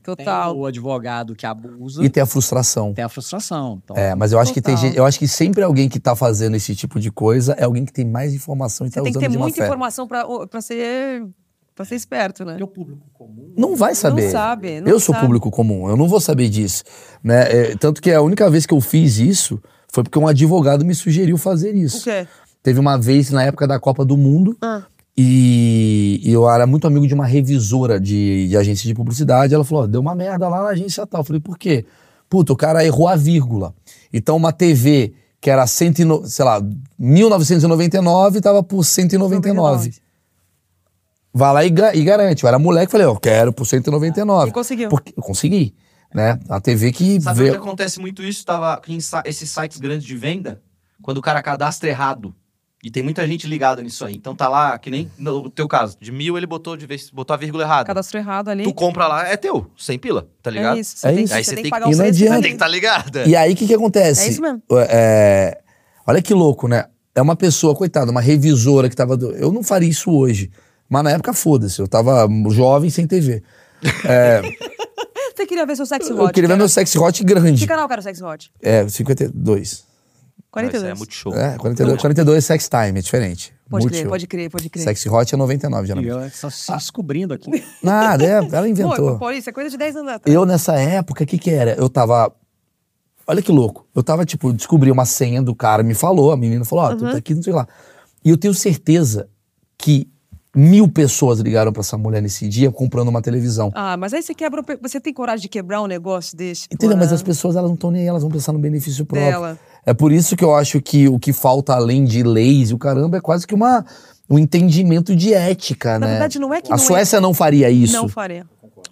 [SPEAKER 2] Então,
[SPEAKER 3] Total.
[SPEAKER 2] total.
[SPEAKER 3] né, o advogado que abusa
[SPEAKER 1] E tem a frustração.
[SPEAKER 3] tem a frustração. Então,
[SPEAKER 1] É, mas eu acho que tem
[SPEAKER 2] um. Total.
[SPEAKER 1] gente, eu acho que sempre alguém que tá fazendo esse tipo de coisa é alguém que tem mais informação e
[SPEAKER 2] Você
[SPEAKER 1] tá
[SPEAKER 2] tem que
[SPEAKER 1] usando
[SPEAKER 2] ter
[SPEAKER 1] de má
[SPEAKER 2] muita
[SPEAKER 1] fé.
[SPEAKER 2] informação pra, pra ser para ser esperto, né?
[SPEAKER 3] Porque o público comum.
[SPEAKER 1] Não vai saber.
[SPEAKER 2] Não sabe. Não
[SPEAKER 1] eu sou
[SPEAKER 2] sabe.
[SPEAKER 1] público comum, eu não vou saber disso, né? É, tanto que a única vez que eu fiz isso foi porque um advogado me sugeriu fazer
[SPEAKER 2] O
[SPEAKER 1] isso.
[SPEAKER 2] quê?
[SPEAKER 1] Teve uma vez na época da Copa do Mundo
[SPEAKER 2] Ah.
[SPEAKER 1] e, e eu era muito amigo de uma revisora de, de agência de publicidade. Ela falou: "Ó, deu uma merda lá na agência tal. Eu falei: por quê? Puta, o cara errou a vírgula. Então uma TV que era, 109 sei lá, 1999 tava por 199. Vai lá e, ga- e garante. Eu era moleque, falei, eu quero por 199.
[SPEAKER 2] E conseguiu.
[SPEAKER 1] Porque eu consegui, né? A TV que
[SPEAKER 4] Sabe
[SPEAKER 1] vê-
[SPEAKER 4] o que acontece muito isso? Tava em sa- esses sites grandes de venda, quando o cara cadastra errado. E tem muita gente ligada nisso aí. Então tá lá, que nem no teu caso, de mil ele botou de vez, botou a vírgula errada.
[SPEAKER 2] Cadastro errado ali.
[SPEAKER 4] Tu compra lá, é teu, sem pila, tá ligado?
[SPEAKER 2] É isso. Você
[SPEAKER 1] É
[SPEAKER 2] tem,
[SPEAKER 1] isso.
[SPEAKER 4] Aí
[SPEAKER 2] você
[SPEAKER 4] você
[SPEAKER 2] tem
[SPEAKER 4] tem
[SPEAKER 2] que pagar
[SPEAKER 1] que-
[SPEAKER 2] os
[SPEAKER 1] e não
[SPEAKER 2] preços.
[SPEAKER 1] adianta. assim.
[SPEAKER 4] Tem que tá ligado.
[SPEAKER 1] E aí, o que que acontece?
[SPEAKER 2] É isso mesmo.
[SPEAKER 1] É, olha que louco, né? É uma pessoa, coitada, uma revisora que tava... do- Eu não faria isso hoje. Mas na época, foda-se. Eu tava jovem, sem TV.
[SPEAKER 2] Você queria ver seu sexy hot.
[SPEAKER 1] Eu queria ver
[SPEAKER 2] cara.
[SPEAKER 1] meu sexy hot grande.
[SPEAKER 2] Que canal que era o sexy hot?
[SPEAKER 1] É, 52.
[SPEAKER 2] 42.
[SPEAKER 4] Isso é muito show.
[SPEAKER 1] É, 42, 42 sex time, é diferente.
[SPEAKER 2] Pode
[SPEAKER 1] Muito
[SPEAKER 2] crer,
[SPEAKER 1] show.
[SPEAKER 2] pode crer, pode crer.
[SPEAKER 1] Sexy hot é 99,
[SPEAKER 3] E
[SPEAKER 1] geralmente.
[SPEAKER 3] eu só se
[SPEAKER 2] (laughs)
[SPEAKER 3] descobrindo aqui.
[SPEAKER 1] Nada, é, ela inventou.
[SPEAKER 2] Pô, Paulista, é coisa de 10 anos atrás.
[SPEAKER 1] Eu, nessa época, o que que era? Eu tava... Olha que louco. Eu tava, tipo, descobri uma senha do cara, me falou, a menina falou, ó, tu
[SPEAKER 2] Uhum.
[SPEAKER 1] tá aqui, não sei lá. E eu tenho certeza que mil pessoas ligaram pra essa mulher nesse dia comprando uma televisão.
[SPEAKER 2] Ah, mas aí você quebra. o pe- Você tem coragem de quebrar um negócio desse?
[SPEAKER 1] Entendeu?
[SPEAKER 2] Pô,
[SPEAKER 1] Mas
[SPEAKER 2] né?
[SPEAKER 1] as pessoas, elas não estão nem aí, elas vão pensar no benefício próprio.
[SPEAKER 2] Dela.
[SPEAKER 1] É por isso que eu acho que o que falta, além de leis e o caramba, é quase que uma... Um entendimento de ética,
[SPEAKER 2] Na
[SPEAKER 1] né?
[SPEAKER 2] verdade, não é que
[SPEAKER 1] a
[SPEAKER 2] não é-
[SPEAKER 1] Suécia não faria isso.
[SPEAKER 2] Não faria.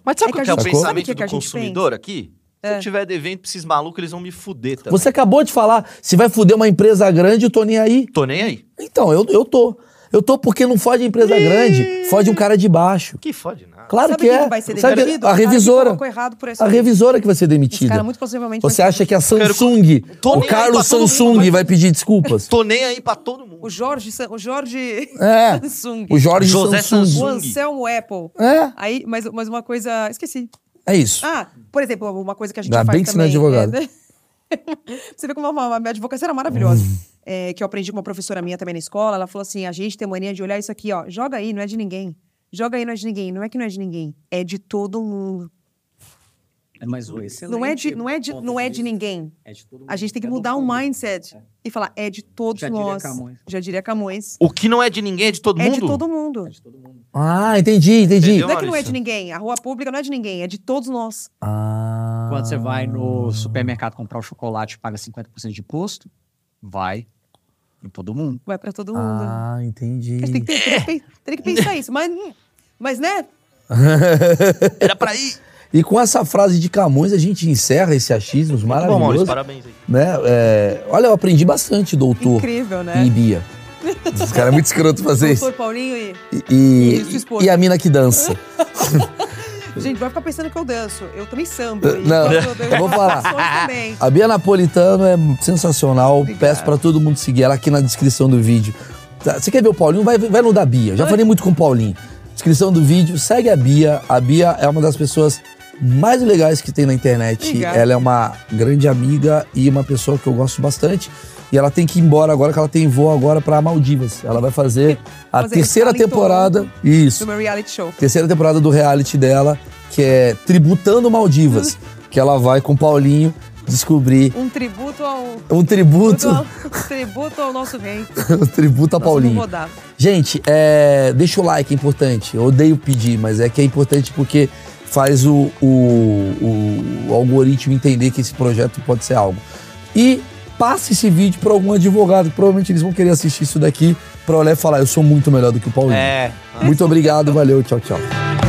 [SPEAKER 4] Mas sabe
[SPEAKER 2] É que a
[SPEAKER 4] qual que é o
[SPEAKER 1] gente-
[SPEAKER 2] sabe o
[SPEAKER 4] pensamento
[SPEAKER 2] que que a
[SPEAKER 4] do
[SPEAKER 2] gente É.
[SPEAKER 4] consumidor aqui? Se eu tiver devendo pra esses malucos, eles vão me fuder também.
[SPEAKER 1] Você acabou de falar, se vai fuder uma empresa grande, eu tô nem aí.
[SPEAKER 4] Tô nem aí.
[SPEAKER 1] Então, eu, eu tô. Eu tô porque não foge a empresa grande, foge um cara de baixo.
[SPEAKER 10] Que fode nada.
[SPEAKER 1] Claro
[SPEAKER 2] Sabe
[SPEAKER 1] que
[SPEAKER 2] quem
[SPEAKER 1] é.
[SPEAKER 2] vai ser
[SPEAKER 1] Sabe-
[SPEAKER 2] demitido?
[SPEAKER 1] a
[SPEAKER 2] O cara que
[SPEAKER 1] revisora.
[SPEAKER 2] colocou errado por essa
[SPEAKER 1] A
[SPEAKER 2] lei.
[SPEAKER 1] revisora que vai ser
[SPEAKER 2] Esse
[SPEAKER 1] demitida.
[SPEAKER 2] cara é muito possivelmente vai
[SPEAKER 1] Você
[SPEAKER 2] ser
[SPEAKER 1] acha que a Samsung,
[SPEAKER 10] Tô
[SPEAKER 1] o
[SPEAKER 10] nem aí, tá
[SPEAKER 1] Carlos
[SPEAKER 10] todo
[SPEAKER 1] Samsung
[SPEAKER 10] mundo-
[SPEAKER 1] vai pedir desculpas?
[SPEAKER 10] Tô nem aí pra todo mundo.
[SPEAKER 2] O Jorge, Sa- o Jorge (laughs)
[SPEAKER 1] É.
[SPEAKER 2] Samsung.
[SPEAKER 1] O Jorge
[SPEAKER 4] José
[SPEAKER 1] Samsung.
[SPEAKER 2] O
[SPEAKER 4] Samsung.
[SPEAKER 2] Anselmo Apple.
[SPEAKER 1] É,
[SPEAKER 2] Aí, mas, mas uma coisa. Esqueci.
[SPEAKER 1] é isso.
[SPEAKER 2] Ah, por exemplo, uma coisa que a gente
[SPEAKER 1] Ainda
[SPEAKER 2] faz
[SPEAKER 1] bem que você não é
[SPEAKER 2] também.
[SPEAKER 1] advogado.
[SPEAKER 2] é- (laughs) você vê como uma, uma minha advocacia era maravilhosa.
[SPEAKER 1] Hum.
[SPEAKER 2] É, que eu aprendi com uma professora minha também na escola. Ela falou assim: a gente tem mania de olhar isso aqui, ó. Joga aí, não é de ninguém. Joga aí, não é de ninguém. Não é que não é de ninguém. É de todo mundo.
[SPEAKER 7] Mas o
[SPEAKER 2] não é de, não é de, não é de ninguém. A gente
[SPEAKER 3] É
[SPEAKER 1] É
[SPEAKER 2] tem que mudar o mindset
[SPEAKER 7] É.
[SPEAKER 2] e falar: é de todos
[SPEAKER 7] Já diria
[SPEAKER 2] nós.
[SPEAKER 7] Camões.
[SPEAKER 2] Já diria Camões.
[SPEAKER 10] O que não é de ninguém é de todo
[SPEAKER 2] É
[SPEAKER 10] mundo?
[SPEAKER 2] de todo mundo.
[SPEAKER 1] Ah, entendi, entendi.
[SPEAKER 10] Entendeu?
[SPEAKER 2] Não é que não é de
[SPEAKER 10] Maurício?
[SPEAKER 2] ninguém. A rua pública não é de ninguém, é de todos nós.
[SPEAKER 1] Ah.
[SPEAKER 7] Quando você vai no supermercado comprar o chocolate e paga 50% de imposto, vai em todo mundo.
[SPEAKER 2] Vai pra todo mundo.
[SPEAKER 1] Ah, é. entendi.
[SPEAKER 2] A gente tem que, ter- tem que pe- tem que pensar isso. Mas, mas né?
[SPEAKER 10] Era pra ir.
[SPEAKER 1] E com essa frase de Camões, a gente encerra esse achismos
[SPEAKER 10] Bom, Maurício,
[SPEAKER 1] maravilhoso.
[SPEAKER 10] parabéns aí.
[SPEAKER 1] né? É, olha, eu aprendi bastante, doutor
[SPEAKER 2] Incrível, né?
[SPEAKER 1] e Bia. Os caras é muito escroto fazer isso.
[SPEAKER 2] Doutor Paulinho e.
[SPEAKER 1] E, e-
[SPEAKER 2] E sua esposa.
[SPEAKER 1] e a mina que dança.
[SPEAKER 2] Gente, vai ficar pensando que eu danço. Eu também samba. e
[SPEAKER 1] Não,
[SPEAKER 2] eu, dou-
[SPEAKER 1] eu vou falar.
[SPEAKER 2] canções também.
[SPEAKER 1] A Bia Napolitano é sensacional. Peço pra todo mundo seguir ela aqui na descrição do vídeo. Tá, Você quer ver o Paulinho? Vai, vai no da Bia. Já falei muito com o Paulinho. Descrição do vídeo, segue a Bia. A Bia é uma das pessoas mais legais que tem na internet.
[SPEAKER 2] Obrigada.
[SPEAKER 1] Ela é uma grande amiga e uma pessoa que eu gosto bastante. E ela tem que ir embora agora, que ela tem voo agora pra Maldivas. Ela vai fazer a
[SPEAKER 2] Fazer
[SPEAKER 1] terceira
[SPEAKER 2] escala em
[SPEAKER 1] temporada. Isso
[SPEAKER 2] Do meu reality show.
[SPEAKER 1] terceira temporada do reality dela, que é Tributando Maldivas, que ela vai com o Paulinho descobrir
[SPEAKER 2] Um tributo ao.
[SPEAKER 1] um tributo,
[SPEAKER 2] Um (laughs) tributo ao nosso rei.
[SPEAKER 1] (laughs) um tributo a
[SPEAKER 2] Nosso
[SPEAKER 1] Paulinho.
[SPEAKER 2] incomodado.
[SPEAKER 1] Gente, é, deixa o like, é importante. Eu odeio pedir, mas é que é importante porque faz o, o- o algoritmo entender que esse projeto pode ser algo. E passe esse vídeo para algum advogado, que provavelmente eles vão querer assistir isso daqui para olhar e falar, eu sou muito melhor do que o Paulinho.
[SPEAKER 10] É.
[SPEAKER 1] Muito obrigado, valeu, tchau, tchau.